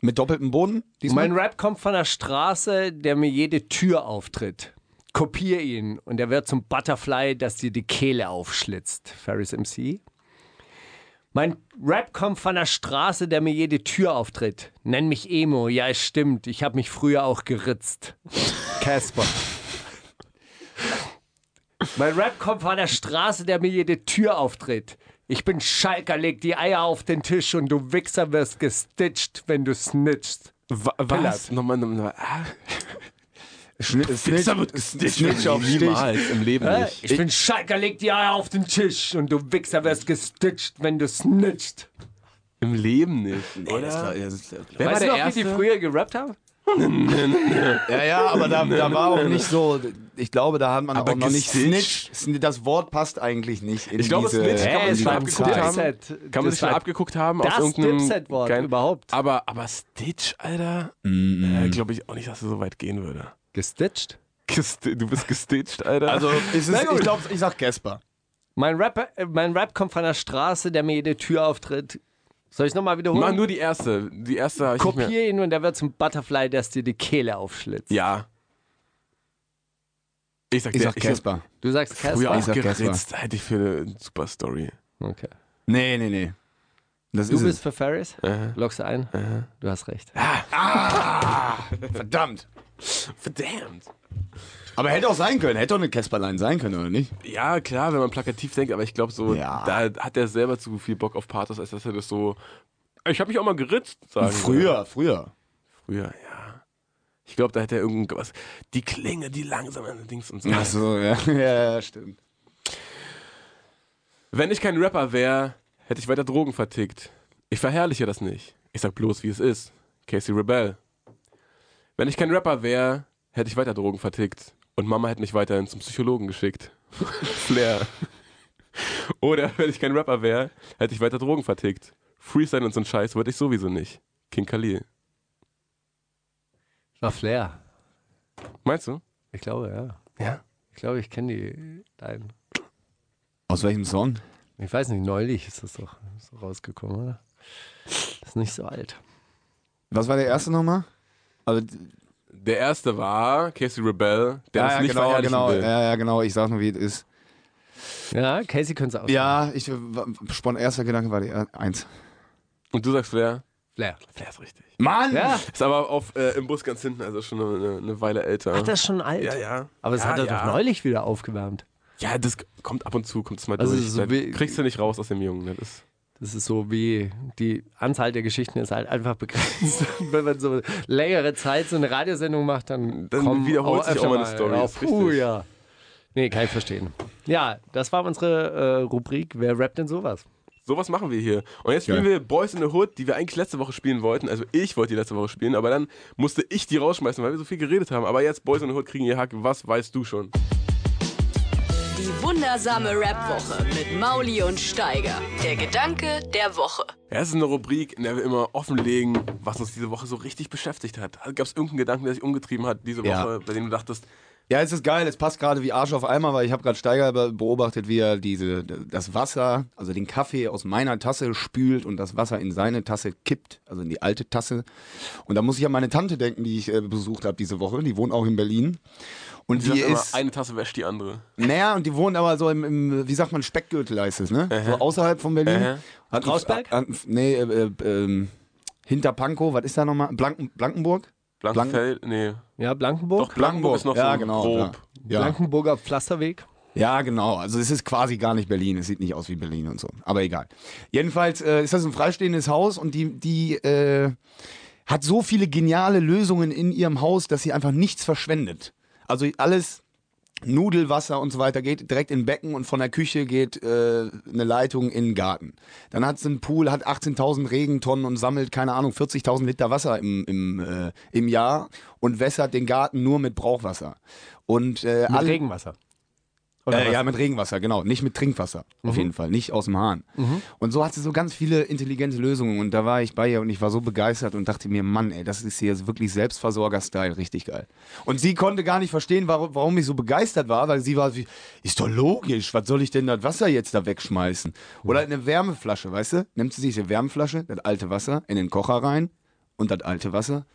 I: Mit doppeltem Boden? Diesmal?
G: Mein Rap kommt von der Straße, der mir jede Tür auftritt. Kopier ihn und er wird zum Butterfly, das dir die Kehle aufschlitzt. Ferris MC. Mein Rap kommt von der Straße, der mir jede Tür auftritt. Nenn mich Emo. Ja, es stimmt. Ich habe mich früher auch geritzt. Casper. mein Rap kommt von der Straße, der mir jede Tür auftritt. Ich bin Schalker, leg die Eier auf den Tisch und du Wichser wirst gestitcht, wenn du snitchst.
H: was? Nochmal, nochmal. Ah,
I: Schnitt,
H: Fixer wird
I: Snitch,
H: gesnitcht.
I: Snitch auf Stich.
H: im Leben
G: Äh, Ich, bin Schalker, leg die Eier auf den Tisch und du Wichser wirst gestitcht, wenn du snitcht.
H: Im Leben nicht. oder? Wer war
G: Weißt du
H: der
G: noch, wie die
H: Erste?
G: früher gerappt haben?
I: Ja, ja, aber da, da war auch nicht so. Ich glaube, da hat man
H: Aber
I: auch noch nicht
H: gesnitcht?
I: Snitch. Sn- Das Wort passt eigentlich nicht in
H: Ich glaube,
I: diese.
H: Snitch kann
G: Hey,
H: man
G: es
H: sich
G: war
H: schon abgeguckt
G: ein
H: haben.
G: Dipset.
H: Kann man sich
G: Das
H: schon
G: war
H: abgeguckt haben
G: das
H: aus irgendeinem.
G: Dipset-Wort
H: kein-
G: überhaupt.
H: Aber, aber Stitch, Alter. Äh, glaube ich auch nicht, dass es so weit gehen würde. [laughs]
G: Gestitcht?
H: Gest- Du bist gestitcht, Alter.
I: Also, es ist,
G: Na gut.
I: ich glaube, ich sag Gasper.
G: Mein Rap, äh, mein Rap kommt von der Straße, der mir jede Tür auftritt. Soll ich nochmal wiederholen?
H: [laughs] Mach nur die erste. Die erste habe ich nicht mehr.
G: Kopier ihn und er wird zum Butterfly, das dir die Kehle aufschlitzt.
H: Ja. Ich sag,
I: Ich
H: der-
I: sag Casper.
G: Du sagst
H: Ich früher
G: Casper.
I: Ich
H: auch
I: sag Casper.
H: geritzt, hätte ich für eine super Story.
G: Okay.
I: Nee, nee, nee. Das
G: Du
I: ist
G: bist für Ferris?
H: Aha.
G: Lockst du ein? Du hast recht.
I: es. Verdammt.
H: Verdammt.
I: Aber hätte auch sein können. Hätte auch eine Casperlein sein können, oder nicht?
H: Ja, klar, wenn man plakativ denkt, aber ich glaube so,
I: Ja.
H: da hat er selber zu viel Bock auf Pathos, als dass er das so. Ich habe mich auch mal geritzt, sagen würde.
I: Früher, früher.
H: Früher, ja. Ich glaube, da hätte er irgendwas. Die Klinge, die langsam allerdings und so.
I: Ach so, ja. [laughs] ja, stimmt.
H: Wenn ich kein Rapper wäre, hätte ich weiter Drogen vertickt. Ich verherrliche das nicht. Ich sag bloß, wie es ist. Casey Rebel. Wenn ich kein Rapper wäre, hätte ich weiter Drogen vertickt. Und Mama hätte mich weiterhin zum Psychologen geschickt. [laughs] Flair. Oder wenn ich kein Rapper wäre, hätte ich weiter Drogen vertickt. Freestyle und so ein Scheiß wollte ich sowieso nicht. King Khalil.
G: War Flair.
H: Meinst du?
G: Ich glaube, ja.
H: Ja.
G: Ich glaube, ich kenne die deinen.
I: Aus welchem Song?
G: Ich weiß nicht, neulich ist das doch so rausgekommen, oder? Ist nicht so alt.
I: Was war der erste nochmal? Also,
H: Der erste war Casey Rebel, der
I: ja,
H: das
I: ja,
H: nicht
I: genau, ja,
H: verherrlichen
I: genau,
H: will.
I: ja, ja, genau. Ich sag nur, wie es ist.
G: Ja, Casey könnte es auch.
I: Ja, ich, w- spontan, erster Gedanke war die er- eins.
H: Und du sagst Flair?
G: Flair.
H: Flair ist richtig.
I: Mann!
G: Ja.
H: Ist aber auf, äh, im Bus ganz hinten, also schon eine, eine Weile älter.
G: Ach, das ist schon alt.
H: Ja, ja.
G: Aber es
H: ja,
G: hat er
H: ja.
G: doch neulich wieder aufgewärmt.
H: Ja, das kommt ab und zu, kommt es mal
G: Also
H: durch.
G: so
H: Das
G: wie-
H: kriegst du nicht raus aus dem Jungen. Das ist,
G: Das ist so wie die Anzahl der Geschichten ist halt einfach begrenzt. [laughs] Wenn man so längere Zeit so eine Radiosendung macht, dann,
H: Dann
G: kommen
H: wiederholt sich
G: öfter
H: auch mal eine Story,
G: Ja,
H: ist
G: puh,
H: richtig.
G: ja. Nee, kann ich verstehen. Ja, das war unsere äh, Rubrik Wer rappt denn sowas?
H: sowas machen wir hier. Und jetzt spielen
I: Geil.
H: wir Boys in the Hood, die wir eigentlich letzte Woche spielen wollten. Also ich wollte die letzte Woche spielen, aber dann musste ich die rausschmeißen, weil wir so viel geredet haben. Aber jetzt Boys in the Hood kriegen ihr Hack. Was weißt du schon?
C: Die wundersame Rap-Woche mit Mauli und Steiger. Der Gedanke der Woche.
H: Ja, es ist eine Rubrik, in der wir immer offenlegen, was uns diese Woche so richtig beschäftigt hat. Gab es irgendeinen Gedanken, der sich umgetrieben hat diese Woche,
I: Ja.
H: bei dem du dachtest,
I: Ja, es ist geil, es passt gerade wie Arsch auf Eimer, weil ich habe gerade Steiger be- beobachtet, wie er diese, das Wasser, also den Kaffee aus meiner Tasse spült und das Wasser in seine Tasse kippt, also in die alte Tasse. Und da muss ich an meine Tante denken, die ich äh, besucht habe diese Woche, die wohnt auch in Berlin. Und
H: die
I: die
H: sagt immer,
I: ist,
H: eine Tasse wäscht die andere.
I: naja, und die wohnt aber so im, im wie sagt man, Speckgürtel heißt es, ne? So außerhalb von Berlin.
H: Aha.
I: Hat-
G: Krausberg?
I: Hat, nee, äh, äh, ähm, hinter Pankow, was ist da nochmal? Blanken, Blankenburg?
H: Blankenfeld, nee.
G: Ja, Blankenburg.
H: Doch, Blankenburg ist noch
I: ja,
H: so
I: genau,
H: grob.
I: Ja. Ja.
G: Blankenburger Pflasterweg.
I: Ja, genau. Also es ist quasi gar nicht Berlin. Es sieht nicht aus wie Berlin und so. Aber egal. Jedenfalls äh, ist das ein freistehendes Haus und die, die äh, hat so viele geniale Lösungen in ihrem Haus, dass sie einfach nichts verschwendet. Also alles Nudelwasser und so weiter geht direkt in Becken und von der Küche geht äh, eine Leitung in den Garten. Dann hat sie einen Pool, hat 18.000 Regentonnen und sammelt, keine Ahnung, 40.000 Liter Wasser im, im, äh, im Jahr und wässert den Garten nur mit Brauchwasser. Und, äh,
G: Mit
I: alle-
G: Regenwasser.
I: äh, ja, mit Regenwasser, genau. Nicht mit Trinkwasser,
H: Mhm.
I: auf jeden Fall. Nicht aus dem Hahn. Und so hat sie so ganz viele intelligente Lösungen. Und da war ich bei ihr und ich war so begeistert und dachte mir, Mann, ey, das ist hier jetzt wirklich Selbstversorger-Style, richtig geil. Und sie konnte gar nicht verstehen, warum, warum ich so begeistert war, weil sie war wie, ist doch logisch, was soll ich denn das Wasser jetzt da wegschmeißen? Oder
H: Mhm.
I: eine Wärmeflasche, weißt du? Nimmt sie sich eine Wärmeflasche, das alte Wasser, in den Kocher rein und das alte Wasser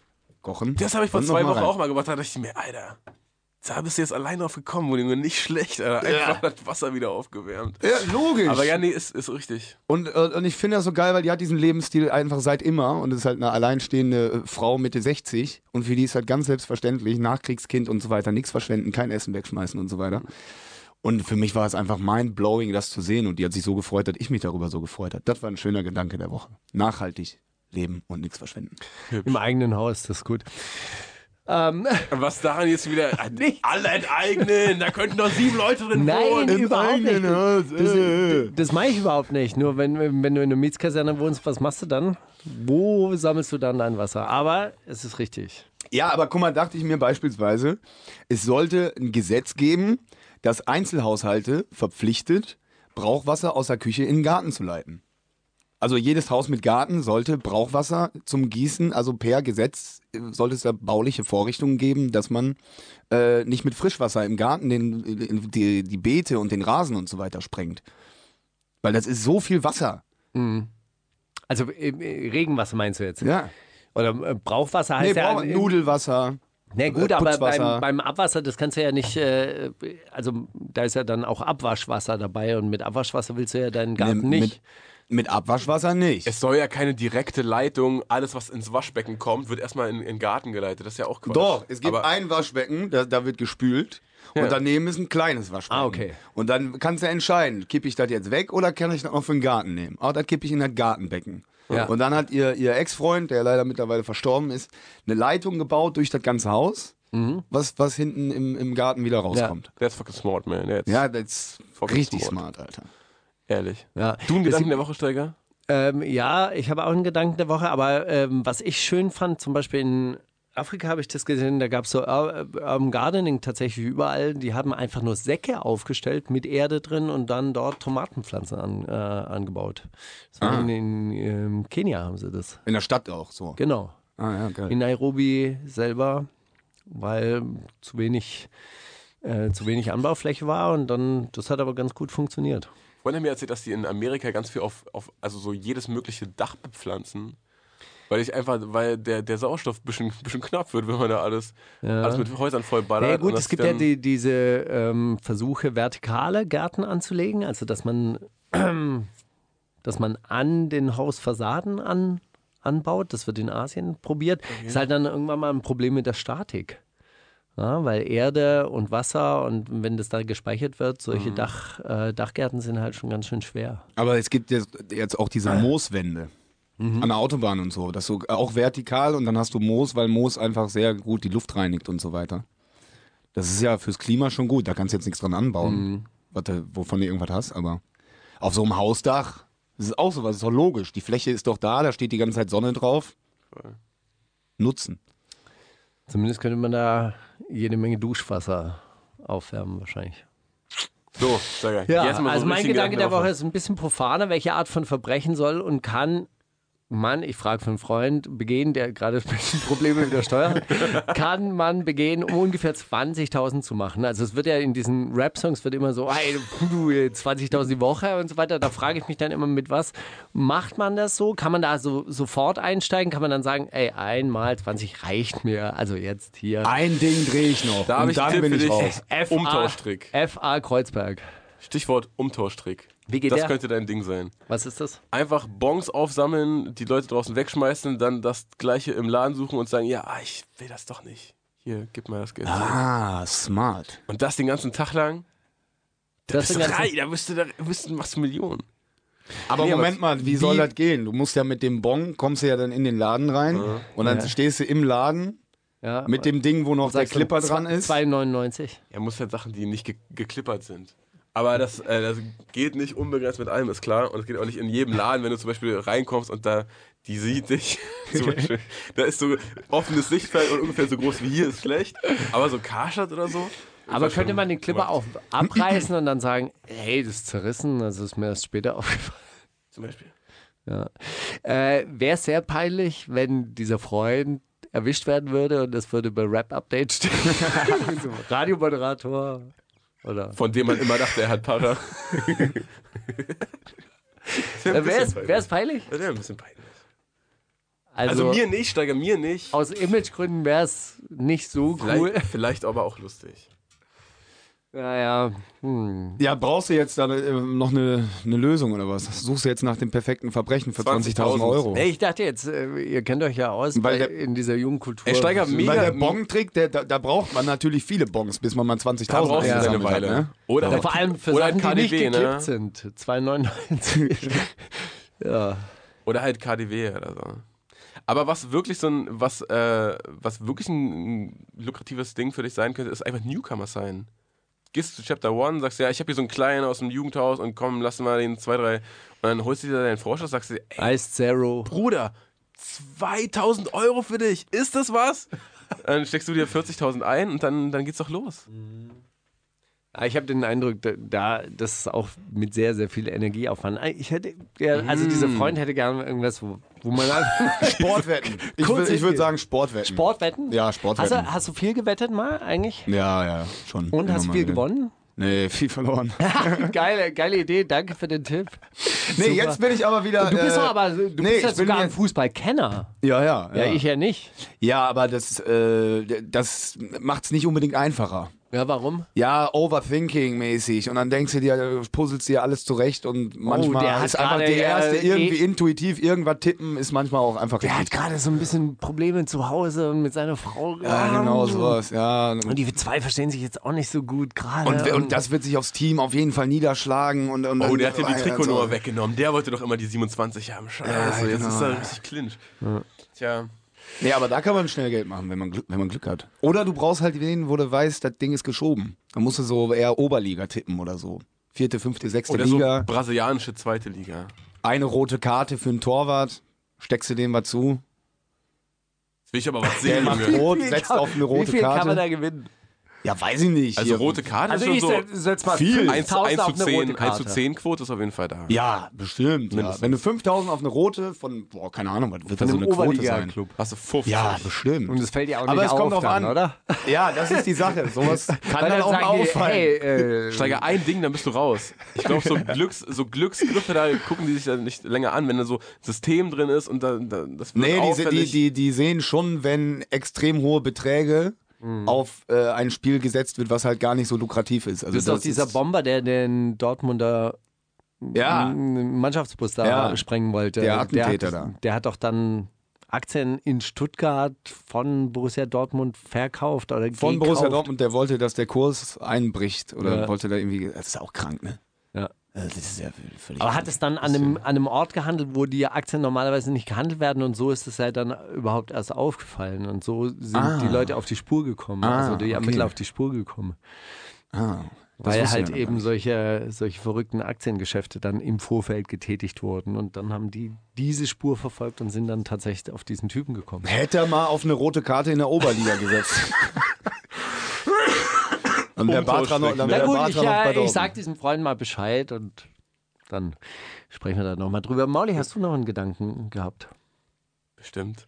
I: kochen.
H: Das habe ich vor
I: und
H: zwei
I: noch
H: Wochen
I: rein.
H: auch mal gemacht. Da dachte ich mir, Alter, da bist du jetzt allein drauf gekommen, wo Junge, nicht schlecht. Alter. Einfach das Wasser wieder aufgewärmt.
I: Ja, logisch.
H: Aber ja, nee, ist, ist richtig.
I: Und, äh, und ich finde das so geil, weil die hat diesen Lebensstil einfach seit immer und ist halt eine alleinstehende äh, Frau Mitte 60 und für die ist halt ganz selbstverständlich, Nachkriegskind und so weiter, nichts verschwenden, kein Essen wegschmeißen und so weiter. Und für mich war es einfach mind-blowing, das zu sehen und die hat sich so gefreut, dass ich mich darüber so gefreut habe. Das war ein schöner Gedanke der Woche. Nachhaltig leben und nichts verschwenden.
G: Im eigenen Haus, das ist gut. Ähm,
H: Was daran
I: [laughs]
H: jetzt wieder. Alle enteignen, da könnten doch sieben Leute drin
G: Nein,
H: wohnen.
G: überhaupt nicht.
I: Haus, äh.
G: Das, das mache ich überhaupt nicht. Nur wenn, wenn du in einer Mietskaserne wohnst, was machst du dann? Wo sammelst du dann dein Wasser? Aber es ist richtig.
I: Ja, aber guck mal, dachte ich mir beispielsweise, es sollte ein Gesetz geben, das Einzelhaushalte verpflichtet, Brauchwasser aus der Küche in den Garten zu leiten. Also jedes Haus mit Garten sollte Brauchwasser zum Gießen, also per Gesetz äh, sollte es da bauliche Vorrichtungen geben, dass man äh, nicht mit Frischwasser im Garten den, äh, die, die Beete und den Rasen und so weiter sprengt. Weil das ist so viel Wasser.
G: Also äh, Regenwasser meinst du jetzt?
I: Ja.
G: Oder äh, Brauchwasser
I: Nee,
G: heißt ja. also
I: Brauch,
G: in-
I: Nudelwasser.
G: Na gut, aber
I: Putzwasser.
G: beim, beim Abwasser, das kannst du ja nicht, äh, also da ist ja dann auch Abwaschwasser dabei und mit Abwaschwasser willst du ja deinen Garten
I: Nee,
G: nicht.
I: ähm, Mit, mit Abwaschwasser nicht.
H: Es soll ja keine direkte Leitung, alles was ins Waschbecken kommt, wird erstmal in, in den Garten geleitet. Das ist ja auch Quatsch.
I: Doch, es gibt
H: Aber
I: ein Waschbecken, da, da wird gespült. Und daneben ist ein kleines Waschbecken.
G: Ah, okay.
I: Und dann kannst du entscheiden, kippe ich das jetzt weg oder kann ich das noch für den Garten nehmen? Auch das kippe ich in das Gartenbecken.
G: Ja.
I: Und dann hat ihr, ihr Ex-Freund, der leider mittlerweile verstorben ist, eine Leitung gebaut durch das ganze Haus, was, was hinten im, im Garten wieder rauskommt.
H: That's fucking smart, man. That's
I: Ja, das ist
H: Fucking
I: richtig
H: smart.
I: smart, Alter.
H: Ehrlich.
G: Ja.
H: Du einen
G: Das-
H: Gedanken der Woche, Steiger?
G: Ähm, ja, ich habe auch einen Gedanken der Woche, aber ähm, was ich schön fand, zum Beispiel in Afrika habe ich das gesehen, da gab es so Ur- Urban Gardening tatsächlich überall. Die haben einfach nur Säcke aufgestellt mit Erde drin und dann dort Tomatenpflanzen an, äh, angebaut. Das war in, in ähm, Kenia haben sie das.
I: In der Stadt auch so.
G: Genau.
I: Ah, ja, geil.
G: In Nairobi selber, weil zu wenig, äh, zu wenig Anbaufläche war und dann, das hat aber ganz gut funktioniert.
H: Freunde haben mir erzählt, dass die in Amerika ganz viel auf, auf also so jedes mögliche Dach bepflanzen. Weil ich einfach, weil der, der Sauerstoff ein bisschen, bisschen knapp wird, wenn man da alles, alles mit Häusern vollballert.
G: Ja,
H: Und
G: gut,
H: dass
G: es gibt
H: ich
G: ja
H: dann-
G: die, diese ähm, Versuche, vertikale Gärten anzulegen, also dass man, [clears throat] dass man an den Hausfassaden an, anbaut. Das wird in Asien probiert. Ist halt dann irgendwann mal ein Problem mit der Statik. Ja, weil Erde und Wasser und wenn das da gespeichert wird, solche Dach, äh, Dachgärten sind halt schon ganz schön schwer.
I: Aber es gibt jetzt, jetzt auch
H: Ah,
I: diese Mooswände
H: Mhm.
I: an der Autobahn und so. Das so äh, auch vertikal und dann hast du Moos, weil Moos einfach sehr gut die Luft reinigt und so weiter. Das ist ja fürs Klima schon gut. Da kannst du jetzt nichts dran anbauen,
H: Mhm.
I: was du- wovon du irgendwas hast. Aber auf so einem Hausdach das ist auch sowas. Ist doch logisch. Die Fläche ist doch da. Da steht die ganze Zeit Sonne drauf. Nutzen.
G: Zumindest könnte man da jede Menge Duschwasser aufwärmen wahrscheinlich.
H: So, Steiger.
G: Ja,
H: jetzt mal so
G: also
H: einen
G: mein
H: richtigen
G: Gedanke der Woche ist ein bisschen profaner, welche Art von Verbrechen soll und kann man, ich frage für einen Freund, begehen, der gerade [laughs] ein bisschen Probleme mit der Steuer hat, kann man begehen, um ungefähr 20.000 zu machen. Also es wird ja in diesen Rap-Songs wird immer so, hey, du, 20.000 die Woche und so weiter. Da frage ich mich dann immer, mit was macht man das so? Kann man da so sofort einsteigen? Kann man dann sagen, ey, einmal 20 reicht mir, also jetzt hier.
I: Ein Ding drehe ich noch.
H: Da
I: und
H: habe ich
I: dann
H: einen Tipp
I: bin
H: für
I: ich
H: dich.
I: raus.
G: FA
H: Umtauschtrick.
G: FA Kreuzberg.
H: Stichwort Umtauschtrick.
G: Wie geht
H: das
G: der?
H: könnte dein Ding sein.
G: Was ist das?
H: Einfach Bons aufsammeln, die Leute draußen wegschmeißen, dann das gleiche im Laden suchen und sagen, ja, ah, ich will das doch nicht. Hier, gib mal das Geld.
I: Ah, smart.
H: Und das den ganzen Tag lang? Da
G: Das
H: bist du
G: den ganzen-
H: frei, da bist du, da bist du, machst du Millionen.
I: Aber
H: Nee, aber
I: Moment mal, wie, soll das gehen? Du musst ja mit dem Bon, kommst du ja dann in den Laden rein und dann stehst du im Laden
G: Ja,
I: mit dem Ding, wo noch der
G: Sagst du,
I: Clipper
G: zwei-
I: dran ist.
G: 2,99.
H: Er muss halt Sachen, die nicht ge geklippert sind. Aber das, äh, das geht nicht unbegrenzt mit allem, ist klar. Und es geht auch nicht in jedem Laden, wenn du zum Beispiel reinkommst und da die sieht dich. [laughs] zum Beispiel,
G: [laughs]
H: da ist so offenes Sichtfeld und ungefähr so groß wie hier ist schlecht. Aber so Karstadt oder so.
G: Aber
H: ist das
G: könnte
H: schon
G: man den Clipper
H: gemacht.
G: auch abreißen und dann sagen, hey, das ist zerrissen, das ist mir erst später [laughs] aufgefallen.
H: Zum Beispiel.
G: Äh, Wäre sehr peinlich, wenn dieser Freund erwischt werden würde und das würde bei Rap-Update stehen. [laughs] So, Radiomoderator oder...
H: Von dem man immer dachte, er
G: [laughs]
H: hat Para.
G: Äh, Wäre es
H: peinlich.
G: wär's peinlich?
H: Das wäre ein bisschen peinlich.
G: Also,
H: Also, mir nicht, Steiger, mir nicht.
G: aus Imagegründen wäre es nicht so
H: Vielleicht,
G: cool.
H: vielleicht aber auch lustig.
G: Naja, hm.
I: Ja, brauchst du jetzt dann äh, noch eine, eine Lösung oder was? Suchst du jetzt nach dem perfekten Verbrechen für 20.000 Euro?
G: Ey, ich dachte jetzt, äh, ihr kennt euch ja aus
I: Oh. Weil
G: bei,
I: der-
G: in dieser Jugendkultur.
H: Ey, Steiger, mega-
I: Weil der Bon-Trick, der, da, da braucht man natürlich viele Bons, bis man mal 20.000
H: Da brauchst du
I: eingesammelt hat,
H: eine Weile.
I: ne?
H: Oder,
G: Ja, vor allem für
H: oder
G: Sachen, die nicht
H: KDW,
G: geklippt
H: ne?
G: sind. [laughs] 2,99.
H: Oder halt KDW oder so. Aber was wirklich so ein, was, äh, was wirklich ein lukratives Ding für dich sein könnte, ist einfach Newcomer sein. Gehst zu Chapter One, sagst, ja, ich habe hier so einen Kleinen aus dem Jugendhaus und komm, lass mal den zwei, drei. Und dann holst du dir deinen Frosch und sagst dir, ey,
G: Ice Zero.
H: Bruder, 2000 Euro für dich, ist das was? Dann steckst du dir 40.000 ein und dann, dann geht's doch los.
G: Ah, Ich habe den Eindruck, da- da, das ist auch mit sehr, sehr viel Energieaufwand. Ah, Ich hätte, ja, also dieser Freund hätte gerne irgendwas, wo, wo man [laughs]
H: [laughs]
I: Sportwetten. Ich,
G: Kurz
I: wür- ich
G: Idee.
I: würde sagen Sportwetten.
G: Sportwetten?
I: Ja, Sportwetten.
G: Hast du, hast du viel gewettet mal eigentlich?
I: Ja, ja, schon.
G: Und
I: Immer
G: hast du
I: mal
G: viel
I: wieder.
G: gewonnen? [laughs]
I: Nee, viel verloren.
G: geile, geile Idee, danke für den Tipp.
I: nee,
G: Super.
I: jetzt bin ich aber wieder.
G: Du bist
I: äh,
G: doch aber du
I: nee,
G: bist ja
I: ich bin
G: sogar ein
I: jetzt-
G: Fußballkenner.
I: Ja, ja.
G: Ja.
I: Ja,
G: ich ja nicht.
I: ja aber das, äh, das macht es nicht unbedingt einfacher.
G: Ja, warum?
I: Ja, Overthinking-mäßig. Und dann denkst du dir, puzzelst dir alles zurecht und manchmal
G: der hat
I: ist einfach
G: gerade,
I: die
G: äh,
I: erste
G: eh-
I: irgendwie intuitiv irgendwas tippen, ist manchmal auch einfach
G: Der hat
I: richtig.
G: gerade so ein bisschen Probleme zu Hause und mit seiner Frau.
I: Ja, genau sowas. Ja.
G: Und die zwei verstehen sich jetzt auch nicht so gut gerade.
I: Und, und das wird sich aufs Team auf jeden Fall niederschlagen. Und, und
H: Oh, der hat ihm die Trikotnummer
I: also-
H: weggenommen. Der wollte doch immer die 27 haben. Scheiße, jetzt ist er richtig clinch. Tja.
I: Nee, aber da kann man schnell Geld machen, wenn man, Glück, wenn man Glück hat. Oder du brauchst halt wen, wo du weißt, das Ding ist geschoben. Dann musst du so eher Oberliga tippen oder so. Vierte, fünfte, sechste
H: Oder so
I: Liga.
H: brasilianische zweite Liga.
I: Eine rote Karte für einen Torwart. Steckst du dem was zu?
H: Jetzt will ich aber was
I: Der
H: sehen,
I: macht
H: Junge.
I: rot, setzt auf eine rote
G: Wie viel kann man da
I: Karte.
G: gewinnen?
I: Ja, weiß ich nicht.
H: Also
I: Hier-
H: rote Karte
G: Also
H: ist schon
G: ich
H: so.
G: setz- setz mal
H: viel.
G: 5000
H: 1, zu
G: auf eine
H: 10,
G: rote
H: 1 zu
G: Karte.
H: 10 Quote ist auf jeden Fall da.
I: Ja, bestimmt. Ja.
H: Mindestens.
I: Wenn du 5000 auf eine rote von, boah, keine Ahnung, was wird da so eine Quote sein?
G: Oberliga-Club.
H: Hast du 50.
I: Ja, bestimmt.
G: Und es fällt ja auch
I: Aber
G: nicht
I: es kommt
G: auf
I: drauf
G: dann,
I: an.
G: oder?
I: [laughs] ja, das ist die Sache. Sowas kann
G: [laughs] Weil
I: dann auch mal
G: sagen die,
I: auffallen.
G: Hey, äh,
H: Steiger ein Ding, dann bist du raus. Ich glaube, so, Glücks, so Glücksgriffe, da gucken die sich dann nicht länger an, wenn da so ein System drin ist und dann, dann das wird
I: Nee, die, die,
H: auffällig.
I: die, die sehen schon, wenn extrem hohe Beträge
G: Mhm.
I: auf äh, ein Spiel gesetzt wird, was halt gar nicht so lukrativ ist. Also
G: das ist doch dieser Bomber, der den Dortmunder
I: Ja,
G: m- Mannschaftsbus da
I: Ja.
G: sprengen wollte.
I: Der Attentäter
G: der hat,
I: da.
G: Der hat doch dann Aktien in Stuttgart von Borussia Dortmund verkauft oder
I: von
G: gekauft.
I: Borussia Dortmund, der wollte, dass der Kurs einbricht oder
G: Ja.
I: wollte da irgendwie. Das ist auch krank, ne?
G: Ja.
I: Das ist ja völlig.
G: Aber hat es dann an einem, an einem Ort gehandelt, wo die Aktien normalerweise nicht gehandelt werden und so ist es halt dann überhaupt erst aufgefallen und so sind
I: Ah.
G: die Leute auf die Spur gekommen,
I: Ah,
G: also die
I: okay.
G: Ermittler auf die Spur gekommen,
I: ah, das
G: weil
I: wusste
G: halt
I: ich noch
G: eben
I: gar
G: solche, solche verrückten Aktiengeschäfte dann im Vorfeld getätigt wurden und dann haben die diese Spur verfolgt und sind dann tatsächlich auf diesen Typen gekommen.
I: nicht. Hätte er mal auf eine rote Karte in der Oberliga
G: [laughs]
I: gesetzt. Und der Bartra noch, dann wär
H: Na
G: Na
I: der
G: gut,
I: Bartra
G: ich,
I: noch bei
G: äh,
I: Dortmund.
G: ich sag diesem Freund mal Bescheid und dann sprechen wir da nochmal drüber. Mauli, hast du noch einen Gedanken gehabt?
H: Bestimmt.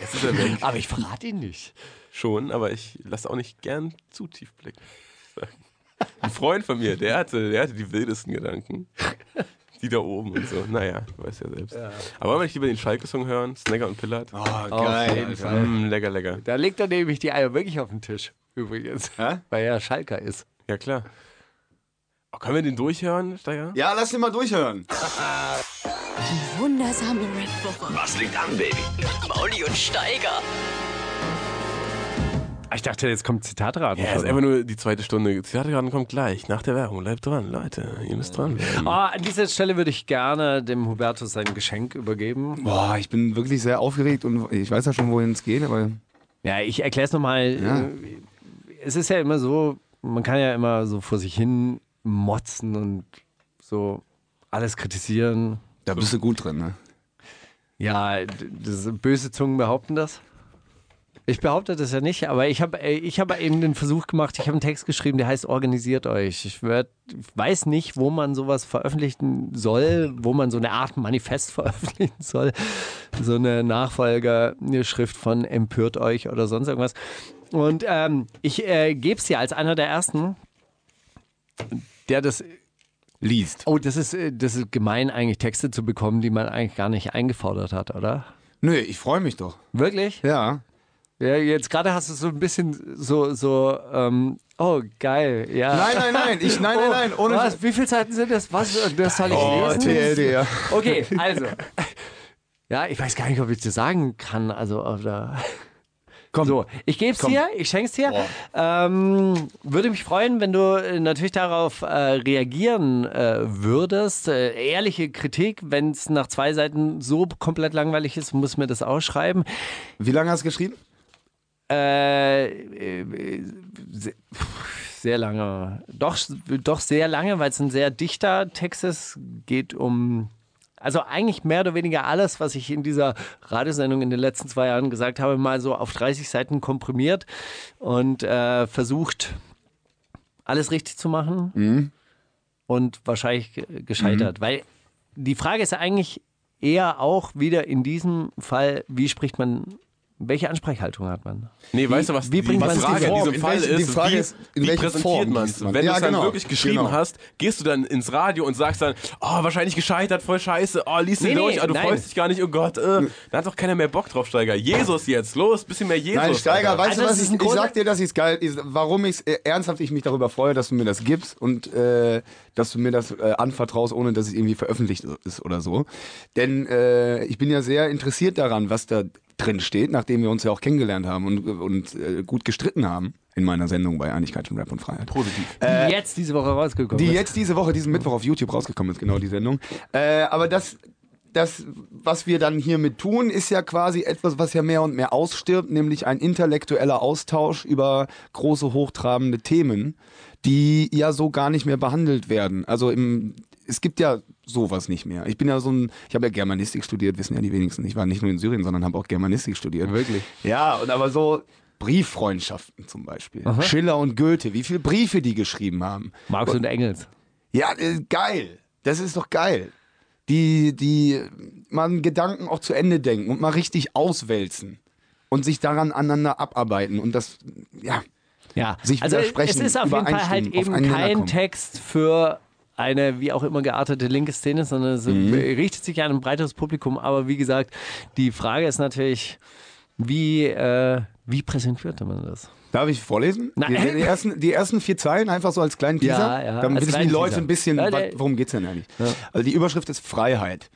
H: Jetzt ist er weg.
G: Aber ich verrate ihn nicht.
H: Schon, aber ich lasse auch nicht gern zu tief blicken. Ein Freund von mir, der hatte, der hatte die wildesten Gedanken. Die da oben und so. Naja, du weißt ja selbst. Aber wenn ich lieber den Schalke-Song hören, Snagger und Pillard.
I: Oh,
G: Auf jeden
I: geil. Alter.
G: Fall.
H: Mm, lecker, lecker.
G: Da legt er nämlich die Eier wirklich auf den Tisch, übrigens.
I: Hä?
G: Weil er Schalker ist.
H: Ja, klar. Oh, können wir den durchhören, Steiger?
I: Ja, lass den mal durchhören.
A: Wundersame Rap-Woche.
C: Mauli und Steiger.
G: Ah, Ich dachte, jetzt kommt Zitatraten.
H: Ja, ist einfach nur die zweite Stunde. Theatergarten kommt gleich, nach der Werbung. Bleibt dran, Leute. Ihr müsst dran bleiben.
G: Ah, an dieser Stelle würde ich gerne dem Hubertus sein Geschenk übergeben.
I: Boah, ich bin wirklich sehr aufgeregt und ich weiß ja schon, wohin es geht, aber.
G: Ja, ich erkläre es nochmal.
I: Ja.
G: Es ist ja immer so, man kann ja immer so vor sich hin motzen und so alles kritisieren.
I: Da bist du gut drin, ne?
G: Ja, d- das, böse Zungen behaupten das. Ich behaupte das ja nicht, aber ich habe äh, ich habe eben den Versuch gemacht, ich habe einen Text geschrieben, der heißt Organisiert euch. Ich werd, weiß nicht, wo man sowas veröffentlichen soll, wo man so eine Art Manifest [laughs] veröffentlichen soll. So eine Nachfolgerschrift von Empört euch oder sonst irgendwas. Und ähm, ich äh, gebe es dir als einer der ersten, der das
I: Liest.
G: Oh, das ist, äh, das ist gemein, eigentlich Texte zu bekommen, die man eigentlich gar nicht eingefordert hat, oder?
I: Nö, ich freue mich doch.
G: Wirklich?
I: Ja.
G: Ja, jetzt gerade hast du so ein bisschen so, so, ähm, oh, geil, ja. Oh,
I: Nein,
G: [laughs]
I: nein, nein. Ich, nein, nein, nein. Ohne
G: was, wie viele Seiten sind das? Was, äh, das soll ich
I: Oh,
G: lesen?
I: TLDR. [laughs]
G: Okay, also. Ja, ich weiß gar nicht, ob ich das sagen kann, also, oder... Komm. So, ich gebe es dir, ich schenke es dir. Ähm, würde mich freuen, wenn du äh, natürlich darauf äh, reagieren äh, würdest. Äh, ehrliche Kritik, wenn es nach zwei Seiten so komplett langweilig ist, muss mir das ausschreiben.
I: Wie lange hast du geschrieben?
G: Äh, äh, se- pff, sehr lange. Doch, doch sehr lange, weil es ein sehr dichter Text ist. Geht um. Also eigentlich mehr oder weniger alles, was ich in dieser Radiosendung in den letzten zwei Jahren gesagt habe, mal so auf 30 Seiten komprimiert und äh, versucht, alles richtig zu machen und wahrscheinlich ge- gescheitert. Weil die Frage ist eigentlich eher auch wieder in diesem Fall, wie spricht man Welche Ansprechhaltung hat man?
H: Nee, weißt du, was
G: wie
H: die,
G: bringt
H: was
G: man's
H: die Frage in
G: vor?
H: diesem
I: In
H: Fall
I: welchen- die
H: ist, ist,
I: Frage
H: wie,
I: ist, in
H: wie
I: welchen
H: präsentiert
I: Form
H: man
I: liest
H: es?
I: man's?
H: Wenn
I: Ja,
H: du es dann
I: genau,
H: wirklich geschrieben
I: genau.
H: hast, gehst du dann ins Radio und sagst dann, oh, wahrscheinlich gescheitert, voll scheiße, oh, liest
G: Nee,
H: den durch,
G: nee,
H: oh, du
G: nein.
H: freust dich gar nicht, oh Gott, äh, da hat doch keiner mehr Bock drauf, Steiger. Jesus jetzt, los, bisschen mehr Jesus.
I: Nein, Steiger,
H: Alter.
I: weißt du
G: Alter, das
I: was?
G: Also ist
I: Ich,
G: ein
I: ich
G: Grund-
I: sag dir, dass ich es geil, ich, warum ich äh, ernsthaft ich mich darüber freue, dass du mir das gibst und äh, dass du mir das äh, anvertraust, ohne dass es irgendwie veröffentlicht ist oder so. Denn äh, ich bin ja sehr interessiert daran, was da drin steht, nachdem wir uns ja auch kennengelernt haben und, und äh, gut gestritten haben in meiner Sendung bei Einigkeit und Rap und Freiheit.
H: Positiv.
G: Die jetzt diese Woche rausgekommen
I: Äh, Die
G: ist.
I: jetzt diese Woche, diesen Mittwoch auf YouTube rausgekommen ist, genau die Sendung. Äh, aber das, das, was wir dann hiermit tun, ist ja quasi etwas, was ja mehr und mehr ausstirbt, nämlich ein intellektueller Austausch über große, hochtrabende Themen, die ja so gar nicht mehr behandelt werden. Also im, es gibt ja sowas nicht mehr. Ich bin ja so ein, ich habe ja Germanistik studiert, wissen ja die wenigsten. Ich war nicht nur in Syrien, sondern habe auch Germanistik studiert.
G: Wirklich?
I: Ja, und aber so Brieffreundschaften zum Beispiel. Schiller und Goethe, wie viele Briefe die geschrieben haben.
G: Marx und Engels.
I: Ja, äh, geil. Das ist doch geil. Die, die man Gedanken auch zu Ende denken und mal richtig auswälzen und sich daran aneinander abarbeiten und das, ja.
G: Ja,
I: sich
G: also es
I: widersprechen,
G: ist auf jeden Fall halt
I: übereinstimmen,
G: eben
I: aufeinander
G: kein
I: kommen.
G: Text für eine wie auch immer geartete linke Szene, sondern es
I: Mhm.
G: richtet sich an ein breiteres Publikum. Aber wie gesagt, die Frage ist natürlich, wie, äh, wie präsentiert man das?
I: Darf ich vorlesen?
G: Nein.
I: Die, die, ersten, die ersten vier Zeilen einfach so als kleinen Teaser.
G: Ja, ja,
I: Dann
G: als
I: wissen die
G: kleinen
I: Leute
G: Teaser.
I: ein bisschen,
G: Ja,
I: wa-
G: der-
I: worum geht's denn eigentlich? Also die Überschrift ist Freiheit.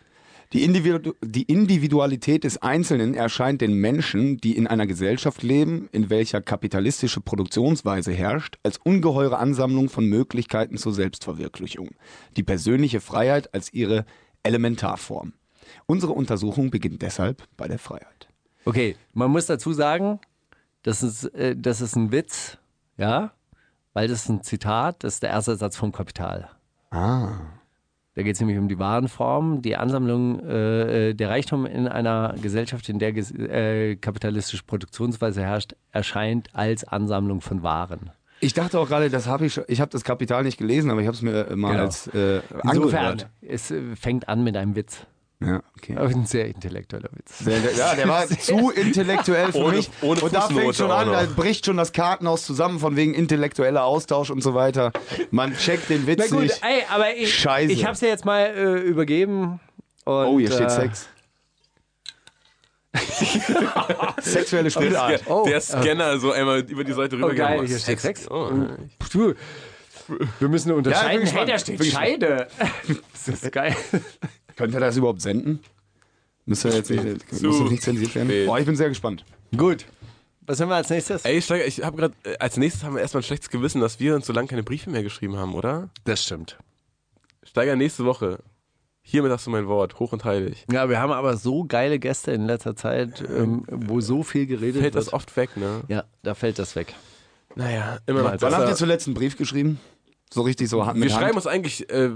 I: Die, Individu die Individualität des Einzelnen erscheint den Menschen, die in einer Gesellschaft leben, in welcher kapitalistische Produktionsweise herrscht, als ungeheure Ansammlung von Möglichkeiten zur Selbstverwirklichung. Die persönliche Freiheit als ihre Elementarform. Unsere Untersuchung beginnt deshalb bei der Freiheit.
G: Okay, man muss dazu sagen, das ist, äh, das ist ein Witz, ja, weil das ist ein Zitat, das ist der erste Satz vom Kapital.
I: Ah.
G: Da geht es nämlich um die Warenform, die Ansammlung äh, äh, der Reichtum in einer Gesellschaft, in der ges äh, kapitalistische Produktionsweise herrscht, erscheint als Ansammlung von Waren.
I: Ich dachte auch gerade, das habe ich schon, ich habe das Kapital nicht gelesen, aber ich habe es mir äh, mal
G: Genau.
I: als äh,
G: Insofern,
I: angehört.
G: es äh, fängt an mit einem Witz.
I: Ja, okay.
G: Aber ein sehr intellektueller Witz.
I: Der, der, ja, der
H: [laughs]
I: war zu intellektuell für
H: Ohne-
I: mich.
H: ohne
I: und da
H: Fußnote
I: fängt schon
H: auch
I: an,
H: noch.
I: da bricht schon das Kartenhaus zusammen von wegen intellektueller Austausch und so weiter. Man checkt den Witz
G: Na gut,
H: äh,
I: nicht.
G: ey, aber ich,
I: Scheiße.
G: ich hab's dir jetzt mal äh, übergeben. Und,
I: Oh, hier
G: äh,
I: steht Sex.
H: [laughs]
I: Sexuelle Spielart.
H: Der, der Scanner so einmal über die Seite
G: Äh, Oh, geil,
H: rübergegangen.
G: hier steht Sex. Mhm.
H: Oh,
G: Pff, Du, wir müssen
I: Ja, ich bin
G: unterscheiden. hey,
I: gespannt.
G: da steht
I: Bin gespannt.
G: Scheide. [laughs] Das ist geil.
I: Könnt ihr das überhaupt senden? Müsste jetzt nicht, muss
H: Zu
I: das nicht zensiert werden.
H: spät.
I: Boah, ich bin sehr gespannt.
G: Gut. Was haben wir als nächstes?
H: Ey, Steiger, ich habe gerade, als nächstes haben wir erstmal ein schlechtes Gewissen, dass wir uns so lange keine Briefe mehr geschrieben haben, oder?
G: Das stimmt.
H: Steiger, nächste Woche. Hiermit hast du mein Wort, hoch und heilig.
G: Ja, wir haben aber so geile Gäste in letzter Zeit, ähm, wo so viel geredet
H: Fällt
G: wird.
H: das oft weg, ne?
G: ja, da fällt das weg.
H: Naja, immer noch
I: Wann habt ihr
H: besser.
I: zuletzt einen Brief geschrieben? So richtig so hart
H: Wir
I: mit Hand?
H: schreiben uns eigentlich äh,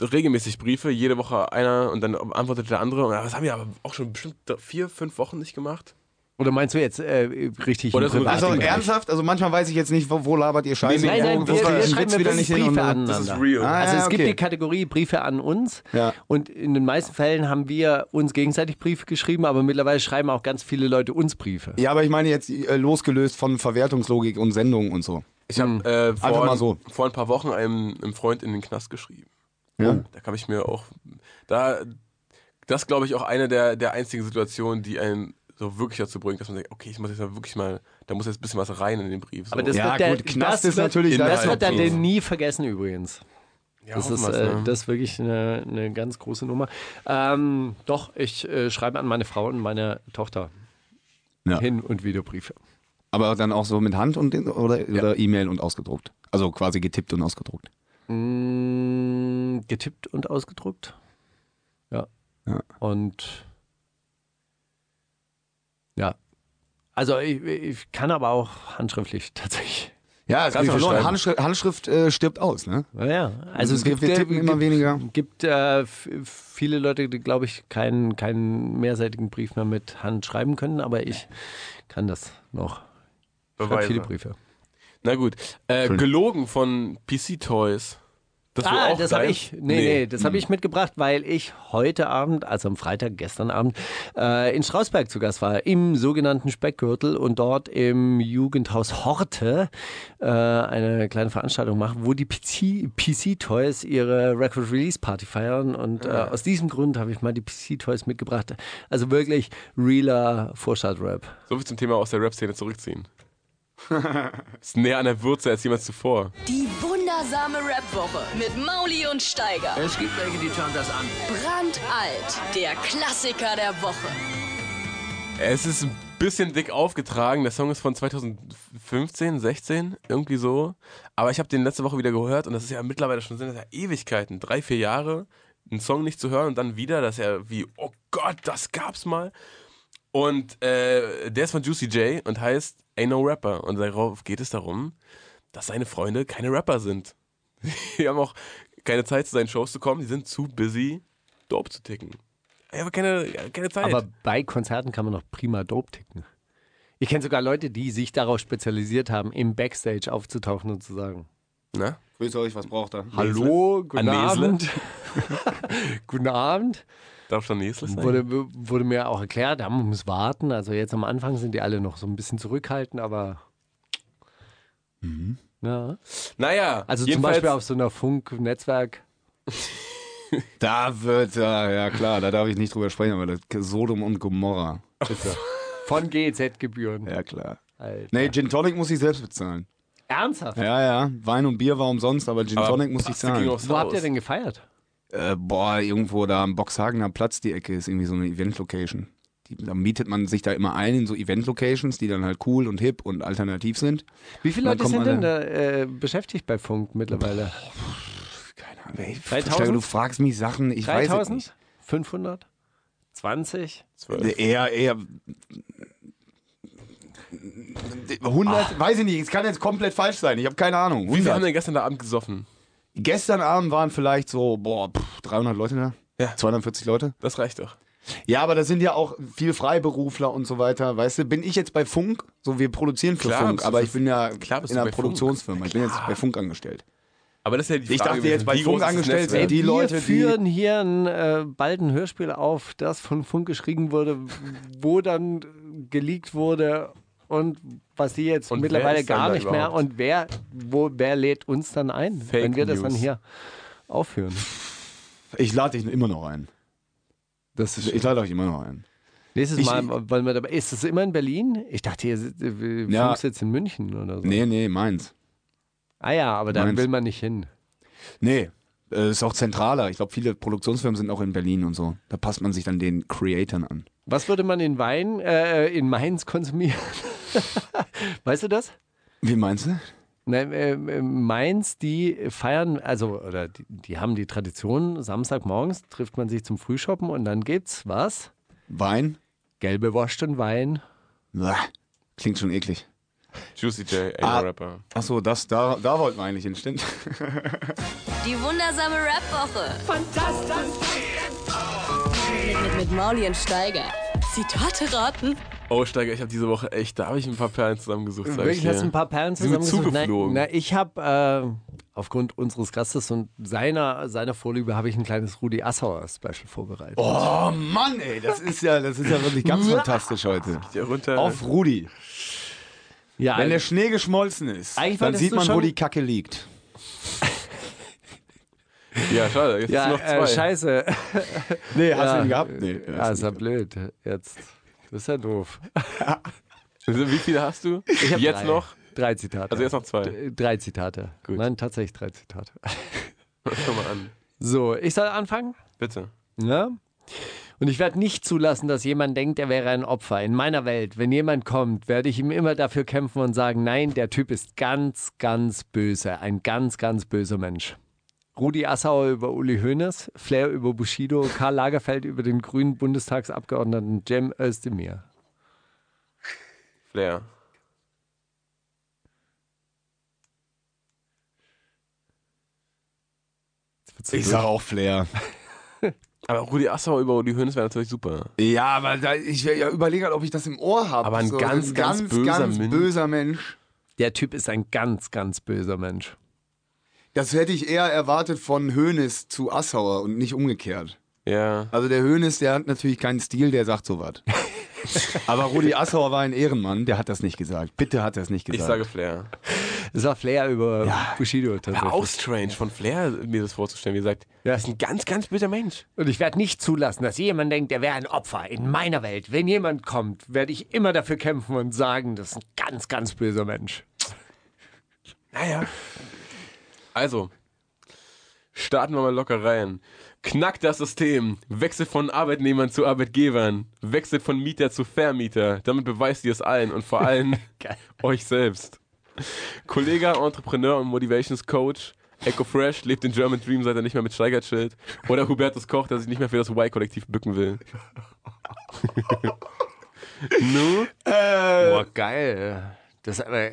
H: regelmäßig Briefe, jede Woche einer und dann antwortet der andere. Und das haben wir aber auch schon bestimmt vier, fünf Wochen nicht gemacht.
G: Oder meinst du jetzt äh, richtig
H: Oder
G: im
H: so-
G: privaten
I: Also
G: Bereich?
I: ernsthaft, also manchmal weiß ich jetzt nicht, wo, wo labert ihr Scheiße.
G: Nein, nein,
I: wo,
G: wir,
I: wo kriegt
G: wir
I: den
G: schreiben
I: Witz wieder nicht hin und
G: Briefe
I: dann-
H: Das ist
G: aneinander.
H: real.
I: Ah,
G: Also
I: ja,
G: es gibt
I: okay.
G: die Kategorie Briefe an uns
I: Ja.
G: und in den meisten Fällen haben wir uns gegenseitig Briefe geschrieben, aber mittlerweile schreiben auch ganz viele Leute uns Briefe.
I: Ja, aber ich meine jetzt äh, losgelöst von Verwertungslogik und Sendungen und so.
H: Ich habe äh, vor,
I: mal so.
H: vor ein paar Wochen einem, einem Freund in den Knast geschrieben. Oh.
I: Ja.
H: Da kann ich mir auch. Da, das glaube ich auch eine der, der einzigen Situationen, die einen so wirklich dazu bringt, dass man sagt, okay, ich muss jetzt mal wirklich mal, da muss jetzt ein bisschen was rein in den Brief. So.
G: Aber das
I: Ja,
G: wird der,
I: gut, Knast
G: das
I: ist
G: wird,
I: natürlich
G: Das
I: dein
G: wird dann
I: Hauptberuf.
G: den nie vergessen übrigens.
H: ja,
G: Das
H: hoffen
G: ist,
H: wir's,
G: äh,
H: ne?
G: das ist wirklich eine, eine ganz große Nummer. Ähm, doch, ich äh, schreibe an meine Frau und meine Tochter
I: Ja.
G: hin und wieder Briefe.
I: Aber dann auch so mit Hand und oder, oder E-Mail und ausgedruckt. Also quasi getippt und ausgedruckt.
G: Mm, getippt und ausgedruckt. Ja.
I: Ja.
G: Und ja. Also ich, ich kann aber auch handschriftlich tatsächlich.
I: Ja, es
H: Kannst
I: geht
H: du
I: verloren.
H: schreiben.
I: Handschrift, Handschrift äh, stirbt aus, ne?
G: Naja, also es
I: wir,
G: gibt,
I: wir
G: äh,
I: tippen immer
G: gibt,
I: weniger.
G: gibt äh, f- viele Leute, die glaube ich keinen keinen mehrseitigen Brief mehr mit Hand schreiben können, aber ich kann das noch. Ich schreibe
H: Beweise.
G: viele Briefe.
H: Na gut. Äh, gelogen von PC Toys. Das war
G: ah,
H: auch
G: das
H: dein-
G: habe ich. Nee, nee, das habe ich mitgebracht, weil ich heute Abend, also am Freitag, gestern Abend, äh, in Strausberg zu Gast war, im sogenannten Speckgürtel und dort im Jugendhaus Horte äh, eine kleine Veranstaltung machen, wo die PC, PC Toys ihre Record Release Party feiern. Und äh, aus diesem Grund habe ich mal die PC Toys mitgebracht. Also wirklich realer Vorstadt-Rap.
H: So viel zum Thema aus der Rap-Szene zurückziehen. [laughs] ist näher an der Würze als jemals zuvor.
C: Die wundersame Rap-Woche mit Mauli und Steiger.
D: Es gibt welche, die schauen das an.
C: Brandalt, der Klassiker der Woche.
H: Es ist ein bisschen dick aufgetragen. Der Song ist von 2015, 16, irgendwie so. Aber ich habe den letzte Woche wieder gehört und das ist ja mittlerweile schon sind das ja Ewigkeiten, drei, vier Jahre, einen Song nicht zu hören und dann wieder, das ist ja wie, oh Gott, das gab's mal. Und äh, der ist von Juicy J und heißt Ain't No Rapper. Und darauf geht es darum, dass seine Freunde keine Rapper sind. [laughs] Die haben auch keine Zeit, zu seinen Shows zu kommen. Die sind zu busy, Dope zu ticken. Ja, aber keine, keine Zeit.
G: Aber bei Konzerten kann man noch prima dope ticken. Ich kenne sogar Leute, die sich darauf spezialisiert haben, im Backstage aufzutauchen und zu sagen:
H: Na?
I: Grüß euch, was braucht ihr?
G: Hallo, guten
H: Anesle.
I: [laughs]
G: Abend. [laughs] guten Abend.
H: Darf schon Nesle sein?
G: Wurde, wurde mir auch erklärt, ja, man muss warten. Also jetzt am Anfang sind die alle noch so ein bisschen zurückhaltend, aber.
I: Mhm.
G: Ja.
H: Naja,
G: Also zum Beispiel auf so einer Funk-Netzwerk.
I: Da wird, ja, ja klar, da darf ich nicht drüber sprechen, aber das Sodom und Gomorra. [laughs] Bitte.
G: Von GEZ-Gebühren.
I: ja, klar.
G: Alter.
I: Nee, Gin Tonic muss ich selbst bezahlen.
G: Ernsthaft?
I: Ja, ja, Wein und Bier war umsonst, aber Gin
H: Aber
I: Tonic muss ich
H: Paste ging
I: zahlen.
H: aufs
G: Wo habt ihr
H: Haus.
G: denn gefeiert?
I: Äh, boah, irgendwo da am Boxhagener Platz, die Ecke, ist irgendwie so eine Event-Location. Die- Da mietet man sich da immer ein in so Event-Locations, die dann halt cool und hip und alternativ sind.
G: Wie viele
I: Da
G: Leute
I: kommt
G: sind
I: man
G: denn da äh, beschäftigt bei Funk mittlerweile?
I: Keine Ahnung, ey,
G: 3000?
I: Steiger, Du fragst mich Sachen, ich weiß es
G: 3000?
I: nicht.
G: 500? 20?
H: Zwölf.
I: Eher, eher. 100, weiß ich nicht, es kann jetzt komplett falsch sein, ich habe keine Ahnung.
H: Ah. Wie viel haben
I: 100.
H: denn gestern Abend gesoffen?
I: Gestern Abend waren vielleicht so, boah, pff, 300 Leute da.
H: Ja.
I: 240 Leute.
H: Das reicht doch.
I: Ja, aber das sind ja auch viel Freiberufler und so weiter, weißt du? Bin ich jetzt bei Funk? So, wir produzieren für
H: Klar,
I: Funk,
H: bist du
I: aber
H: bei-
I: ich bin ja
H: klar bist
I: in
H: du
I: einer
H: bei Funk.
I: Produktionsfirma. Ich bin jetzt nicht bei Funk angestellt.
H: Aber das ist ja die Frage.
I: Ich dachte jetzt
H: wie
I: bei
H: groß
I: Funk
H: ist das
I: angestellt
H: Netzwerk?
I: sind Also die-
G: wir
I: Leute, die-
G: führen hier ein, äh, bald ein Hörspiel auf, das von Funk geschrieben wurde, wo dann geleakt wurde und was sie jetzt
H: Und wer
G: mittlerweile
H: ist dann
G: gar
H: da
G: nicht mehr.
H: überhaupt?
G: Und wer, wo, wer lädt uns dann ein,
H: Fake
G: wenn wir das dann
H: News.
G: hier aufführen?
I: Ich lade dich immer noch ein.
G: Das
I: Ich lade euch immer noch ein.
G: Nächstes
I: Ich-
G: Mal wollen wir dabei. Ist es immer in Berlin? Ich dachte, ihr sitzt- äh, Funk
I: Ja.
G: sitzt in München oder so.
I: Nee, nee, meins.
G: Ah ja, aber dann
I: Meins.
G: will man nicht hin.
I: Nee, äh, ist auch zentraler. Ich glaube, viele Produktionsfirmen sind auch in Berlin und so. Da passt man sich dann den Creatoren an.
G: Was würde man in Wein, äh, in Mainz konsumieren? [laughs] weißt du das?
I: Wie meinst du?
G: Nein, ähm, ähm, Mainz, die feiern, also, oder die, die haben die Tradition, Samstagmorgens trifft man sich zum Frühshoppen und dann gibt's was?
I: Wein?
G: Gelbe Wurst und Wein.
I: Bäh. Klingt schon eklig.
H: Juicy J,
I: Ah.
H: ein Rapper.
I: Achso, das, da, da wollten wir eigentlich hin, stimmt.
C: Die wundersame Rap-Woche. Fantastisch. Mit, mit, mit Mauli und Steiger. Zitate raten.
H: Oh, Steiger, ich habe diese Woche echt, da habe ich ein paar Perlen zusammengesucht. Sag ich
G: Wirklich, hast
H: dir.
G: du ein paar Perlen
H: Sie sind
G: zusammengesucht?
H: zugeflogen.
G: Na, na, ich habe äh, aufgrund unseres Gastes und seiner, seiner Vorliebe habe ich ein kleines Rudi Assauer-Special vorbereitet.
I: Oh Mann, ey, das ist ja, das ist ja wirklich [laughs] ganz fantastisch heute.
H: Ja, runter.
I: Auf Rudi.
G: ja,
I: Wenn der Schnee geschmolzen ist,
G: Eigentlich
I: dann
G: wolltest
I: sieht
G: du
I: man, wo
G: schon-
I: die Kacke liegt.
H: Ja, schade, jetzt
G: ja,
H: sind noch zwei.
G: äh, scheiße.
I: Nee, hast
G: Ja.
I: du ihn gehabt? Nee.
G: Ja, ist ja blöd. Jetzt. Das ist ja doof.
H: Also, Wie viele hast du?
G: Ich hab
H: jetzt
G: drei.
H: noch?
G: Drei Zitate.
H: Also jetzt noch zwei.
G: D- Drei Zitate.
H: Gut.
G: Nein, tatsächlich drei Zitate.
H: [laughs] Schau mal an.
G: So, ich soll anfangen.
H: Bitte.
G: Ja. Und ich werde nicht zulassen, dass jemand denkt, er wäre ein Opfer. In meiner Welt, wenn jemand kommt, werde ich ihm immer dafür kämpfen und sagen, nein, der Typ ist ganz, ganz böse. Ein ganz, ganz böser Mensch. Rudi Assauer über Uli Hoeneß, Flair über Bushido, Karl Lagerfeld über den grünen Bundestagsabgeordneten Cem Özdemir.
H: Flair.
I: Ich sag auch Flair.
H: Aber Rudi Assauer über Uli Hoeneß wäre natürlich super.
I: Ja, aber da, ich wär- ja, überlege halt, ob ich das im Ohr habe.
H: Aber ein ganz, ganz böser
I: ganz
H: Mensch.
I: böser Mensch.
G: Der Typ ist ein ganz, ganz böser Mensch.
I: Das hätte ich eher erwartet von Hönes zu Assauer und nicht umgekehrt.
H: Ja.
I: Also der Hönes, der hat natürlich keinen Stil, der sagt sowas. [laughs] Aber Rudi Assauer war ein Ehrenmann, der hat das nicht gesagt. Bitte hat er es nicht gesagt.
H: Ich sage Flair.
G: Das war Flair über Bushido
H: Ja,
G: tatsächlich.
H: auch strange von Flair, mir das vorzustellen. Wie gesagt,
G: Ja.
H: das ist ein ganz, ganz böser Mensch.
G: Und ich werde nicht zulassen, dass jemand denkt, er wäre ein Opfer. In meiner Welt, wenn jemand kommt, werde ich immer dafür kämpfen und sagen, das ist ein ganz, ganz böser Mensch.
H: Naja. Also, starten wir mal locker rein. Knackt das System. Wechselt von Arbeitnehmern zu Arbeitgebern. Wechselt von Mieter zu Vermieter. Damit beweist ihr es allen und vor [laughs] allem
G: Geil.
H: euch selbst. Kollege, Entrepreneur und Motivations Coach. Echo Fresh lebt den German Dream, seit er nicht mehr mit Steigert chillt. Oder Hubertus Koch, der sich nicht mehr für das Y-Kollektiv bücken will. nu?
G: Boah, geil. Das aber.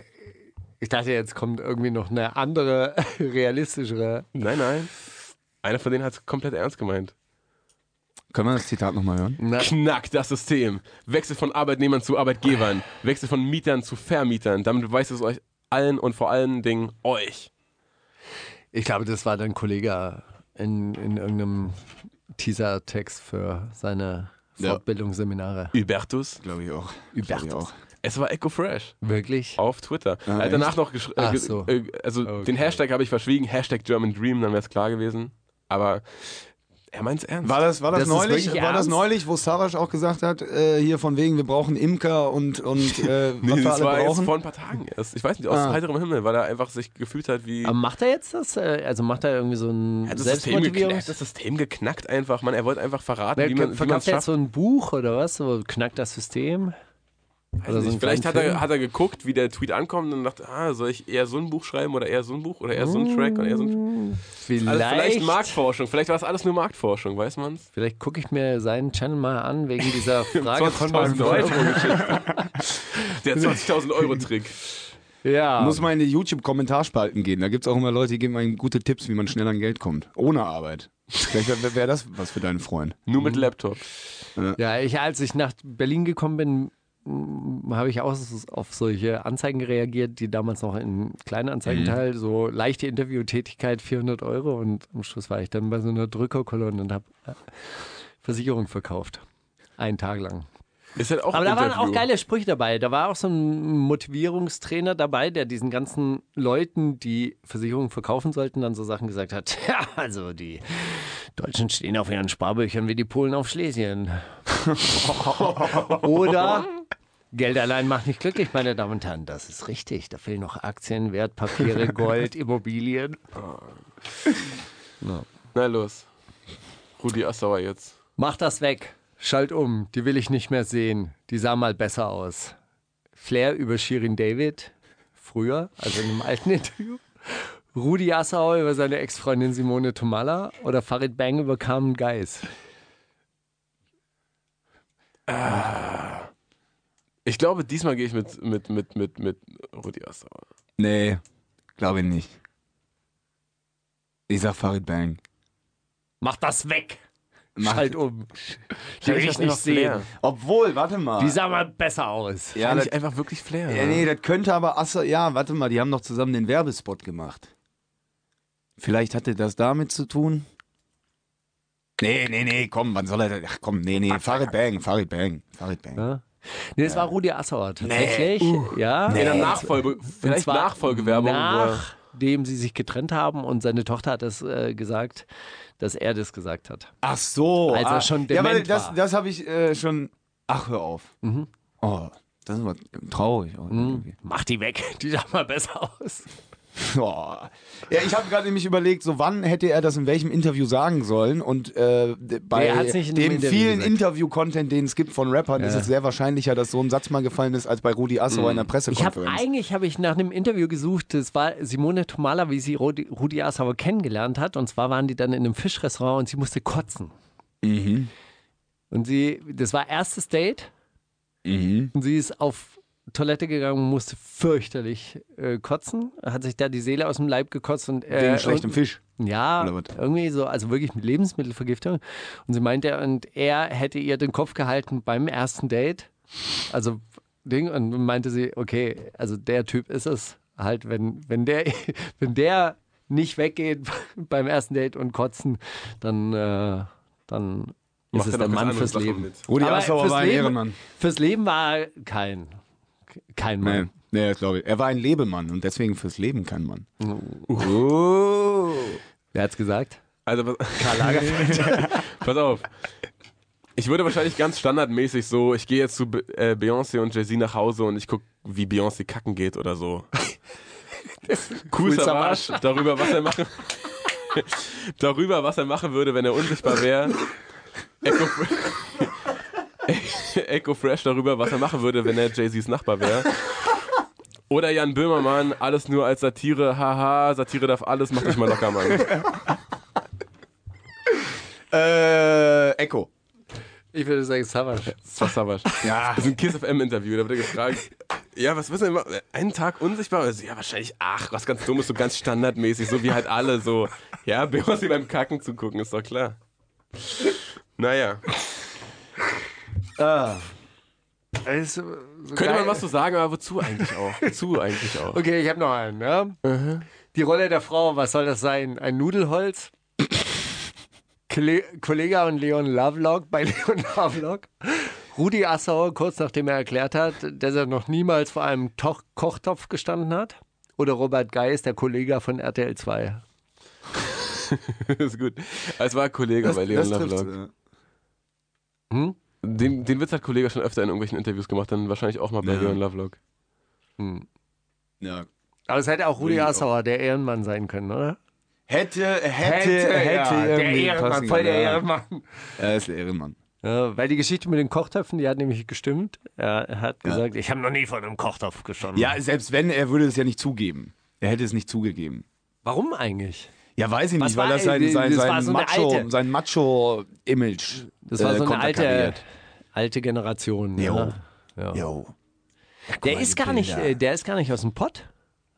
G: Ich dachte, jetzt kommt irgendwie noch eine andere, [laughs] realistischere.
H: Nein, nein. Einer von denen hat es komplett ernst gemeint.
I: Können wir das Zitat nochmal hören?
G: Na,
H: knackt das System. Wechsel von Arbeitnehmern zu Arbeitgebern. Wechsel von Mietern zu Vermietern. Damit beweist es euch allen und vor allen Dingen euch.
G: ich glaube, das war dann Kollege in, in irgendeinem Teaser-Text für seine
I: Ja.
G: Fortbildungsseminare.
H: Hubertus.
I: Glaube ich auch.
G: Überdacht.
I: Ich auch.
H: Es war Echo Fresh
G: Wirklich?
H: auf Twitter.
I: Ah,
H: er hat danach noch geschrieben.
G: Ach
H: Äh,
G: so.
H: äh, also
G: Okay.
H: den Hashtag habe ich verschwiegen. Hashtag German Dream, dann wäre es klar gewesen. Aber er meint es ernst.
I: War das, war das,
G: Das ist
I: neulich,
G: wirklich
I: war das
G: ernst?
I: neulich, wo Sarasch auch gesagt hat, äh, hier von wegen, wir brauchen Imker und, und äh, was
H: Nee,
I: wir
H: das
I: alle
H: war jetzt
I: brauchen?
H: vor ein paar Tagen erst. Ich weiß nicht, aus
I: Ah.
H: heiterem Himmel, weil er einfach sich gefühlt hat wie.
G: Aber macht er jetzt das? Äh, Also macht er irgendwie so ein
H: Er hat das System, geknackt,
G: Selbstmotivierungs...
H: das System geknackt einfach. Mann, er wollte einfach verraten, wie
G: Wer
H: man
G: verkauft
H: es
G: er
H: schafft.
G: jetzt so ein Buch oder was? So, knackt das System?
H: Weiß
G: Oder so
H: nicht.
G: einen
H: Vielleicht hat
G: kleinen
H: er,
G: Film?
H: hat er geguckt, wie der Tweet ankommt und dachte, ah, soll ich eher so ein Buch schreiben oder eher so ein Buch oder eher so ein Track oder eher so ein
G: Vielleicht,
H: also vielleicht
G: Mm. vielleicht,
H: Marktforschung, vielleicht war es alles nur Marktforschung, weiß man's?
G: gucke ich mir seinen Channel mal an wegen
H: [laughs]
G: dieser Frage von meinem Freund.
H: Euro-Geschichte. Der
G: [laughs]
H: 20.000 Euro-Trick.
G: Ja.
I: Muss man in die YouTube-Kommentarspalten gehen. Da gibt es auch immer Leute, die geben einem gute Tipps, wie man schnell an Geld kommt. Ohne Arbeit. Vielleicht wäre wär das was für deinen Freund.
H: Nur
G: Mhm.
H: mit Laptop.
G: Ja, ich, als ich nach Berlin gekommen bin, m, habe ich auch s- auf solche Anzeigen reagiert, die damals noch in kleinen
H: Mhm.
G: Anzeigenteil, so leichte Interviewtätigkeit, 400 Euro und am Schluss war ich dann bei so einer Drückerkolonne und habe äh, Versicherung verkauft. Einen Tag lang.
H: Ist halt auch
G: Aber
H: ein
G: da waren
H: Interview.
G: auch geile Sprüche dabei. Da war auch so ein Motivierungstrainer dabei, der diesen ganzen Leuten, die Versicherungen verkaufen sollten, dann so Sachen gesagt hat. [laughs] Ja, also die Deutschen stehen auf ihren Sparbüchern wie die Polen auf
H: [laughs]
G: Schlesien. Oder Geld allein macht nicht glücklich, meine Damen und Herren. Das ist richtig. Da fehlen noch Aktien,
H: [laughs]
G: Wertpapiere, Gold, Immobilien.
H: Na los. Rudi Assauer jetzt.
G: Mach das weg. Schalt um. Die will ich nicht mehr sehen. Die sah mal besser aus. Flair über Shirin David. Früher, also in einem alten [laughs] Interview. Rudi Assauer über seine Ex-Freundin Simone Tomalla oder Farid Bang über Carmen Geis.
H: Ich glaube, diesmal gehe ich mit, mit, mit, mit, mit Rudi Assauer.
I: Nee, glaube ich nicht. Ich sag Farid Bang.
G: Mach das weg.
I: Mach-
G: Schalt um. Die
H: Vielleicht
G: will
H: ist
G: ich
H: das
G: nicht
H: einfach Flair.
G: sehen.
I: Obwohl, warte mal.
G: Die sah mal besser aus.
I: ja,
H: Eigentlich
I: das,
H: einfach wirklich Flair.
I: ja, nee, das könnte aber Asse, ja, warte mal, die haben doch zusammen den Werbespot gemacht. Vielleicht hatte das damit zu tun? Nee, nee, nee, komm, wann soll er das? Ach komm, nee, nee, Farid Bang, Farid Bang, Farid Bang.
G: Ja. Nee, das war Rudi Assauer tatsächlich. ja.
H: In der Nachfolge, vielleicht
G: zwar
H: Nachfolgewerbung. wo-
G: Nachdem sie sich getrennt haben und seine Tochter hat es äh, gesagt, dass er das gesagt hat.
I: Ach so.
G: Als er
I: ah,
G: schon
I: Ja, weil
G: dement
I: das,
G: war. Mhm.
I: das habe ich äh, schon. Ach, hör auf. Oh, das ist aber traurig. auch irgendwie.
G: Mach die weg, [laughs] die sah mal besser aus.
I: Oh. Ja, ich habe gerade nämlich überlegt, so wann hätte er das in welchem Interview sagen sollen und äh, d- bei
G: er hat's nicht in
I: dem
G: einem Interview
I: vielen
G: gesagt.
I: Interview-Content, den es gibt von Rappern, ist es sehr wahrscheinlicher, dass so ein Satz mal gefallen ist, als bei Rudi Assauer in der
G: Mhm. Ich habe
I: Pressekonferenz.
G: eigentlich habe ich nach einem Interview gesucht. Das war Simone Tomala, wie sie Rudi, Rudi Assauer kennengelernt hat. Und zwar waren die dann in einem Fischrestaurant und sie musste kotzen.
I: Mhm.
G: Und sie, das war erstes Date.
I: Mhm.
G: Und sie ist auf Toilette gegangen und musste fürchterlich äh, kotzen. Hat sich da die Seele aus dem Leib gekotzt und äh,
I: Wegen schlechtem
G: und-
I: Fisch.
G: Ja,
I: Oder was?
G: irgendwie so, also wirklich mit Lebensmittelvergiftung. Und sie meinte, und er hätte ihr den Kopf gehalten beim ersten Date. Also Ding, und meinte sie, okay, also der Typ ist es halt, [laughs] wenn, wenn der, wenn der nicht weggehen [laughs] beim ersten Date und kotzen, dann, äh, dann ist
H: Macht
G: es
H: er noch
G: ein
H: ganz
G: Mann
H: andere
G: fürs
H: Sachen
G: Leben.
H: mit.
I: Rudi
G: Aber
I: Assauer
G: fürs
I: war ein
G: Leben-
I: Ehrenmann.
G: Fürs Leben war kein, kein
I: Nee,
G: Mann.
I: nee das glaube ich. Er war ein Lebemann und deswegen fürs Leben kein Mann.
G: Wer hat's gesagt?
H: Also, was, [laughs] Karl Lagerfeld. [laughs] Pass auf. Ich würde wahrscheinlich ganz standardmäßig so, ich gehe jetzt zu Be- äh, Beyoncé und Jay-Z nach Hause und ich gucke, wie Beyoncé kacken geht oder [laughs] so. Cool
G: Cool
H: Savage darüber, was er machen, [laughs] darüber, was er machen würde, wenn er unsichtbar wäre. Echo, [laughs] Echo Fresh darüber, was er machen würde, wenn er Jay-Z's Nachbar wäre. Oder Jan Böhmermann, alles nur als Satire, haha, Satire darf alles, mach dich mal locker, Mann.
I: Äh, Echo.
G: Ich würde sagen Savage.
H: Das war Savage.
I: [laughs] Ja.
H: Das ist ein Kiss FM Interview, da wird er gefragt, [laughs] ja, was wissen wir immer? Einen Tag unsichtbar? Also, ja, wahrscheinlich, ach, was ganz Dummes, so ganz standardmäßig, so wie halt alle so. Ja, [laughs] Beyoncé beim Kacken zugucken, ist doch klar. Naja. Könnte man was so sagen, aber wozu eigentlich auch? Wozu eigentlich auch?
G: Okay, ich habe noch einen. Ja? Die Rolle der Frau, was soll das sein? Ein Nudelholz? Kle Kollega und Leon Lovelock bei [laughs] Leon Lovelock. Rudi Assauer, kurz nachdem er erklärt hat, dass er noch niemals vor einem Toch Kochtopf gestanden hat. Oder Robert Geis, der Kollege von RTL 2.
H: [laughs] ist gut. Es war ein Kollege bei Leon Lovelock.
I: trifft's,
H: Den, den Witz hat Kollege schon öfter in irgendwelchen Interviews gemacht, dann wahrscheinlich auch mal bei
I: Ja.
H: Leon Lovelock.
I: äh, ja.
G: Aber es hätte auch Rudi Assauer, der Ehrenmann, sein können, oder?
I: Hätte, hätte, hätte,
G: der
I: irgendwie
G: Ehrenmann,
I: passen
G: voll der
I: können, ja.
G: Ehrenmann.
I: Er ist der Ehrenmann.
G: Ja, weil die Geschichte mit den Kochtöpfen, die hat nämlich gestimmt. Er hat gesagt, ich habe noch nie vor einem Kochtopf gestanden.
I: Ja, selbst wenn, er würde es ja nicht zugeben. Er hätte es nicht zugegeben.
G: Warum eigentlich?
I: Ja, weiß ich
G: Was
I: nicht, weil
G: war-
I: das sein, sein,
G: das
I: sein,
G: war so eine
I: Macho,
G: alte-
I: sein Macho-Image
G: Das war
I: äh,
G: so eine alte,
I: konterkariert.
G: alte Generation.
I: Jo.
G: ne? Ja.
I: Jo.
G: Der ist
I: die
G: gar nicht,
I: Bilder.
G: äh, der ist gar nicht aus dem Pott,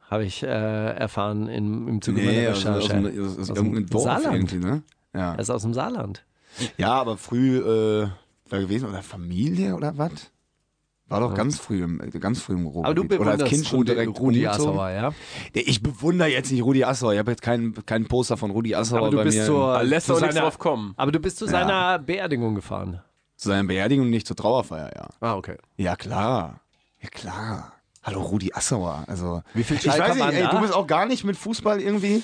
G: habe ich äh, erfahren im, im Zuge
I: Nee,
G: meiner
I: aus, aus, aus,
G: Recherche.
I: dem- aus, aus
G: also dem
I: irgendeinem Dorf
G: Saarland.
I: irgendwie, ne? Ja.
G: Er ist aus dem Saarland.
I: ja, aber früh äh, da gewesen oder Familie oder was? War doch ganz früh im, äh, ganz früh im Ruhrgebiet.
G: Aber du
I: Oder als Kind
G: bewunderst
I: schon
G: Rudi,
I: direkt
G: Rudi
I: umgezogen.
G: Assauer, ja?
I: Nee, Ich bewundere jetzt nicht Rudi Assauer. Ich habe jetzt keinen kein Poster von Rudi Assauer
G: Aber Ah, du
I: bei
G: bist
I: mir
G: zur,
H: Aber lässt
G: zu
H: auch nichts
G: seiner-
H: drauf kommen.
G: Aber du bist zu seiner Beerdigung gefahren.
I: zu seiner Beerdigung und nicht zur Trauerfeier, ja.
G: Ah, okay.
I: Ja, klar. Ja, klar. Hallo Rudi Assauer. Also, Wie viel ich
G: Schalker
I: weiß nicht,
G: waren
I: ey,
G: da?
I: du bist auch gar nicht mit Fußball irgendwie.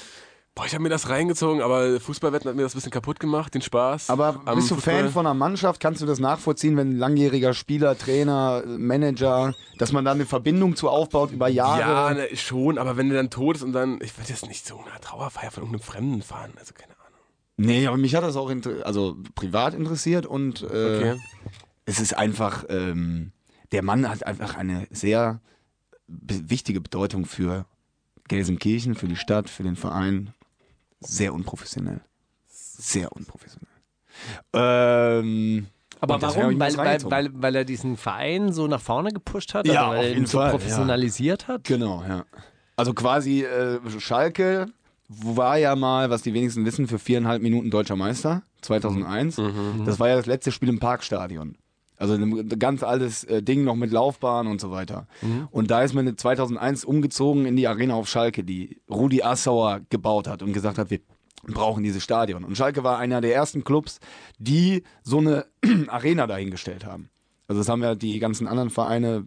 H: Boah, ich habe mir das reingezogen, aber Fußballwetten hat mir das ein bisschen kaputt gemacht, den Spaß.
I: Aber
H: am
I: bist du
H: Fußball.
I: Fan von einer Mannschaft? Kannst du das nachvollziehen, wenn ein langjähriger Spieler, Trainer, Manager, dass man da eine Verbindung zu aufbaut über
H: Ja,
I: Jahre?
H: ne, schon, aber wenn der dann tot ist und dann, ich würde jetzt nicht zu einer Trauerfeier von irgendeinem Fremden fahren, also keine Ahnung.
I: Nee, aber mich hat das auch inter also privat interessiert und äh,
H: Okay.
I: es ist einfach, ähm, der Mann hat einfach eine sehr be- wichtige Bedeutung für Gelsenkirchen, für die Stadt, für den Verein. Sehr unprofessionell. Sehr unprofessionell. Ähm,
G: Aber
I: und deswegen hab ich
G: warum?
I: mir
G: Weil,
I: das
G: weil,
I: reingezogen.
G: weil, weil er diesen Verein so nach vorne gepusht hat?
I: Ja,
G: also weil
I: auf
G: er ihn
I: jeden
G: so
I: Fall, ja.
G: professionalisiert hat?
I: Genau, ja. Also quasi äh, Schalke war ja mal, was die wenigsten wissen, für viereinhalb Minuten deutscher Meister 2001. Das war ja das letzte Spiel im Parkstadion. Also ein ganz altes äh, Ding noch mit Laufbahn und so weiter. Und da ist man 2001 umgezogen in die Arena auf Schalke, die Rudi Assauer gebaut hat und gesagt hat, wir brauchen dieses Stadion. Und Schalke war einer der ersten Clubs, die so eine [clears throat] Arena dahingestellt haben. Also das haben ja die ganzen anderen Vereine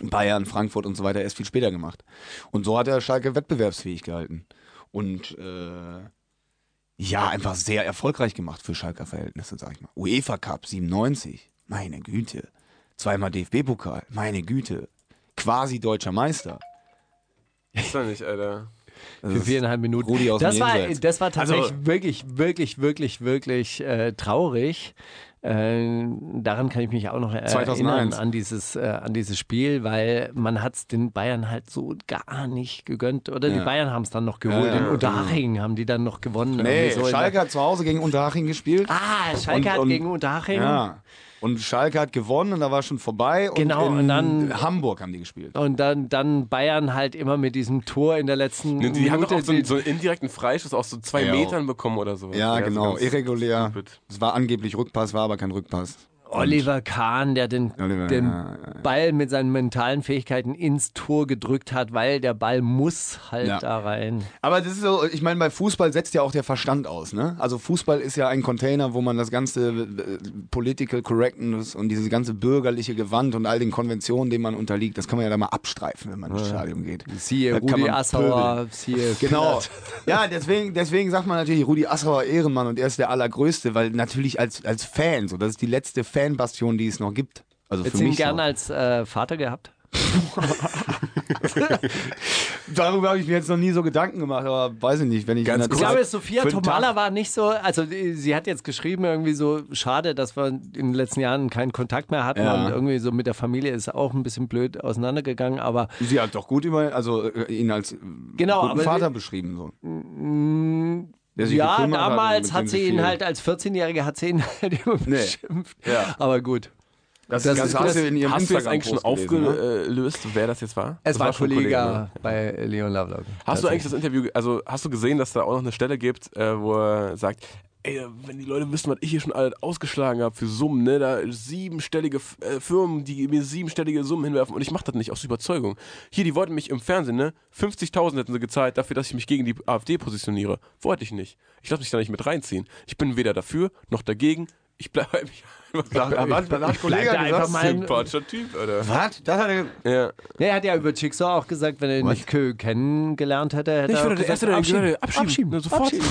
I: Bayern, Frankfurt und so weiter erst viel später gemacht. Und so hat er Schalke wettbewerbsfähig gehalten. Und äh, ja, einfach sehr erfolgreich gemacht für Schalker Verhältnisse, sag ich mal. UEFA Cup 97, meine Güte. Zweimal DFB-Pokal, meine Güte. Quasi deutscher Meister.
H: Ist doch nicht, Alter.
I: Das
G: Für
I: ist-
G: viereinhalb Minuten.
I: Rudi aus dem
G: das, war,
I: Jenseits.
G: das war tatsächlich
I: Also-
G: wirklich, wirklich, wirklich, wirklich äh, traurig. Äh, daran kann ich mich auch noch äh,
I: 2001.
G: erinnern, an dieses, äh, an dieses Spiel, weil man hat es den Bayern halt so gar nicht gegönnt. Oder die
I: Ja.
G: Bayern haben es dann noch geholt.
I: Ja, ja,
G: In Unterhaching haben die dann noch gewonnen.
I: nee,
G: Irgendwie so in
I: Schalke hat zu Hause gegen Unterhaching gespielt.
G: Der, ah, Schalke
I: Und-
G: hat
I: und-
G: gegen Unterhaching.
I: Ja. Und Schalke hat gewonnen und da war schon vorbei.
G: Genau,
I: und, in
G: und dann-
I: Hamburg haben die gespielt.
G: Und dann, dann Bayern halt immer mit diesem Tor in der letzten
H: Ne, Die,
G: Minute.
H: haben doch auch so, einen-
G: die-
H: so einen indirekten Freischuss aus so zwei
I: Ja.
H: Metern bekommen oder sowas.
I: Ja,
H: so
I: genau,
H: ganz-
I: irregulär.
H: stupid.
I: Es war angeblich Rückpass, war aber kein Rückpass.
G: Oliver Kahn, der den,
I: Oliver,
G: den
I: ja,
G: Ball mit seinen mentalen Fähigkeiten ins Tor gedrückt hat, weil der Ball muss halt
I: Ja.
G: da rein.
I: Aber das ist so, ich meine, bei Fußball setzt ja auch der Verstand aus, ne? Also Fußball ist ja ein Container, wo man das ganze äh, Political Correctness und dieses ganze bürgerliche Gewand und all den Konventionen, denen man unterliegt, das kann man ja da mal abstreifen, wenn man ins Stadion geht.
G: Siehe
I: Da kann
G: Rudi
I: man
G: Assauer, siehe
I: [laughs] Genau.
G: Platt.
I: Ja, deswegen, deswegen sagt man natürlich Rudi Assauer Ehrenmann und er ist der allergrößte, weil natürlich als, als Fan, so, das ist die letzte Fanbastion, die es noch gibt. Also
G: Hättest
I: für
G: du ihn
I: mich.
G: gerne
I: so.
G: als äh, Vater gehabt?
I: Darüber habe ich mir jetzt noch nie so Gedanken gemacht, aber weiß ich nicht, wenn ich.
H: Ganz
I: in der
G: Ich
H: kurz.
I: Zeit-
G: glaube, Sophia
I: für den Tag-
G: Tomala war nicht so, also äh, sie hat jetzt geschrieben, irgendwie so, schade, dass wir in den letzten Jahren keinen Kontakt mehr hatten
I: Ja.
G: und irgendwie so mit der Familie ist auch ein bisschen blöd auseinandergegangen, aber
I: Sie hat doch gut über, also äh, ihn als äh,
G: Genau,
I: guten
G: aber
I: Vater beschrieben. So. Der sich
G: ja,
I: gekümmert und
G: damals
I: mit
G: hat
I: dem
G: sie ihn
I: viel-
G: halt als 14-Jährige hat sie ihn [laughs] halt immer
I: Nee.
G: beschimpft.
I: Ja.
G: Aber gut.
I: Das,
G: das
I: das, das
G: ist-
I: hast
G: das-
I: du in ihrem ne?
H: Hast du jetzt
I: Instagram
H: eigentlich schon [laughs] aufgelöst, wer das jetzt war?
G: Es
H: Das
G: war,
H: schon ein
G: Kollege,
H: ne?
G: bei Leon Lovelock.
H: Hast du eigentlich das Interview, ge- also hast du gesehen, dass da auch noch eine Stelle gibt, äh, wo er sagt, ey, wenn die Leute wissen, was ich hier schon alles ausgeschlagen habe für Summen, ne, da siebenstellige F- äh, Firmen, die mir siebenstellige Summen hinwerfen und ich mache das nicht aus Überzeugung. Hier, die wollten mich im Fernsehen, ne, 50.000 hätten sie gezahlt dafür, dass ich mich gegen die AfD positioniere. Wollte ich nicht. Ich lasse mich da nicht mit reinziehen. Ich bin weder dafür noch dagegen. [laughs] Ich bleibe einfach.
I: Sag, aber hat- hat Kollege
G: da einfach
I: gesagt,
G: mal- Mein-
H: sympathischer Typ, Alter.
I: Was? Das hat er
H: Ja.
G: Ja, er hat ja über Jigsaw auch gesagt, wenn er nicht Kö kennengelernt hätte, hätte
H: Ich
G: er
H: würde
G: auch
H: der
G: gesagt,
H: Erste, der den
G: abschieben,
H: gehört, abschieben.
G: abschieben,
H: Na, sofort. [laughs]
G: abschieben.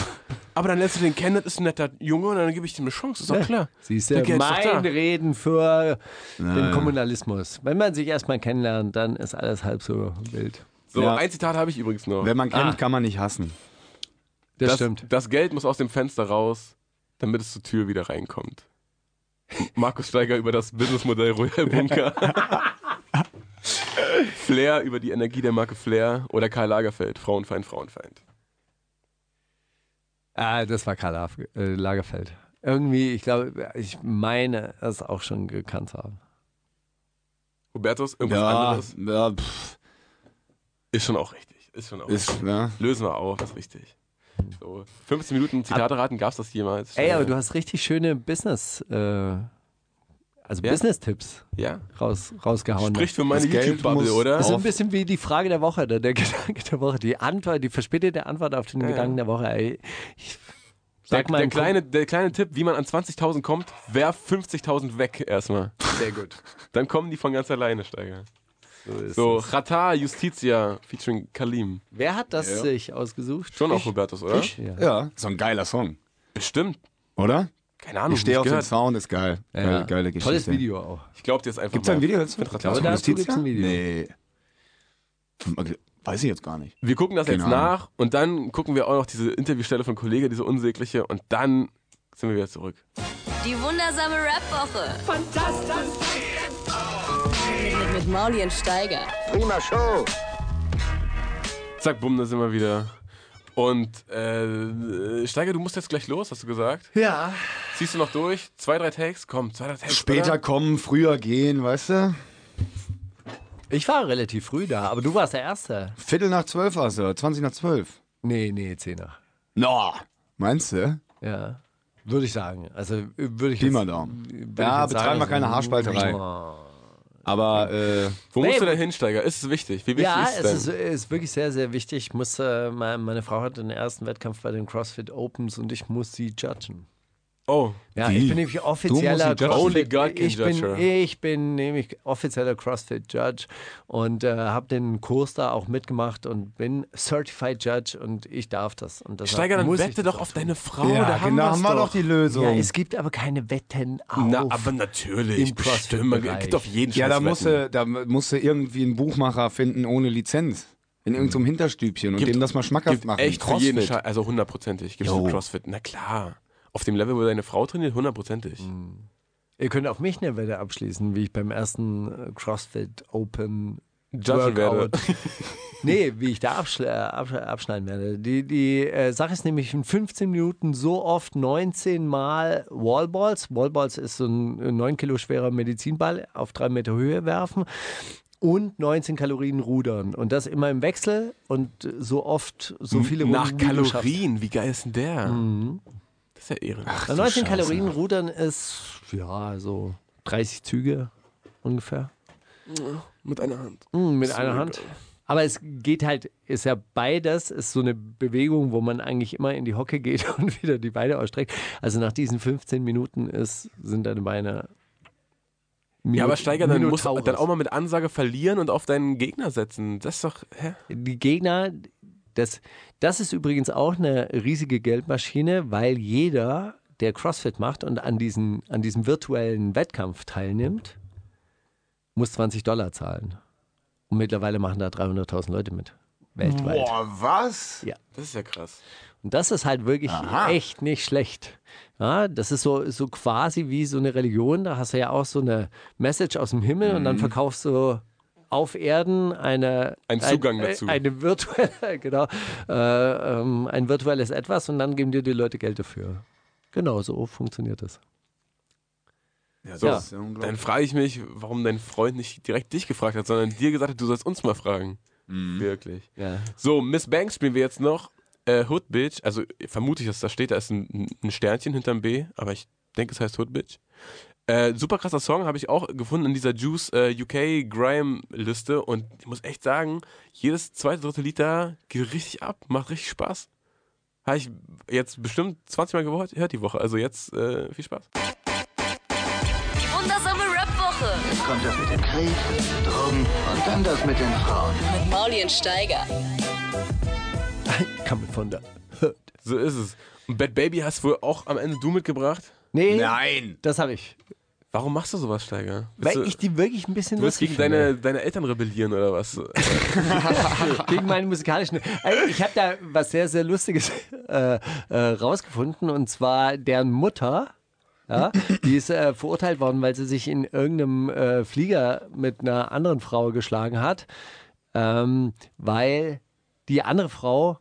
H: Aber dann lernst du den kennen, das ist ein netter Junge und dann gebe ich dem eine Chance, ist doch klar.
G: Siehst
H: Der
G: du,
H: Geld ist doch
G: mein
H: da.
G: Reden für den Kommunalismus. Wenn man sich erstmal kennenlernt, dann ist alles halb so wild.
H: So,
I: Ja.
H: ein Zitat habe ich übrigens noch.
I: Wenn man kennt,
G: Ah.
I: kann man nicht hassen.
G: Das,
H: das,
G: stimmt.
H: das Geld muss aus dem Fenster raus, damit es zur Tür wieder reinkommt. [laughs] Markus Steiger über das Businessmodell Royal Bunker. Flair über die Energie der Marke Flair oder Karl Lagerfeld, Frauenfeind, Frauenfeind.
G: Ah, das war Karl Laf- äh, Lagerfeld. Irgendwie, ich glaube, ich meine, es auch schon gekannt zu haben.
H: Hubertus, irgendwas
I: Ja,
H: anderes?
I: ja, pff,
H: Ist schon auch richtig. Ist schon auch
I: ist, ne? ja.
H: Lösen wir auf, ist richtig. So, 15 Minuten Zitate raten, gab es das jemals?
G: Ey, aber du hast richtig schöne Business, äh, also
H: Ja?
G: Business-Tipps
H: ja.
G: raus, rausgehauen.
H: Sprich für meine
I: Das Geld muss-
H: YouTube-Bubble, oder?
G: das ist so ein
I: auf.
G: bisschen wie die Frage der Woche, ne? der, [laughs] der Gedanke der Woche, die Antwort, die verspätete Antwort auf den
H: Ja, ja.
G: Gedanken der Woche. Ey, ich,
H: der,
G: sag mal,
H: der, kleine, der kleine Tipp, wie man an 20.000 kommt, werf 50.000 weg erstmal.
G: sehr gut.
H: Dann kommen die von ganz alleine, Steiger.
G: [laughs] So ist
H: So,
G: es.
H: Rata Justitia featuring Kalim.
G: Wer hat das
I: Ja.
G: sich ausgesucht?
H: Schon auch Hubertus, oder?
G: Ja.
I: ja, so ein geiler Song,
H: Bestimmt.
I: oder?
H: Keine Ahnung,
I: Ich stehe
H: Hm, nicht
I: auf den
H: gehört.
I: Sound, ist geil. Geile, geile Geschichte.
G: Tolles Video auch.
H: Ich glaube dir jetzt einfach
I: Gibt's da
H: mal.
I: ein Video dazu? Mit
G: glaube, dazu gibt's ein Video.
I: Nee. Weiß ich jetzt gar nicht.
H: Wir gucken das jetzt
I: Keine Ahnung.
H: nach und dann gucken wir auch noch diese Interviewstelle von Kollege, diese unsägliche und dann sind wir wieder zurück.
C: Die wundersame Rap-Woche. Fantastisch. Mit, mit Mauli und Steiger.
H: Zack, bumm, da sind wir wieder. Und äh, Steiger, du musst jetzt gleich los, hast du gesagt?
G: Ja.
H: Ziehst du noch durch? Zwei, drei Takes? Komm, zwei, drei Takes.
I: Später
H: Oder?
I: kommen, früher gehen, weißt du?
G: Ich war relativ früh da, aber du warst der Erste.
I: Viertel nach zwölf warst du, 20 nach zwölf.
G: Nee, nee, Zehner.
I: No. Meinst du?
G: Ja. Würde ich sagen. Also äh, würde ich
I: Pi
G: jetzt-
I: mal Daumen.
G: würde ich
I: Ja, betreiben
G: jetzt
I: wir
G: sagen, also, hm.
I: keine
G: so-
I: Haarspalterei. Aber äh,
H: Wo
G: Nee,
H: musst du denn hin, Steiger? Ist es wichtig? Wie wichtig
G: Ja,
H: ist es
G: es
H: denn?
G: ist, ist wirklich sehr, sehr wichtig. Ich musste, meine, meine Frau hatte den ersten Wettkampf bei den CrossFit Opens und ich muss sie judgen.
H: oh,
G: Ja,
I: Wie?
G: ich bin nämlich offizieller
I: Du musst sie judgen?
H: Only
G: CrossFit.
H: God can
G: Ich
H: judge
G: bin,
H: her.
G: ich bin nämlich offizieller CrossFit Judge und äh, habe den Kurs da auch mitgemacht und bin Certified Judge und ich darf das. Und deshalb
H: Steiger, dann
G: muss ich
H: wette
G: das
H: doch
G: auch
H: auf
G: tun.
H: deine Frau. da haben
I: genau,
H: wir's
I: haben wir doch
H: doch.
I: die Lösung.
G: Ja,
I: Ja,
G: es gibt aber keine Wetten auf.
H: Na, aber natürlich.
G: Im
H: bestimmt. Man
G: CrossFit-Bereich.
H: gibt auf jeden Scheiß
I: da musst
H: Wetten.
I: du, da musst du irgendwie einen Buchmacher finden ohne Lizenz. In irgendeinem Hinterstübchen und
H: Gibt-
I: dem das mal schmackhaft
H: gibt
I: machen.
H: echt für jeden
I: Crossfit.
H: Scheiß, also hundertprozentig. Gibt es
I: Jo.
H: Crossfit? Na klar. Auf dem Level, wo deine Frau trainiert, hundertprozentig.
G: Mhm. Ihr könnt auf mich eine Wette abschließen, wie ich beim ersten äh, CrossFit Open
H: Judgen
G: Workout.
H: werde.
G: [laughs] nee, wie ich da abschle äh, absch abschneiden werde. Die, die äh, Sache ist nämlich in 15 Minuten so oft 19 Mal Wallballs. Wallballs ist so ein 9 Kilo schwerer Medizinball auf 3 Meter Höhe werfen und 19 Kalorien rudern. Und das immer im Wechsel und äh, so oft, so viele Runden.
H: Nach
G: wie du schaffst.
H: Kalorien, wie geil ist denn
G: Mhm.
H: der? Das ist ja irre. Also
G: Also Na, 19 Kalorien rudern ist, ja, so 30 Züge ungefähr.
H: Mit einer Hand.
G: Mm, mit
H: So
G: einer
H: egal.
G: Hand. Aber es geht halt, ist ja beides, ist so eine Bewegung, wo man eigentlich immer in die Hocke geht [laughs] und wieder die Beine ausstreckt. Also nach diesen 15 Minuten ist, sind deine Beine.
H: Ja, aber Steiger, dann musst du
G: Minotauros.
H: dann auch mal mit Ansage verlieren und auf deinen Gegner setzen. Das ist doch, hä?
G: Die Gegner, das, das ist übrigens auch eine riesige Geldmaschine, weil jeder, der CrossFit macht und an, diesen, an diesem virtuellen Wettkampf teilnimmt, muss 20 Dollar zahlen. Und mittlerweile machen da 300.000 Leute mit. Weltweit.
B: Boah, was?
H: Das ist ja krass.
G: Und das ist halt wirklich echt nicht schlecht. Ja, das ist so, so quasi wie so eine Religion. Da hast du ja auch so eine Message aus dem Himmel
H: Mhm.
G: und dann verkaufst du auf Erden eine, äh,
H: Einen Zugang dazu.
G: Eine virtuelle, [laughs] genau, äh, ähm, ein virtuelles Etwas und dann geben dir die Leute Geld dafür. Genau, so funktioniert das.
I: Ja,
G: Ja.
I: ist ja unglaublich.
H: Dann frage ich mich, warum dein Freund nicht direkt dich gefragt hat, sondern dir gesagt hat, du sollst uns mal fragen. Wirklich.
G: [laughs] Ja.
H: So, Miss Banks spielen wir jetzt noch. Äh, Hood Bitch, also vermute ich, dass da steht, da ist ein, ein Sternchen hinterm B, aber ich denke, es heißt Hood Bitch. Äh, super krasser Song habe ich auch gefunden in dieser Juice äh, UK Grime Liste und ich muss echt sagen, jedes zweite, dritte Lied da geht richtig ab, macht richtig Spaß. Habe ich jetzt bestimmt 20 Mal gehört gehört die Woche, also jetzt äh, viel Spaß.
C: Die wundersame Rap-Woche
B: Jetzt kommt das mit dem Krieg, Drogen und dann das mit den Frauen.
C: mit Mauli und Steiger.
G: Coming von der.
H: So ist es. Und Bad Baby hast wohl auch am Ende du mitgebracht.
G: Nee,
I: Nein!
G: das habe ich.
H: Warum machst du sowas, Steiger? Bist
G: Weil
H: du,
G: ich die wirklich ein bisschen
H: du willst gegen
G: finde.
H: deine, deine Eltern rebellieren oder was?
G: [laughs] Wegen meinen musikalischen. Ey, Ich habe da was sehr, sehr Lustiges äh, äh, rausgefunden und zwar deren Mutter. Ja, die ist äh, verurteilt worden, weil sie sich in irgendeinem äh, Flieger mit einer anderen Frau geschlagen hat, ähm, weil die andere Frau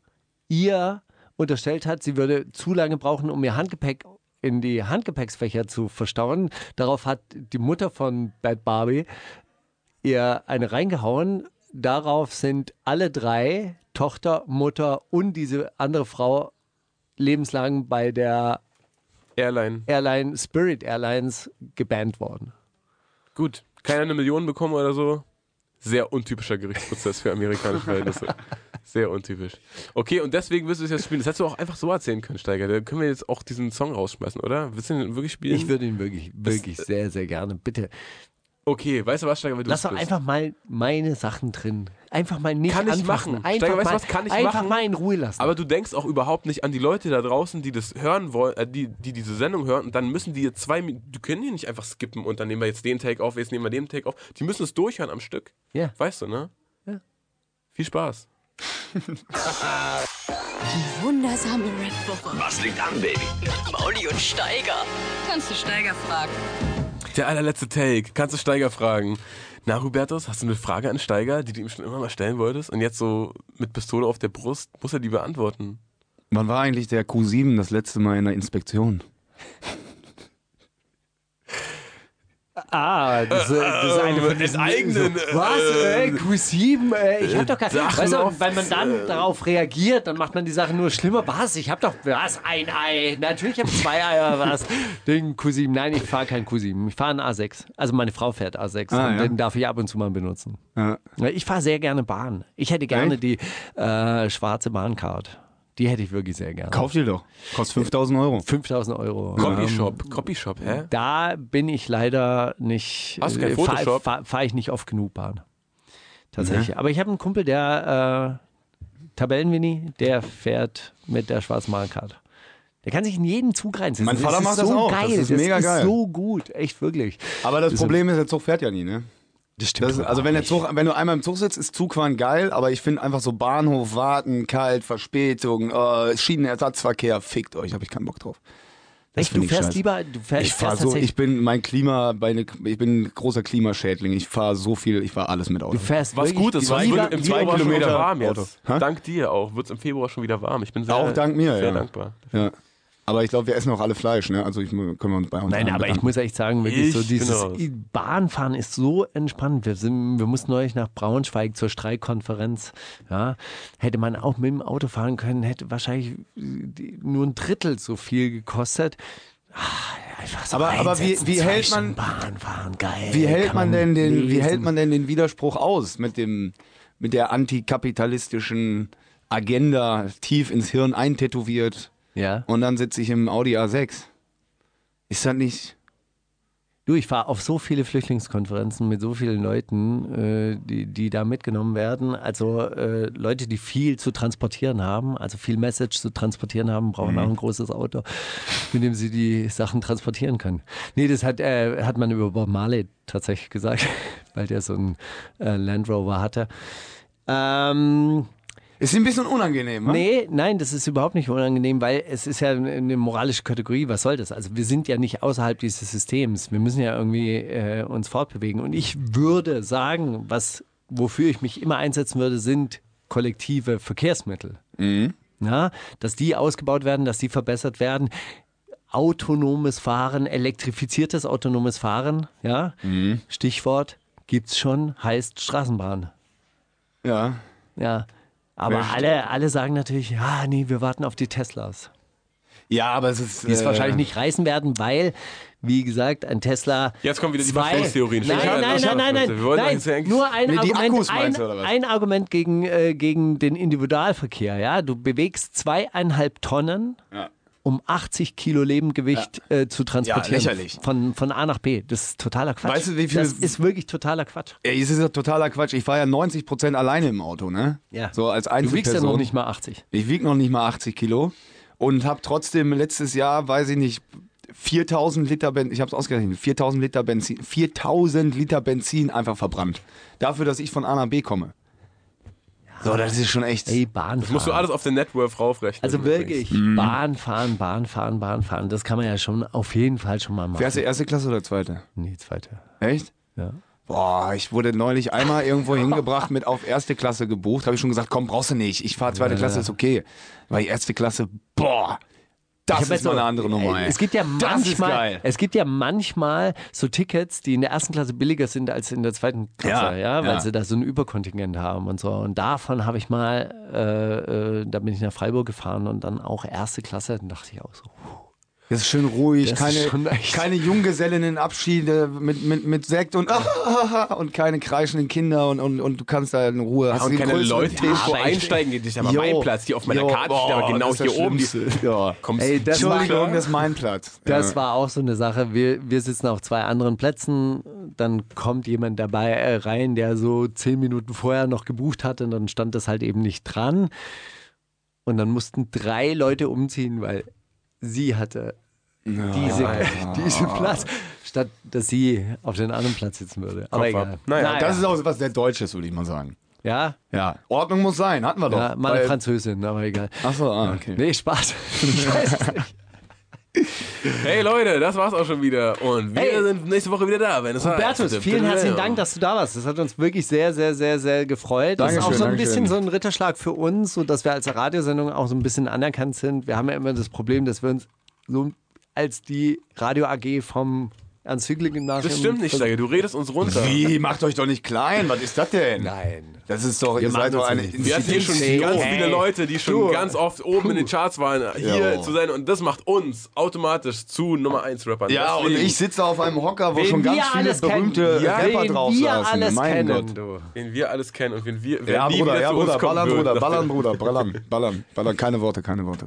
G: ihr unterstellt hat, sie würde zu lange brauchen, um ihr Handgepäck in die Handgepäcksfächer zu verstauen. Darauf hat die Mutter von Bad Barbie ihr eine reingehauen. Darauf sind alle drei, Tochter, Mutter und diese andere Frau, lebenslang bei der
H: Airline.
G: Airline Spirit Airlines gebannt worden.
H: Gut. Keiner eine Million bekommen oder so. Sehr untypischer Gerichtsprozess für amerikanische Verhältnisse. Sehr untypisch. Okay, und deswegen wirst du es jetzt spielen. Das hättest du auch einfach so erzählen können, Steiger. Da können wir jetzt auch diesen Song rausschmeißen, oder? Willst du den wirklich spielen?
G: Ich würde ihn wirklich, wirklich sehr, sehr gerne. Bitte,
H: okay, weißt du was, Steiger, weil du
G: lass
H: es
G: doch
H: bist.
G: einfach mal meine Sachen drin. Einfach mal nicht
H: Kann ich
G: anfassen.
H: machen.
G: Einfach,
H: Steiger, weißt
G: mal,
H: du was? Kann ich
G: einfach
H: machen.
G: mal in Ruhe lassen.
H: Aber du denkst auch überhaupt nicht an die Leute da draußen, die das hören wollen, äh, die, die diese Sendung hören und dann müssen die jetzt zwei, Min- die können die nicht einfach skippen und dann nehmen wir jetzt den Take auf, jetzt nehmen wir den Take auf. Die müssen es durchhören am Stück.
G: Ja.
H: Weißt du, ne?
G: Ja.
H: Viel Spaß.
C: Wundersame Rap-Woche.
B: Was liegt an, Baby?
C: Mit Mauli und Steiger. Kannst du Steiger fragen?
H: Der allerletzte Take. Kannst du Steiger fragen? Na, Hubertus, hast du eine Frage an Steiger, die du ihm schon immer mal stellen wolltest? Und jetzt so mit Pistole auf der Brust, muss er die beantworten.
I: Wann war eigentlich der Q7 das letzte Mal in der Inspektion?
G: ah, das, äh, das ist eine von diesen-
H: eigenen,
G: So, was? Äh, Q7? Äh, ich hab doch gar
H: Sachen
G: weißt du,
H: auf-
G: Weil man dann darauf reagiert, dann macht man die Sache nur schlimmer. Was? Ich hab doch was? Ein Ei. Natürlich hab ich zwei Eier. Was? Den Q7. Nein, ich fahre keinen Q7. Ich fahre einen A6. Also meine Frau fährt A6.
I: Ah,
G: und
I: ja.
G: Den darf ich ab und zu mal benutzen.
I: Ja.
G: Ja, Ich fahre sehr gerne Bahn. Ich hätte gerne
I: Echt?
G: die äh, schwarze Bahncard. Die hätte ich wirklich sehr gerne.
I: Kauf dir doch. Kostet 5000 Euro.
G: 5000 Euro.
H: Copyshop,
I: Ähm,
H: Copyshop, hä?
G: Da bin ich leider nicht.
H: Hast du kein
G: Fahre
H: Photoshop?
G: fahr, fahr ich nicht oft genug Bahn. Tatsächlich. Aber ich habe einen Kumpel, der äh, Tabellenwinnie, der fährt mit der schwarzen Bahncard. Der kann sich in jeden Zug reinsetzen.
I: Mein Vater
G: das ist
I: macht
G: so
I: das auch. Das
G: Geil.
I: ist mega geil.
G: so gut. Echt wirklich.
I: Aber das
G: Ist-
I: Problem ist, der Zug fährt ja nie, ne?
G: Das stimmt.
I: Das ist, also wenn der Zug, wenn du einmal im Zug sitzt, ist Zugfahren geil, aber ich finde einfach so Bahnhof, Warten, kalt, Verspätung, äh, Schienenersatzverkehr, fickt euch, habe ich keinen Bock drauf. Das
G: Echt,
I: find
G: du
I: ich
G: fährst
I: scheiße.
G: lieber. Du fährst,
I: Ich fahre
G: fährst
I: so,
G: tatsächlich-
I: ich bin mein Klima, meine, ich bin ein großer Klimaschädling. Ich fahre so viel, ich fahre alles mit Auto.
G: du fährst
H: Was
G: wirklich
H: gut ist, weil
G: lieber-
H: wird im
G: lieber-
H: zwei Kilometer
I: Auto.
H: warm jetzt.
I: Hä?
H: Dank dir auch. Wird es im Februar schon wieder warm. Ich bin sehr,
I: Auch dank mir,
H: sehr
I: ja.
H: dankbar.
I: Ja. Aber ich glaube, wir essen auch alle Fleisch, ne? Also ich, können wir uns bei uns
G: Nein,
I: allen
G: aber ich
I: bedanken.
G: muss echt sagen, wirklich
H: Ich
G: so
H: bin
G: dieses
I: genau.
H: raus.
G: Bahnfahren ist so entspannt. Wir, sind, wir mussten neulich nach Braunschweig zur Streikkonferenz. Ja, hätte man auch mit dem Auto fahren können, hätte wahrscheinlich äh, die- nur ein Drittel so viel gekostet. Ah, Einfach so
I: Aber- aber wie-
G: einsetzen
I: wie hält man-
G: zwischen Bahnfahren, geil.
I: Wie hält
G: kann
I: man denn den, wie
G: lesen.
I: hält man denn den Widerspruch aus mit dem, mit der antikapitalistischen Agenda tief ins Hirn eintätowiert
G: Ja.
I: und dann sitze ich im Audi A6? Ist das nicht?
G: Du, ich war auf so viele Flüchtlingskonferenzen mit so vielen Leuten, äh, die, die da mitgenommen werden. Also äh, Leute, die viel zu transportieren haben, also viel Message zu transportieren haben, brauchen auch ein großes Auto, mit dem sie die Sachen transportieren können. Nee, das hat, äh, hat man über Bob Marley tatsächlich gesagt, [laughs] weil der so einen äh, Land Rover hatte. Ähm,
I: Ist ein bisschen unangenehm, wa?
G: Nee, nein, das ist überhaupt nicht unangenehm, weil es ist ja eine moralische Kategorie. Was soll das? Also wir sind ja nicht außerhalb dieses Systems. Wir müssen ja irgendwie äh, uns fortbewegen. Und ich würde sagen, was, wofür ich mich immer einsetzen würde, sind kollektive Verkehrsmittel. Na, dass die ausgebaut werden, dass die verbessert werden. Autonomes Fahren, elektrifiziertes autonomes Fahren, ja, Stichwort gibt's schon, heißt Straßenbahn.
I: Ja.
G: Ja. Aber
I: Wer-
G: alle, alle sagen natürlich, ja, nee, wir warten auf die Teslas.
I: Ja, aber es ist. äh,
G: Die es wahrscheinlich nicht reißen werden, weil, wie gesagt, ein Tesla.
H: Jetzt kommen wieder die
G: zwei-
H: Verschwörungstheorien.
G: Nein, nein,
H: Schade,
G: nein,
H: schade.
G: nein, nein.
H: Wir wollten
G: nein,
H: eigentlich sagen-
G: nur ein
I: Nee, die
G: Argument,
I: Akkus
G: ein,
I: meinst du, oder was?
G: ein Argument gegen, äh, gegen den Individualverkehr. Ja? Du bewegst zweieinhalb Tonnen, um 80 Kilo Lebengewicht äh, zu transportieren.
I: lächerlich.
G: Von, von A nach B. Das ist totaler Quatsch.
I: Weißt du, wie viele-
G: das ist wirklich totaler Quatsch.
I: Ey, es ist ja totaler Quatsch. Ich fahre ja 90 Prozent alleine im Auto, ne?
G: Ja.
I: So als
G: Du wiegst
I: Einzelperson.
G: ja noch nicht mal 80.
I: Ich wiege noch nicht mal 80 Kilo und habe trotzdem letztes Jahr, weiß ich nicht, 4000 Liter Benzin, ich habe es ausgerechnet, 4000 Liter Benzin, 4000 Liter Benzin einfach verbrannt. Dafür, dass ich von A nach B komme. So, das ist schon echt.
G: Ey, Bahnfahren.
H: Musst du alles auf den Networth raufrechnen.
G: Also wirklich, Bahn fahren, Bahn fahren, Bahn fahren, das kann man ja schon auf jeden Fall schon mal machen.
I: Fährst du erste Klasse oder zweite?
G: Nee, zweite.
I: Echt?
G: Ja.
I: Boah, ich wurde neulich einmal
H: [laughs]
I: irgendwo hingebracht mit auf erste Klasse gebucht. Habe ich schon gesagt, komm, brauchst du nicht. Ich fahre zweite Klasse, ist okay. Weil erste Klasse, boah, das
G: Ich hab
I: ist
G: jetzt
I: mal eine
G: so-
I: andere Nummer. Ey.
G: Es gibt ja
I: das ist
G: manchmal,
I: geil.
G: es gibt ja manchmal so Tickets, die in der ersten Klasse billiger sind als in der zweiten Klasse, ja,
I: Ja,
G: weil
I: ja.
G: sie da so ein Überkontingent haben und so. Und davon habe ich mal, äh, äh, da bin ich nach Freiburg gefahren und dann auch erste Klasse, dann dachte ich auch so.
I: Das ist schön ruhig,
G: Das ist
I: keine,
G: schon echt-
I: keine Junggesellinnenabschiede mit, mit, mit Sekt und, [laughs] und keine kreischenden Kinder und, und, und du kannst da in Ruhe.
H: Ja,
I: hast
H: und
I: den
H: keine
I: größten
H: Leute, die
I: Tisch.
H: irgendwo einsteigen, die dich da mal
I: Jo,
H: mein Platz, die auf meiner
I: jo,
H: Karte steht, aber
I: boah,
H: genau
I: das ist das
H: hier oben. Die,
I: Schlimmste. Ja.
H: kommst
G: Ey,
H: du
G: das war-
H: klar?
I: Entschuldigung, das ist mein Platz.
G: Das war auch so eine Sache. Wir, wir sitzen auf zwei anderen Plätzen, dann kommt jemand dabei äh, rein, der so zehn Minuten vorher noch gebucht hatte und dann stand das halt eben nicht dran. Und dann mussten drei Leute umziehen, weil sie hatte [laughs] diese, diesen Platz, statt dass sie auf den anderen Platz sitzen würde. Aber
H: Kopf ab.
G: egal.
H: Naja,
I: Das ist auch was sehr Deutsches, würde ich mal sagen.
G: ja,
I: Ja. Ordnung muss sein, hatten wir doch.
G: ja, mal eine
I: Weil-
G: Französin, aber egal.
I: Ach so, ah, okay.
G: Nee, Spaß. [laughs] Ich weiß es nicht.
H: Hey Leute, das war's auch schon wieder. Und wir
G: Hey.
H: sind nächste Woche wieder da, wenn es heißt.
G: Bertus, vielen herzlichen Dank, dass du da warst. Das hat uns wirklich sehr, sehr, sehr, sehr gefreut. Das ist auch
I: Dankeschön,
G: so ein
I: Dankeschön.
G: bisschen so ein Ritterschlag für uns, sodass wir als Radiosendung auch so ein bisschen anerkannt sind. Wir haben ja immer das Problem, dass wir uns so als die Radio AG vom Ernst Hügel Gymnasium.
H: Das stimmt nicht, Steiger. Du redest uns runter.
I: Wie, macht euch doch nicht klein, was ist das denn?
G: Nein.
I: Das ist doch, ihr
G: machen
I: seid doch
G: das
I: eine
G: nicht.
H: Wir hatten hier schon
I: Institution.
H: ganz viele Leute, die schon ganz oft oben in den Charts waren, hier
I: Ja.
H: zu sein. Und das macht uns automatisch zu Nummer 1 Rappern.
I: Ja, und
H: Deswegen,
I: ich sitze auf einem Hocker, wo
G: Wen
I: schon ganz
G: wir
I: viele
G: alles kennen.
I: berühmte
G: Ja,
I: Rapper
G: wen
I: drauf
G: wir
I: saßen.
G: alles
I: mein
G: kennen.
I: Gott.
H: Den wir alles kennen und wen wir. wer
I: Ja,
H: nie
I: Bruder,
H: wieder
I: ja,
H: zu uns
I: Bruder,
H: kommen
I: ballern,
H: würden.
I: Bruder, ballern, Bruder,
G: [laughs]
I: ballern, ballern, ballern, keine Worte, keine Worte.